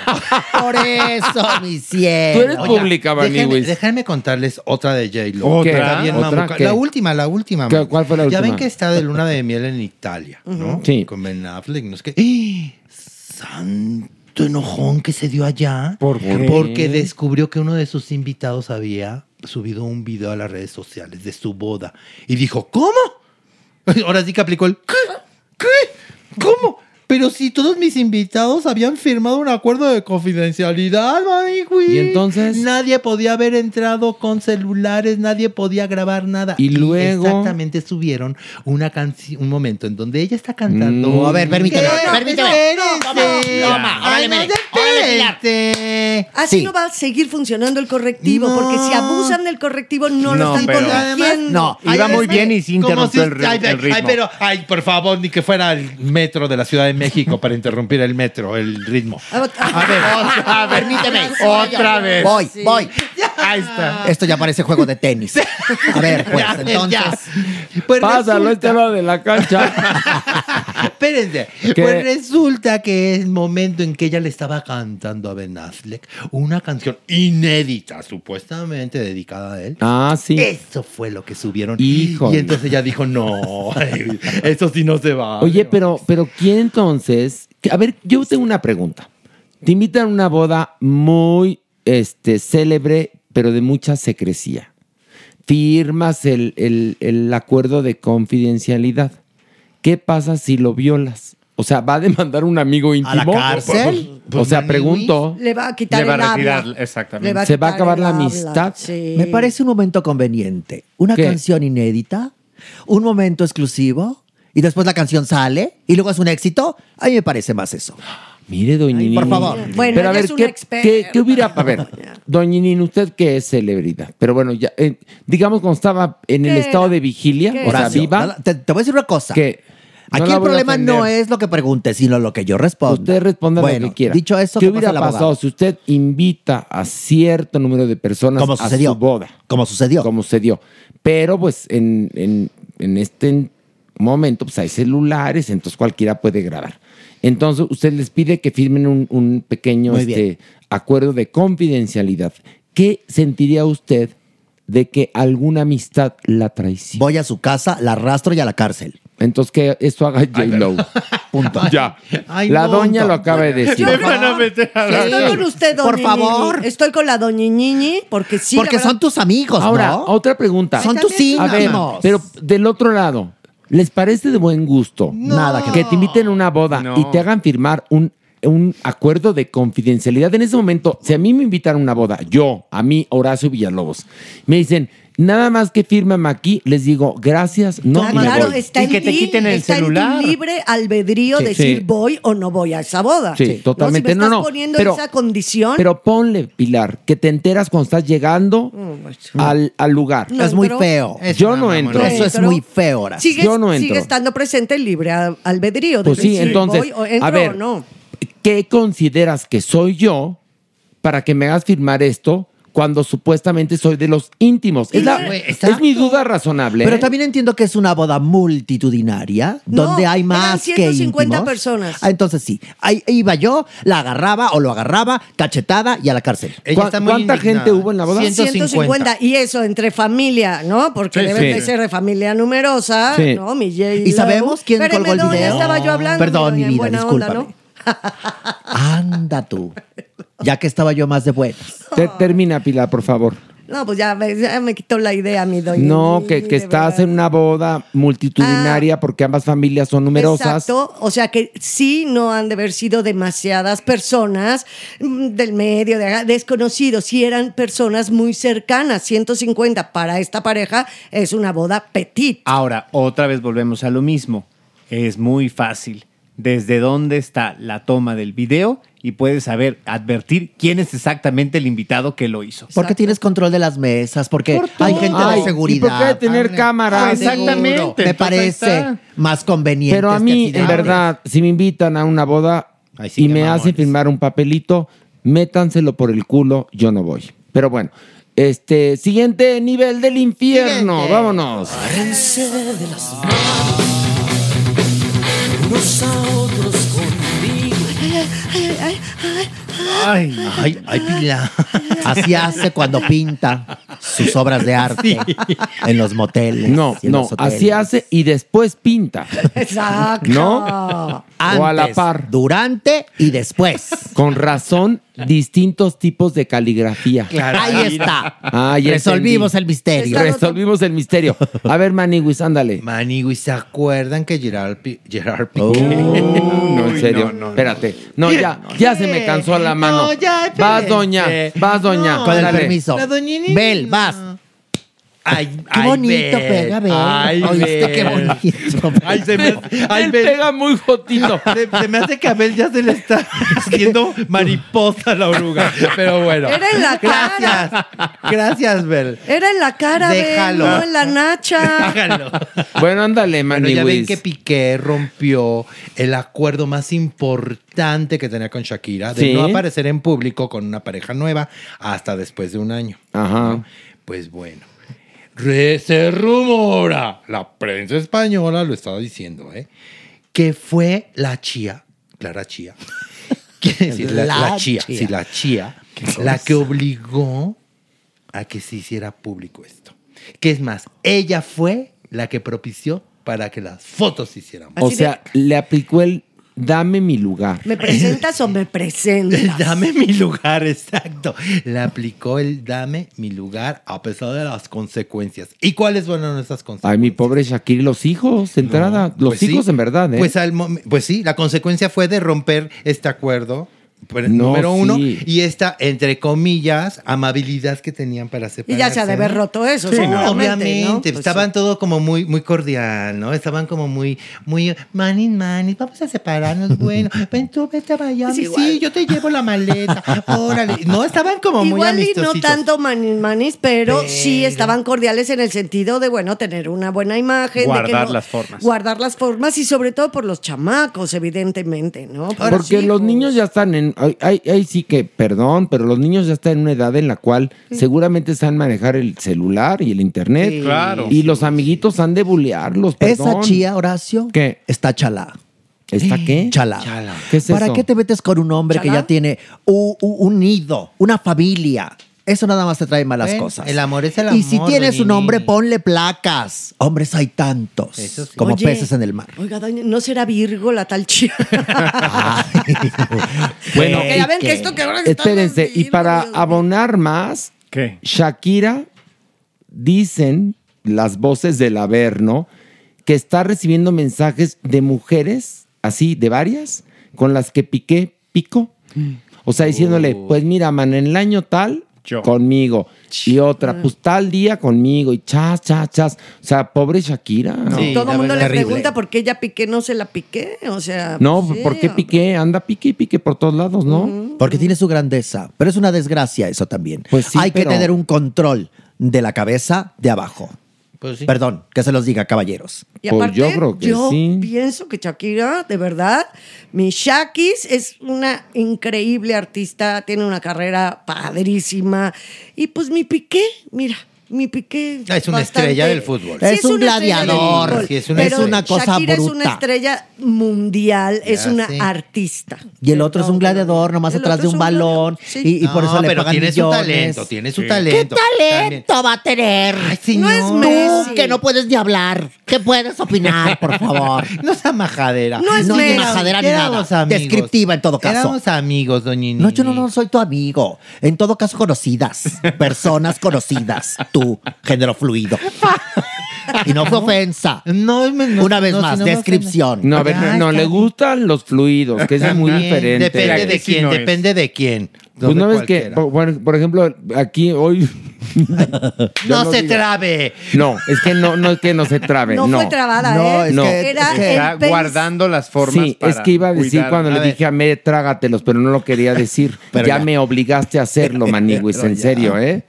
Speaker 17: Por eso, mi cielo.
Speaker 6: Déjenme, déjenme contarles otra de J-Lo.
Speaker 3: ¿Otra?
Speaker 6: que está bien
Speaker 3: ¿Otra?
Speaker 6: mamuca.
Speaker 3: ¿Qué?
Speaker 6: La última, la última.
Speaker 3: ¿Qué-
Speaker 6: mamuca.
Speaker 3: cuál fue la
Speaker 6: Ya ven
Speaker 3: última?
Speaker 6: que está de luna de miel en Italia, ¿no?
Speaker 3: Ujú. Sí.
Speaker 6: Con Ben Affleck, no es que... ¡Ah! Santo enojón que se dio allá. ¿Por
Speaker 3: qué?
Speaker 6: Porque descubrió que uno de sus invitados había subido un video a las redes sociales de su boda. Y dijo, ¿cómo? Ahora sí que aplicó el... ¿Qué? ¿Qué? ¿Cómo? Pero si todos mis invitados habían firmado un acuerdo de confidencialidad, mami, güey.
Speaker 3: ¿Y entonces?
Speaker 6: Nadie podía haber entrado con celulares, nadie podía grabar nada.
Speaker 3: Y luego-
Speaker 6: Exactamente subieron una canci- un momento en donde ella está cantando.
Speaker 17: Mm. A ver, permíteme,
Speaker 6: Pero
Speaker 17: permíteme.
Speaker 6: espérese.
Speaker 17: No, no, ma, órale,
Speaker 6: Ay, no
Speaker 17: mere,
Speaker 6: se
Speaker 17: órale, Pilar.
Speaker 6: espérese.
Speaker 5: Así no va a seguir funcionando el correctivo, porque si abusan del correctivo
Speaker 4: No,
Speaker 5: no, lo están
Speaker 4: pero-
Speaker 5: corrigiendo.
Speaker 4: No, iba muy bien y sí
Speaker 6: este, Como
Speaker 4: interrumpió
Speaker 6: si-
Speaker 4: el ri-
Speaker 6: ay,
Speaker 4: el
Speaker 6: ay,
Speaker 4: ritmo.
Speaker 6: pero, ay, por favor, ni que fuera el metro de la Ciudad de México para interrumpir el metro, el ritmo.
Speaker 17: A ver, otra vez. Permíteme.
Speaker 6: Otra vez.
Speaker 17: Voy,
Speaker 6: Sí.
Speaker 17: voy. Ahí está. Esto ya parece juego de tenis. A ver, pues,
Speaker 6: Ya,
Speaker 17: entonces.
Speaker 6: Pues
Speaker 3: Pásalo
Speaker 6: resulta-
Speaker 3: este lado de la cancha.
Speaker 6: Espérense.
Speaker 3: ¿Qué?
Speaker 6: Pues resulta que es el momento en que ella le estaba cantando a Ben Affleck una canción inédita, supuestamente dedicada a él.
Speaker 3: Ah, sí.
Speaker 6: Eso fue lo que subieron.
Speaker 3: Híjole.
Speaker 6: Y entonces ella dijo, no, eso sí no se va.
Speaker 3: Oye, pero, pero ¿quién entonces? A ver, yo tengo una pregunta. Te invitan a una boda muy este, célebre, pero de mucha secrecía. Firmas el, el- el acuerdo de confidencialidad. ¿Qué pasa si lo violas? O sea, ¿va a demandar un amigo íntimo?
Speaker 5: cárcel?
Speaker 3: O sea, pregunto.
Speaker 5: Le va a quitar el habla.
Speaker 11: exactamente.
Speaker 5: Le va a
Speaker 3: ¿Se va a
Speaker 5: quitar
Speaker 3: acabar
Speaker 5: el
Speaker 3: la
Speaker 5: habla,
Speaker 3: amistad?
Speaker 5: sí.
Speaker 16: Me parece un momento conveniente. Una
Speaker 3: ¿Qué?
Speaker 16: canción inédita, un momento exclusivo, y después la canción sale y luego es un éxito. A mí me parece más eso.
Speaker 3: Mire, doña
Speaker 16: Por favor.
Speaker 5: Bueno,
Speaker 3: Pero a
Speaker 5: ella
Speaker 3: ver,
Speaker 5: es una
Speaker 3: ¿qué,
Speaker 5: experta.
Speaker 3: qué- qué hubiera? A ver, doña Nini, usted que es celebridad, pero bueno, ya, eh, digamos cuando estaba en el
Speaker 16: ¿Qué
Speaker 3: estado
Speaker 16: era?
Speaker 3: de vigilia,
Speaker 16: ¿Qué
Speaker 3: o sea,
Speaker 16: era?
Speaker 3: viva.
Speaker 16: Te, voy a decir una cosa.
Speaker 3: Que no
Speaker 16: Aquí
Speaker 3: la
Speaker 16: el
Speaker 3: voy a
Speaker 16: problema no
Speaker 3: ofender.
Speaker 16: es lo que pregunte, sino lo que yo respondo.
Speaker 3: Usted responda
Speaker 16: bueno,
Speaker 3: lo que quiera.
Speaker 16: Dicho eso,
Speaker 3: ¿qué
Speaker 16: que pase
Speaker 3: hubiera
Speaker 16: el abogado.
Speaker 3: pasado si usted invita a cierto número de personas
Speaker 16: Como
Speaker 3: a
Speaker 16: sucedió.
Speaker 3: su boda?
Speaker 16: Como sucedió.
Speaker 3: Como sucedió. Pero pues en, en- en este momento pues hay celulares, entonces cualquiera puede grabar. Entonces usted les pide que firmen un, un pequeño
Speaker 16: Muy
Speaker 3: este,
Speaker 16: bien.
Speaker 3: acuerdo de confidencialidad. ¿Qué sentiría usted de que alguna amistad la traicione?
Speaker 16: Voy a su casa, la arrastro y a la cárcel.
Speaker 3: Entonces que esto haga J-Lo. Punto. Ya. la doña lo acaba de decir.
Speaker 5: Estoy con usted, doña
Speaker 16: Por favor.
Speaker 5: Ñiñi. Estoy con la doña Ñiñi porque sí.
Speaker 16: Porque son tus amigos,
Speaker 3: Ahora,
Speaker 16: ¿no?
Speaker 3: otra pregunta.
Speaker 16: Son tus
Speaker 3: A ver,
Speaker 16: íntimos.
Speaker 3: pero del otro lado, ¿les parece de buen gusto
Speaker 16: Nada que
Speaker 3: que te inviten a una boda
Speaker 16: No.
Speaker 3: y te hagan firmar un, un acuerdo de confidencialidad? En ese momento, si a mí me invitaron a una boda, yo, a mí, Horacio Villalobos, me dicen, nada más que firmen aquí, les digo, gracias, no
Speaker 5: Ah,
Speaker 3: y me
Speaker 5: claro,
Speaker 3: voy".
Speaker 5: está en ti, está en tu libre albedrío
Speaker 3: Sí.
Speaker 5: decir
Speaker 3: Sí.
Speaker 5: voy o no voy a esa boda.
Speaker 3: Sí, totalmente.
Speaker 5: Si me
Speaker 3: No,
Speaker 5: estás
Speaker 3: no,
Speaker 5: poniendo
Speaker 3: pero-
Speaker 5: esa condición.
Speaker 3: Pero ponle, Pilar, que te enteras cuando estás llegando
Speaker 5: Mm, pues,
Speaker 3: al, al lugar.
Speaker 5: No Es muy entro. feo.
Speaker 3: Yo no entro.
Speaker 5: Eso es muy
Speaker 16: feo
Speaker 5: sigues-
Speaker 3: Yo no
Speaker 5: sigue
Speaker 3: entro.
Speaker 5: estando presente el libre a- albedrío. de
Speaker 3: Pues sí,
Speaker 5: decir,
Speaker 3: entonces,
Speaker 5: voy o
Speaker 3: a
Speaker 5: entro
Speaker 3: ver,
Speaker 5: o no.
Speaker 3: ¿Qué consideras que soy yo para que me hagas firmar esto cuando supuestamente soy de los íntimos? Es, la- es mi duda razonable.
Speaker 16: Pero
Speaker 3: ¿eh?
Speaker 16: también entiendo que es una boda multitudinaria,
Speaker 3: No,
Speaker 16: donde hay
Speaker 3: eran
Speaker 16: más que
Speaker 3: 150
Speaker 16: íntimos.
Speaker 3: personas.
Speaker 16: Ah, entonces sí, ahí iba yo, la agarraba o lo agarraba, cachetada y a la cárcel.
Speaker 3: Ella está muy ¿Cuánta indignada. gente hubo en la boda?
Speaker 5: 150. Y eso entre familia, ¿no? Porque
Speaker 16: Sí,
Speaker 5: deben
Speaker 16: sí.
Speaker 5: de ser de familia numerosa,
Speaker 16: Sí.
Speaker 5: ¿no? Mi J.
Speaker 16: ¿Y sabemos quién
Speaker 5: Espérenme,
Speaker 16: colgó el
Speaker 5: doña,
Speaker 16: video?
Speaker 5: estaba yo hablando.
Speaker 16: Perdón,
Speaker 5: doña,
Speaker 16: mi
Speaker 5: en
Speaker 16: vida,
Speaker 5: buena onda,
Speaker 16: discúlpame. Anda tú. Ya que estaba yo más de buenas.
Speaker 3: Te- termina, Pilar, por favor.
Speaker 5: ¿no? No, pues ya me, ya me quitó la idea, mi doña.
Speaker 3: No, que, que estás en una boda multitudinaria
Speaker 16: Ah.
Speaker 3: porque ambas familias son numerosas.
Speaker 5: Exacto, o sea que sí no han de haber sido demasiadas personas mm, del medio, de acá, desconocidos, sí eran personas muy cercanas, 150 para esta pareja es una boda petit.
Speaker 4: Ahora, otra vez volvemos a lo mismo. Es muy fácil. Desde dónde está la toma del video y puedes saber, advertir quién es exactamente el invitado que lo hizo.
Speaker 16: Porque tienes control de las mesas, porque
Speaker 3: Eh,
Speaker 16: hay gente
Speaker 4: Ay,
Speaker 16: de seguridad.
Speaker 4: ¿y por qué de tener
Speaker 16: Ah,
Speaker 4: cámaras?
Speaker 16: ah,
Speaker 4: Exactamente,
Speaker 16: seguro. Me
Speaker 4: entonces Pues ahí
Speaker 16: parece
Speaker 4: está.
Speaker 16: más conveniente.
Speaker 3: Pero a
Speaker 16: este
Speaker 3: mí, en
Speaker 16: accidente.
Speaker 3: verdad, si me invitan a una boda y me hacen firmar un papelito, métanselo por el culo, yo no voy. Pero bueno, este siguiente nivel del infierno, vámonos.
Speaker 14: Agárrense de las manos, unos a otros conmigo.
Speaker 6: Ay, ay, ay, pila.
Speaker 16: Así hace cuando pinta sus obras de arte en los moteles.
Speaker 3: No,
Speaker 16: y en
Speaker 3: no,
Speaker 16: los hoteles.
Speaker 3: así hace y después pinta.
Speaker 5: Exacto.
Speaker 3: ¿No?
Speaker 16: Antes,
Speaker 3: o a la par.
Speaker 16: Durante y después.
Speaker 3: Con razón, distintos tipos de caligrafía.
Speaker 16: Claro. Ahí está.
Speaker 3: Ah, ya
Speaker 16: Resolvimos
Speaker 3: entendí.
Speaker 16: el misterio.
Speaker 3: Resolvimos el misterio. A ver, Maniwis, ándale.
Speaker 6: Maniwis, ¿se acuerdan que Gerard, Pi- Gerard Piqué?
Speaker 3: Uh,
Speaker 6: Oh.
Speaker 3: no, en serio. Espérate. No, ya, ya se me cansó la mano.
Speaker 6: No, ya,
Speaker 3: vas,
Speaker 6: espérense.
Speaker 3: doña. Vas, doña.
Speaker 6: No, Con el
Speaker 3: Dale.
Speaker 6: permiso. La
Speaker 16: Bel, vas.
Speaker 6: Ay,
Speaker 16: Qué bonito pega, Bel. Oíste, qué bonito.
Speaker 6: Ay, se me hace- ay, Bel.
Speaker 3: pega muy jotito.
Speaker 6: Se, se me hace que a Bel ya se le está haciendo mariposa la oruga. Pero bueno.
Speaker 5: Era en la
Speaker 6: Gracias. Gracias, Bel.
Speaker 5: Era en la cara, Bel,
Speaker 6: Déjalo.
Speaker 5: no en la nacha.
Speaker 3: Bueno, ándale,
Speaker 6: Bueno, ya ven
Speaker 3: Maniwis.
Speaker 6: que Piqué rompió el acuerdo más importante que tenía con Shakira de
Speaker 3: Sí.
Speaker 6: no aparecer en público con una pareja nueva hasta después de un año.
Speaker 3: Ajá.
Speaker 6: Pues bueno. Re- se rumora, la prensa española lo está diciendo, ¿eh? que fue la chía, Clara Chía, quiere decir, la,
Speaker 17: La
Speaker 6: la chía,
Speaker 17: chía.
Speaker 6: sí, la chía, la que obligó a que se hiciera público esto. Que es más, ella fue la que propició para que las fotos se hicieran.
Speaker 3: O sea, le aplicó el dame mi lugar.
Speaker 5: ¿Me presentas o me presentas?
Speaker 6: Dame mi lugar, exacto. Le aplicó el dame mi lugar a pesar de las consecuencias. ¿Y cuáles fueron esas consecuencias?
Speaker 3: Ay, mi pobre Shakira, los hijos, de entrada,
Speaker 6: No,
Speaker 3: los
Speaker 6: pues
Speaker 3: hijos
Speaker 6: sí.
Speaker 3: en verdad, ¿eh?
Speaker 6: Pues, al mom- pues sí, la consecuencia fue de romper este acuerdo. pero-
Speaker 3: No,
Speaker 6: número uno,
Speaker 3: sí.
Speaker 6: y esta, entre comillas, amabilidad que tenían para separarse.
Speaker 5: Y ya se ha de haber roto eso,
Speaker 6: Sí,
Speaker 5: seguramente,
Speaker 6: no.
Speaker 5: ¿no?
Speaker 6: Obviamente,
Speaker 5: Pues
Speaker 6: estaban todo como muy, muy cordial, ¿no? Estaban como muy, muy, man in man, y vamos a separarnos, bueno, ven tú, vete a Miami, sí, yo te llevo la maleta, órale. No, estaban como
Speaker 5: Igual
Speaker 6: muy
Speaker 5: y no
Speaker 6: amistositos.
Speaker 5: tanto manis manis, pero, sí estaban cordiales en el sentido de, bueno, tener una buena imagen. de que
Speaker 12: Guardar
Speaker 5: no-
Speaker 12: las formas.
Speaker 5: Guardar las formas y sobre todo por los chamacos, evidentemente, ¿no? Por
Speaker 3: Porque
Speaker 5: sí. pues.
Speaker 3: los niños ya están en. Ahí ahí- ahí sí que, perdón, pero los niños ya están en una edad en la cual seguramente saben manejar el celular y el internet.
Speaker 16: Sí, Claro.
Speaker 3: Y los amiguitos han de bulearlos.
Speaker 16: Esa
Speaker 3: perdón.
Speaker 16: chía, Horacio,
Speaker 3: ¿Qué?
Speaker 16: está chalá.
Speaker 3: ¿Está qué?
Speaker 16: Chalá.
Speaker 3: ¿Qué es
Speaker 16: ¿Para
Speaker 3: eso?
Speaker 16: qué te metes con un hombre que
Speaker 3: ¿Chalá?
Speaker 16: ya tiene u- u- un nido, una familia? Eso nada más te trae malas
Speaker 6: Bueno,
Speaker 16: cosas.
Speaker 6: el amor es el
Speaker 16: Y si
Speaker 6: amor,
Speaker 16: tienes un
Speaker 6: Donini.
Speaker 16: hombre, ponle placas. Hombres hay tantos, como
Speaker 5: Oye,
Speaker 16: peces en el mar.
Speaker 5: Oiga, doña, ¿no será Virgo la tal chica?
Speaker 3: Bueno,
Speaker 16: Eh,
Speaker 5: Porque ya ven que esto que ahora está
Speaker 3: Espérense, y para abonar más, Shakira dicen las voces del Averno que está recibiendo mensajes de mujeres, así, de varias, con las que piqué pico. O sea, diciéndole, pues mira, man, en el año tal, conmigo. Y otra, pues tal día conmigo. Y chas, chas, chas. O sea, pobre Shakira.
Speaker 5: todo el mundo le pregunta por qué ella piqué, no se la piqué. O sea,
Speaker 3: No,
Speaker 5: pues sí,
Speaker 3: ¿por qué piqué? Anda pique y pique por todos lados, ¿no?
Speaker 16: Porque tiene su grandeza, pero es una desgracia eso también.
Speaker 6: Pues
Speaker 16: Hay
Speaker 3: pero-
Speaker 16: que tener un control de la cabeza de abajo.
Speaker 6: Pues
Speaker 16: Perdón, que se los diga, caballeros.
Speaker 5: Y aparte, yo, pienso que Shakira, de verdad, mi Shakis es una increíble artista, tiene una carrera padrísima. Y pues mi Piqué, mira, mi Piqué.
Speaker 6: Ah, es una estrella del fútbol.
Speaker 5: Sí,
Speaker 16: Es un
Speaker 5: una estrella del
Speaker 16: gladiador,
Speaker 5: fútbol,
Speaker 16: sí, es una-
Speaker 5: pero
Speaker 16: es una cosa
Speaker 5: Shakira es una
Speaker 16: bruta.
Speaker 5: estrella mundial, es
Speaker 16: Ya
Speaker 5: una
Speaker 16: sé.
Speaker 5: artista.
Speaker 16: Y el otro es un gladiador, nomás
Speaker 5: El
Speaker 16: atrás
Speaker 5: otro
Speaker 16: de
Speaker 5: es
Speaker 16: un
Speaker 5: un
Speaker 16: balón.
Speaker 5: sí.
Speaker 16: Y, y por
Speaker 6: No,
Speaker 16: eso le
Speaker 6: pero
Speaker 16: pagan
Speaker 6: tiene su
Speaker 16: millones.
Speaker 6: talento, tiene su Sí. talento.
Speaker 17: ¿Qué talento va a tener?
Speaker 6: señor.
Speaker 17: No
Speaker 6: No es
Speaker 17: es tú, que no puedes ni hablar. ¿Qué puedes opinar, por favor?
Speaker 6: No sea majadera.
Speaker 17: No es No es ni mera.
Speaker 16: majadera ni
Speaker 6: Éramos
Speaker 16: nada.
Speaker 6: amigos.
Speaker 16: Descriptiva en todo caso.
Speaker 6: Éramos amigos, doñini.
Speaker 16: No, yo no, no soy tu amigo. En todo caso, conocidas. Personas conocidas. Tú, género fluido. Y no fue ofensa. Una vez
Speaker 6: no,
Speaker 16: más,
Speaker 6: si no me
Speaker 16: descripción.
Speaker 3: No, a ver, no, le gustan los fluidos, que es muy
Speaker 6: También,
Speaker 3: diferente.
Speaker 6: Depende de quién, depende de quién.
Speaker 3: Pues
Speaker 6: de
Speaker 3: no ves que,
Speaker 6: cualquiera.
Speaker 3: por, bueno, por ejemplo, aquí hoy.
Speaker 6: No
Speaker 3: Yo
Speaker 6: se
Speaker 3: digo.
Speaker 6: trabe.
Speaker 3: No, es que no, no es que no se trabe.
Speaker 5: No
Speaker 3: No,
Speaker 5: fue trabada,
Speaker 3: no,
Speaker 5: ¿eh?
Speaker 3: no.
Speaker 5: Era
Speaker 12: Está
Speaker 5: el pens-
Speaker 12: guardando las formas.
Speaker 3: Sí,
Speaker 12: para
Speaker 3: es que iba a decir
Speaker 12: cuidar.
Speaker 3: cuando
Speaker 12: A
Speaker 3: le
Speaker 12: ver.
Speaker 3: dije a Mere, trágatelos, pero no lo quería decir.
Speaker 12: Pero
Speaker 3: ya,
Speaker 12: ya.
Speaker 3: me obligaste a hacerlo, Maniguis, en serio, ¿eh?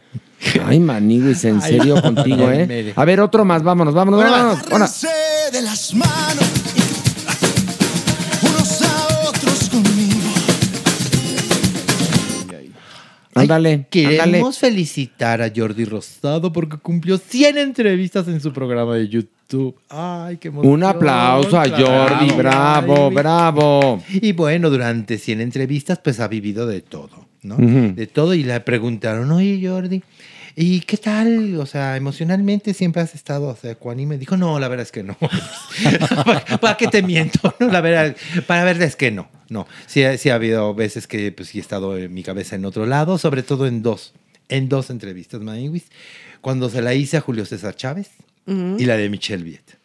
Speaker 3: Ay, Maniguis, en
Speaker 2: Ay,
Speaker 3: serio contigo,
Speaker 2: Mere.
Speaker 3: ¿eh? A ver, otro más, vámonos, vámonos, vámonos. ahora.
Speaker 2: Agárrense de las manos, unos a otros conmigo.
Speaker 3: Ándale,
Speaker 6: Queremos
Speaker 3: ándale.
Speaker 6: felicitar a Jordi Rosado porque cumplió 100 entrevistas en su programa de YouTube. Ay, qué emoción.
Speaker 3: Un aplauso a Jordi, bravo,
Speaker 6: Ay,
Speaker 3: bravo.
Speaker 6: Y bueno, durante 100 entrevistas, pues ha vivido de todo, ¿no?
Speaker 3: Ujú.
Speaker 6: De todo. Y le preguntaron, oye, Jordi, ¿y qué tal? O sea, emocionalmente siempre has estado o sea, ecuánime. Dijo, no, la verdad es que no. ¿Para, para qué te miento? No, la verdad, para verdad es que no. No, sí, ha- sí ha habido veces que pues, sí he estado en mi cabeza en otro lado, sobre todo en dos, en dos entrevistas, Maniwis, cuando se la hice a Julio César Chávez
Speaker 5: Ujú.
Speaker 6: y la de Michelle Viet.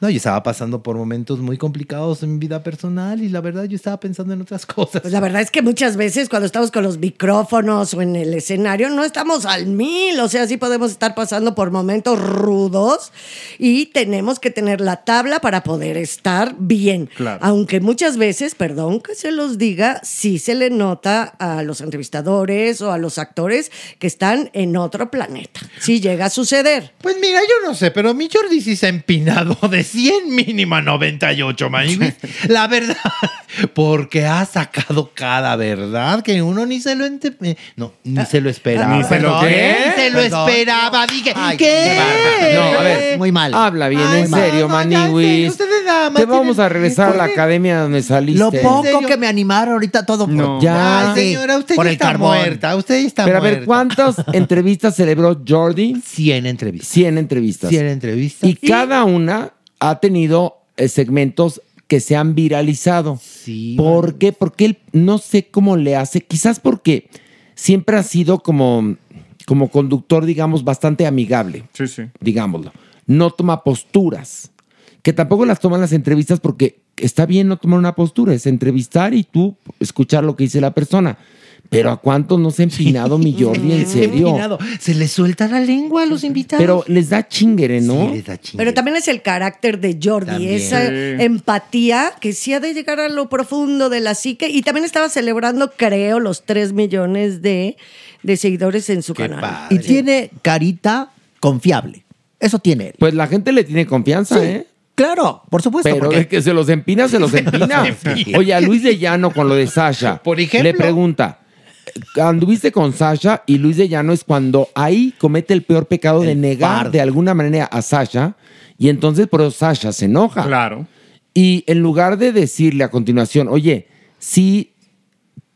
Speaker 6: No, yo estaba pasando por momentos muy complicados en mi vida personal y la verdad yo estaba pensando en otras cosas.
Speaker 5: Pues la verdad es que muchas veces cuando estamos con los micrófonos o en el escenario no estamos al mil, o sea, sí podemos estar pasando por momentos rudos y tenemos que tener la tabla para poder estar bien.
Speaker 18: Claro.
Speaker 5: Aunque muchas veces, perdón que se los diga, sí se le nota a los entrevistadores o a los actores que están en otro planeta. Sí llega a suceder.
Speaker 6: Pues mira, yo no sé, pero mi Jordi sí se ha empinado de 100 mínima 98, Maniwis. La verdad, porque ha sacado cada verdad que uno ni se lo ente- eh, No, ni se lo esperaba.
Speaker 3: Ni se lo-
Speaker 6: Perdón,
Speaker 3: ¿qué?
Speaker 6: ni se lo
Speaker 3: Perdón.
Speaker 6: esperaba. Dije,
Speaker 3: qué
Speaker 6: ¿qué?
Speaker 3: bárbaro. No, a ver, muy mal. Habla bien, en serio, Maniwis.
Speaker 6: Ustedes nada más
Speaker 3: Te vamos a regresar a la academia donde saliste.
Speaker 16: Lo poco que me animaron ahorita todo por,
Speaker 3: No. Ya.
Speaker 16: Ay,
Speaker 6: señora, usted
Speaker 16: por
Speaker 6: ya
Speaker 16: el
Speaker 6: está
Speaker 16: carbón.
Speaker 6: muerta. Usted ya está
Speaker 3: Pero a
Speaker 6: muerta.
Speaker 3: ver, ¿cuántas entrevistas celebró Jordi?
Speaker 6: 100 entrevistas.
Speaker 3: 100 entrevistas.
Speaker 6: 100 entrevistas.
Speaker 3: Y, cada una ha tenido eh, segmentos que se han viralizado. ¿Por qué? Porque él no sé cómo le hace. Quizás porque siempre ha sido como, como conductor, digamos, bastante amigable.
Speaker 11: Sí, sí.
Speaker 3: digámoslo. No toma posturas. Que tampoco las toman las entrevistas porque está bien no tomar una postura, es entrevistar y tú escuchar lo que dice la persona. Pero ¿a cuántos no se ha empinado mi Jordi? En serio.
Speaker 6: Empinado. Se le suelta la lengua a los invitados.
Speaker 3: Pero les da chingere, ¿no?
Speaker 5: Pero también es el carácter de Jordi,
Speaker 3: También.
Speaker 5: esa
Speaker 3: Sí.
Speaker 5: empatía que sí ha de llegar a lo profundo de la psique. Y también estaba celebrando, creo, los 3 millones de, de seguidores en su canal.
Speaker 16: Y tiene carita confiable. Eso tiene él.
Speaker 3: Pues la gente le tiene confianza,
Speaker 16: Sí,
Speaker 3: ¿eh?
Speaker 16: Claro, por supuesto.
Speaker 3: Pero
Speaker 16: porque-
Speaker 3: de que se los empina, se los empina. Oye, a Luis de Llano con lo de Sasha. Por
Speaker 16: ejemplo.
Speaker 3: Le pregunta, anduviste con Sasha y Luis de Llano es cuando ahí comete el peor pecado de negar de alguna manera a Sasha y entonces por eso Sasha se enoja. Claro. Y en lugar de decirle a continuación, oye, si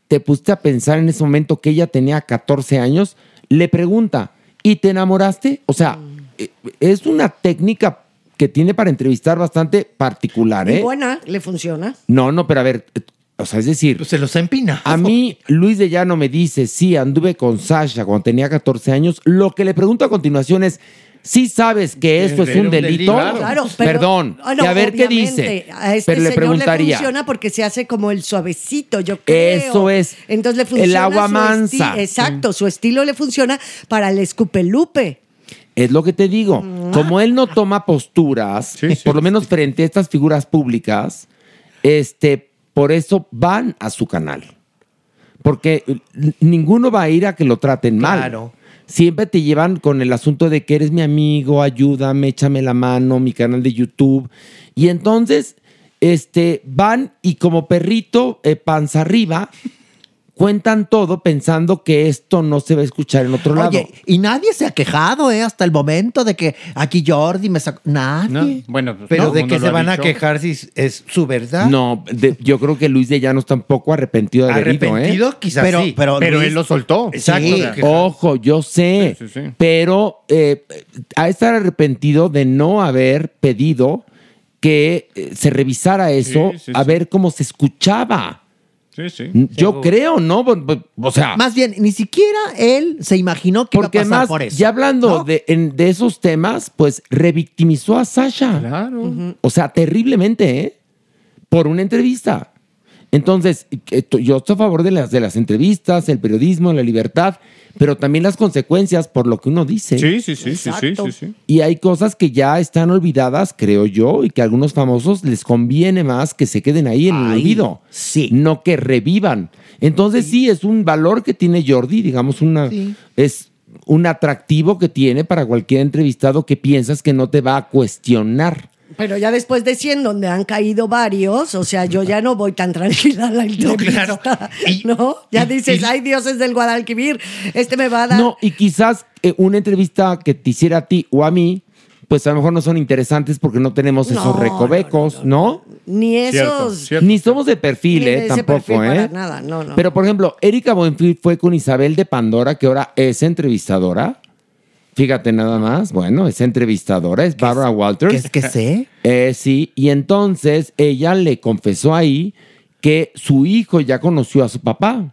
Speaker 3: te pusiste a pensar en ese momento que ella tenía 14 años, le pregunta, ¿y te enamoraste? O sea,
Speaker 5: Mm.
Speaker 3: eh, es una técnica que tiene para entrevistar bastante particular,
Speaker 5: Y
Speaker 3: ¿eh?
Speaker 5: buena, le funciona.
Speaker 3: No, no, pero a ver, eh, o sea, es decir...
Speaker 16: Pues
Speaker 5: Pues,
Speaker 6: se los empina.
Speaker 3: A mí, Luis de Llano me dice, sí, anduve con Sasha cuando tenía 14 años. Lo que le pregunto a continuación es, ¿sí sabes que esto es
Speaker 5: Pero
Speaker 3: un delito?
Speaker 5: Claro, pero-
Speaker 3: Perdón,
Speaker 5: Ah, no,
Speaker 3: y a ver qué
Speaker 5: obviamente,
Speaker 3: dice.
Speaker 5: A este
Speaker 3: pero le
Speaker 5: señor le
Speaker 3: preguntaría...
Speaker 5: funciona porque se hace como el suavecito, yo creo.
Speaker 3: Eso es.
Speaker 5: Entonces le
Speaker 3: El
Speaker 5: funciona.
Speaker 3: agua
Speaker 5: su
Speaker 3: mansa.
Speaker 5: esti- Exacto, su estilo le funciona para el escupelupe.
Speaker 3: Es lo que te digo. Como él no toma posturas, por lo menos frente a estas figuras públicas, este, por eso van a su canal. Porque eh, ninguno va a ir a que lo traten mal.
Speaker 6: Claro.
Speaker 3: Siempre te llevan con el asunto de que eres mi amigo, ayúdame, échame la mano, mi canal de YouTube. Y entonces, este, van y como perrito, eh, panza arriba, cuentan todo pensando que esto no se va a escuchar en otro lado.
Speaker 16: Oye, y nadie se ha quejado, ¿eh? Hasta el momento de que aquí Jordi me sacó. Nadie.
Speaker 11: Bueno,
Speaker 6: Pero
Speaker 3: todo
Speaker 6: de
Speaker 3: el
Speaker 6: que
Speaker 3: pues, mundo lo
Speaker 6: se
Speaker 3: ha
Speaker 6: van a
Speaker 3: dicho.
Speaker 6: quejar si es- es su verdad.
Speaker 3: No, de- yo creo que Luis de Llanos tampoco arrepentido de haber ido, ¿eh?
Speaker 6: Arrepentido, quizás Pero- sí. Oh. pero Pero Luis- él lo soltó. Exacto.
Speaker 3: Sí.
Speaker 6: O sea, que-
Speaker 3: Ojo, yo sé.
Speaker 6: Sí, sí, sí.
Speaker 3: Pero eh, a estar arrepentido de no haber pedido que eh, se revisara eso,
Speaker 11: Sí, sí,
Speaker 3: a
Speaker 11: sí.
Speaker 3: ver cómo se escuchaba.
Speaker 11: Sí, sí.
Speaker 3: Yo creo, ¿no? Bo- bo- O sea.
Speaker 16: Más bien, ni siquiera él se imaginó que
Speaker 3: Porque
Speaker 16: iba a pasar
Speaker 3: además,
Speaker 16: por eso.
Speaker 3: ya hablando de, en- de esos temas, pues revictimizó a Sasha.
Speaker 11: Claro.
Speaker 3: O sea, terriblemente, ¿eh? Por una entrevista. Entonces, que to- yo estoy a favor de las, de las entrevistas, el periodismo, la libertad, pero también las consecuencias por lo que uno dice.
Speaker 11: Sí, sí, sí, sí, sí, sí, sí.
Speaker 3: Y hay cosas que ya están olvidadas, creo yo, y que a algunos famosos les conviene más que se queden ahí en el olvido. Sí. No que revivan. Entonces, sí, es un valor que tiene Jordi, digamos, una.
Speaker 6: Sí.
Speaker 3: Es un atractivo que tiene para cualquier entrevistado que piensas que no te va a cuestionar.
Speaker 5: Pero ya después de 100, donde han caído varios, o sea, yo ya no voy tan tranquila a la entrevista. No, Ya dices, ay, Dios es del Guadalquivir, este me va a dar.
Speaker 3: No, y quizás eh, una entrevista que te hiciera a ti o a mí, pues a lo mejor no son interesantes porque no tenemos
Speaker 5: No,
Speaker 3: esos recovecos, ¿no?
Speaker 5: Ni esos.
Speaker 3: Ni somos de perfil,
Speaker 5: ni
Speaker 3: ¿eh?
Speaker 5: de ese perfil
Speaker 3: Tampoco,
Speaker 5: para
Speaker 3: ¿eh?
Speaker 5: nada, no, no.
Speaker 3: Pero, por ejemplo, Erika Buenfil fue con Isabel de Pandora, que ahora es entrevistadora. Fíjate nada más, bueno, es entrevistadora, es Barbara Walters.
Speaker 16: ¿Qué pues, es que sé?
Speaker 3: Eh, sí, y entonces ella le confesó ahí que su hijo ya conoció a su papá.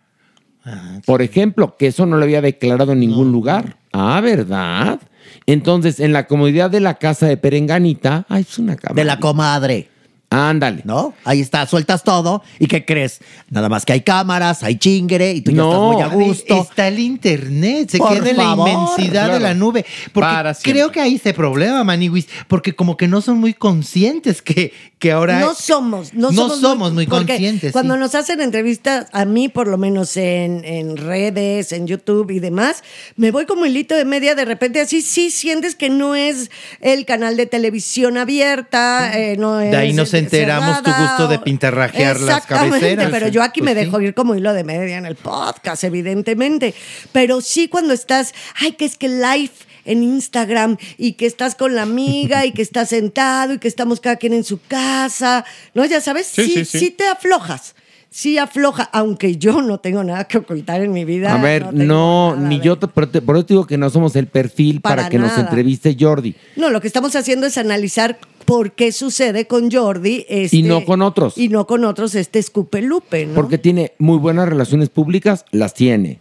Speaker 3: Por ejemplo, que eso Ah, no lo había declarado en ningún lugar. Ah, ¿verdad? Entonces, en la comodidad de la casa de Perenganita, ay, es una cama.
Speaker 16: De la comadre.
Speaker 3: Ándale.
Speaker 16: ¿No? Ahí está, sueltas todo. ¿Y qué crees? Nada más que hay cámaras, hay chingre y tú ya estás muy a gusto.
Speaker 6: Está el internet, se
Speaker 16: Por
Speaker 6: queda en la
Speaker 16: favor.
Speaker 6: inmensidad
Speaker 16: Claro.
Speaker 6: de la nube. Porque
Speaker 16: Para
Speaker 6: creo que ahí se problema, Maniwis, porque como que no son muy conscientes que, que ahora.
Speaker 5: No somos, no, somos,
Speaker 6: muy,
Speaker 5: porque
Speaker 6: conscientes.
Speaker 5: Cuando
Speaker 6: sí.
Speaker 5: nos hacen entrevistas, a mí por lo menos en, en redes, en YouTube y demás, me voy como hilito de media, de repente así sí sientes que no es el canal de televisión abierta, eh, no
Speaker 6: De ahí
Speaker 5: es
Speaker 6: nos enteramos tu
Speaker 5: cerrada,
Speaker 6: gusto de
Speaker 5: o-
Speaker 6: pintarrajear las
Speaker 5: Exactamente,
Speaker 6: cabeceras.
Speaker 5: pero yo aquí
Speaker 6: Pues
Speaker 5: me
Speaker 6: sí.
Speaker 5: dejo ir como hilo de media en el podcast, evidentemente. Pero sí cuando estás, ay, que es que live en Instagram y que estás con la amiga y que estás sentado y que estamos cada quien en su casa, ¿no? Ya sabes, sí,
Speaker 11: Sí,
Speaker 5: sí,
Speaker 11: sí, sí.
Speaker 5: te aflojas. sí afloja, aunque yo no tengo nada que ocultar en mi vida.
Speaker 3: A ver, no, ni yo, te- pero te- por eso te digo que no somos el perfil para,
Speaker 5: Para
Speaker 3: que nos
Speaker 5: nada.
Speaker 3: entreviste Jordi.
Speaker 5: No, lo que estamos haciendo es analizar por qué sucede con Jordi. Este,
Speaker 3: Y no con otros.
Speaker 5: Y no con otros este escupelupe, ¿no?
Speaker 3: Porque tiene muy buenas relaciones públicas, las tiene.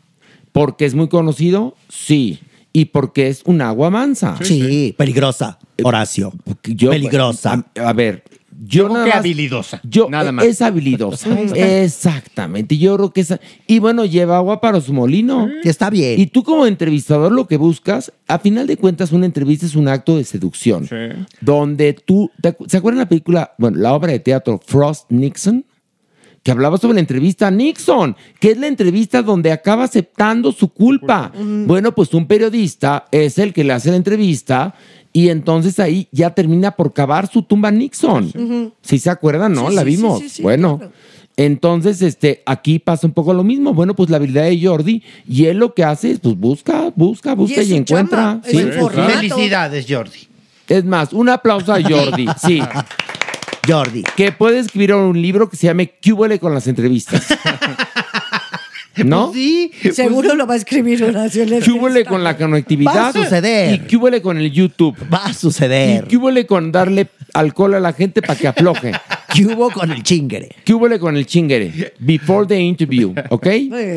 Speaker 3: Porque es muy conocido, sí. Y porque es un agua mansa. Sí,
Speaker 16: peligrosa, Horacio. Peligrosa.
Speaker 3: pues, A, a ver, yo nada
Speaker 16: que
Speaker 3: más-
Speaker 16: habilidosa,
Speaker 3: Yo,
Speaker 16: nada
Speaker 3: eh,
Speaker 16: más.
Speaker 3: Es habilidosa.
Speaker 16: Ahí está.
Speaker 3: Exactamente. Yo creo que esa. Y bueno, lleva agua para su molino.
Speaker 16: Está bien.
Speaker 3: Y tú, como entrevistador, lo que buscas, a final de cuentas, una entrevista es un acto de seducción. Donde tú. ¿te acu- ¿Se acuerdan la película? Bueno, la obra de teatro Frost Nixon que hablaba sobre la entrevista a Nixon, que es la entrevista donde acaba aceptando su culpa.
Speaker 7: Ujú.
Speaker 3: Bueno, pues un periodista es el que le hace la entrevista y entonces ahí ya termina por cavar su tumba Nixon.
Speaker 7: Ujú.
Speaker 3: Si se acuerdan, ¿no?
Speaker 7: Sí,
Speaker 3: la
Speaker 7: sí, sí,
Speaker 3: vimos.
Speaker 7: sí, sí,
Speaker 3: bueno.
Speaker 7: claro.
Speaker 3: Entonces, este, aquí pasa un poco lo mismo. Bueno, pues la habilidad de Jordi y él lo que hace es, pues busca, busca, busca
Speaker 6: es
Speaker 3: y,
Speaker 6: su
Speaker 3: encuentra.
Speaker 6: chamba, es su formato. Felicidades,
Speaker 3: Jordi. Es más, un aplauso a Jordi. Sí.
Speaker 16: Jordi.
Speaker 3: Que puede escribir un libro que se llame ¿Qué huele con las entrevistas? ¿No?
Speaker 5: Pues Sí, seguro lo va a escribir Horacio. en el-
Speaker 3: ¿Qué huele pues con la conectividad?
Speaker 5: Va a suceder.
Speaker 3: ¿Y qué huele con el YouTube?
Speaker 16: Va a suceder.
Speaker 3: ¿Y qué huele con darle alcohol a la gente para que afloje?
Speaker 16: ¿Qué hubo con el chingere?
Speaker 3: ¿Qué huele con el chingere? Before the interview, ¿ok?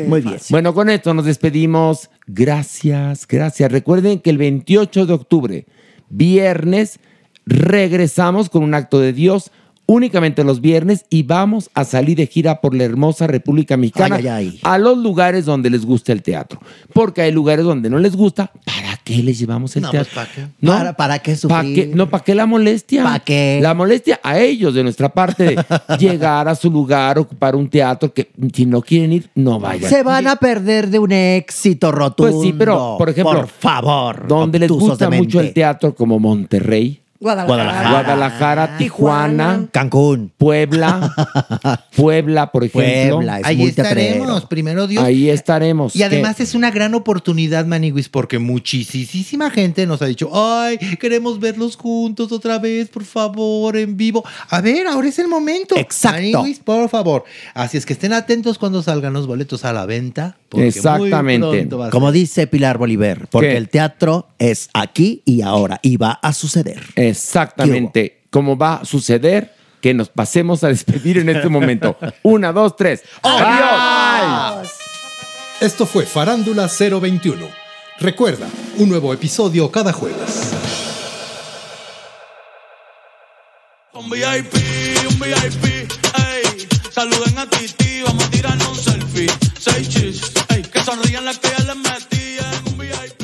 Speaker 16: Muy bien.
Speaker 3: Bueno, con esto nos despedimos. Gracias, gracias. Recuerden que el 28 de octubre, viernes, regresamos con un acto de Dios únicamente los viernes y vamos a salir de gira por la hermosa República Mexicana
Speaker 16: Ay, ay, ay.
Speaker 3: a los lugares donde les gusta el teatro. Porque hay lugares donde no les gusta, ¿para qué les llevamos el
Speaker 16: No,
Speaker 3: teatro?
Speaker 16: pues, ¿para qué?
Speaker 3: ¿No?
Speaker 16: ¿Para- para qué
Speaker 3: ¿Para
Speaker 16: sufrir?
Speaker 3: No, ¿para qué la molestia? ¿Para qué? La molestia a ellos de nuestra parte de llegar a su lugar, ocupar un teatro que si no quieren ir, no vayan.
Speaker 16: Se van a perder de un éxito rotundo.
Speaker 3: Pues sí, pero, por ejemplo,
Speaker 16: Por favor.
Speaker 3: donde les
Speaker 16: obtusos
Speaker 3: gusta
Speaker 16: de mente.
Speaker 3: mucho el teatro como Monterrey,
Speaker 16: Guadalajara.
Speaker 3: Guadalajara, Tijuana,
Speaker 16: Cancún,
Speaker 3: Puebla, Puebla, por ejemplo.
Speaker 16: Puebla,
Speaker 6: Ahí estaremos, primero Dios.
Speaker 3: Ahí estaremos.
Speaker 6: Y además es una gran oportunidad, Maniguis, porque muchísima gente nos ha dicho, ay, queremos verlos juntos otra vez, por favor, en vivo. A ver, ahora es el momento. Exacto. Maniguis, por favor. Así es que estén atentos cuando salgan los boletos a la venta. porque muy pronto va a
Speaker 16: Como
Speaker 6: ser.
Speaker 16: dice Pilar Bolívar, porque
Speaker 6: ¿Qué?
Speaker 16: el teatro es aquí y ahora y va a suceder.
Speaker 3: Exactamente. Como va a suceder que nos pasemos a despedir en este momento. Una, dos, tres. ¡Adiós!
Speaker 18: Esto fue Farándula 021. Recuerda, un nuevo episodio cada jueves.
Speaker 19: Un VIP, un VIP, ey. Saluden a Titi, vamos a tirarnos un selfie. Seis chis, ey. Que sonrían las que ya les metían. Un VIP.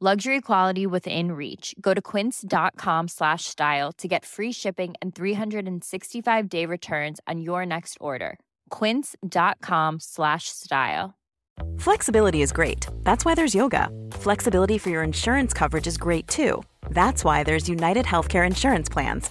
Speaker 20: Luxury quality within reach. Go to quince.com slash style to get free shipping and 365 day returns on your next order. Quince.com slash style.
Speaker 21: Flexibility is great. That's why there's yoga. Flexibility for your insurance coverage is great too. That's why there's United Healthcare Insurance Plans.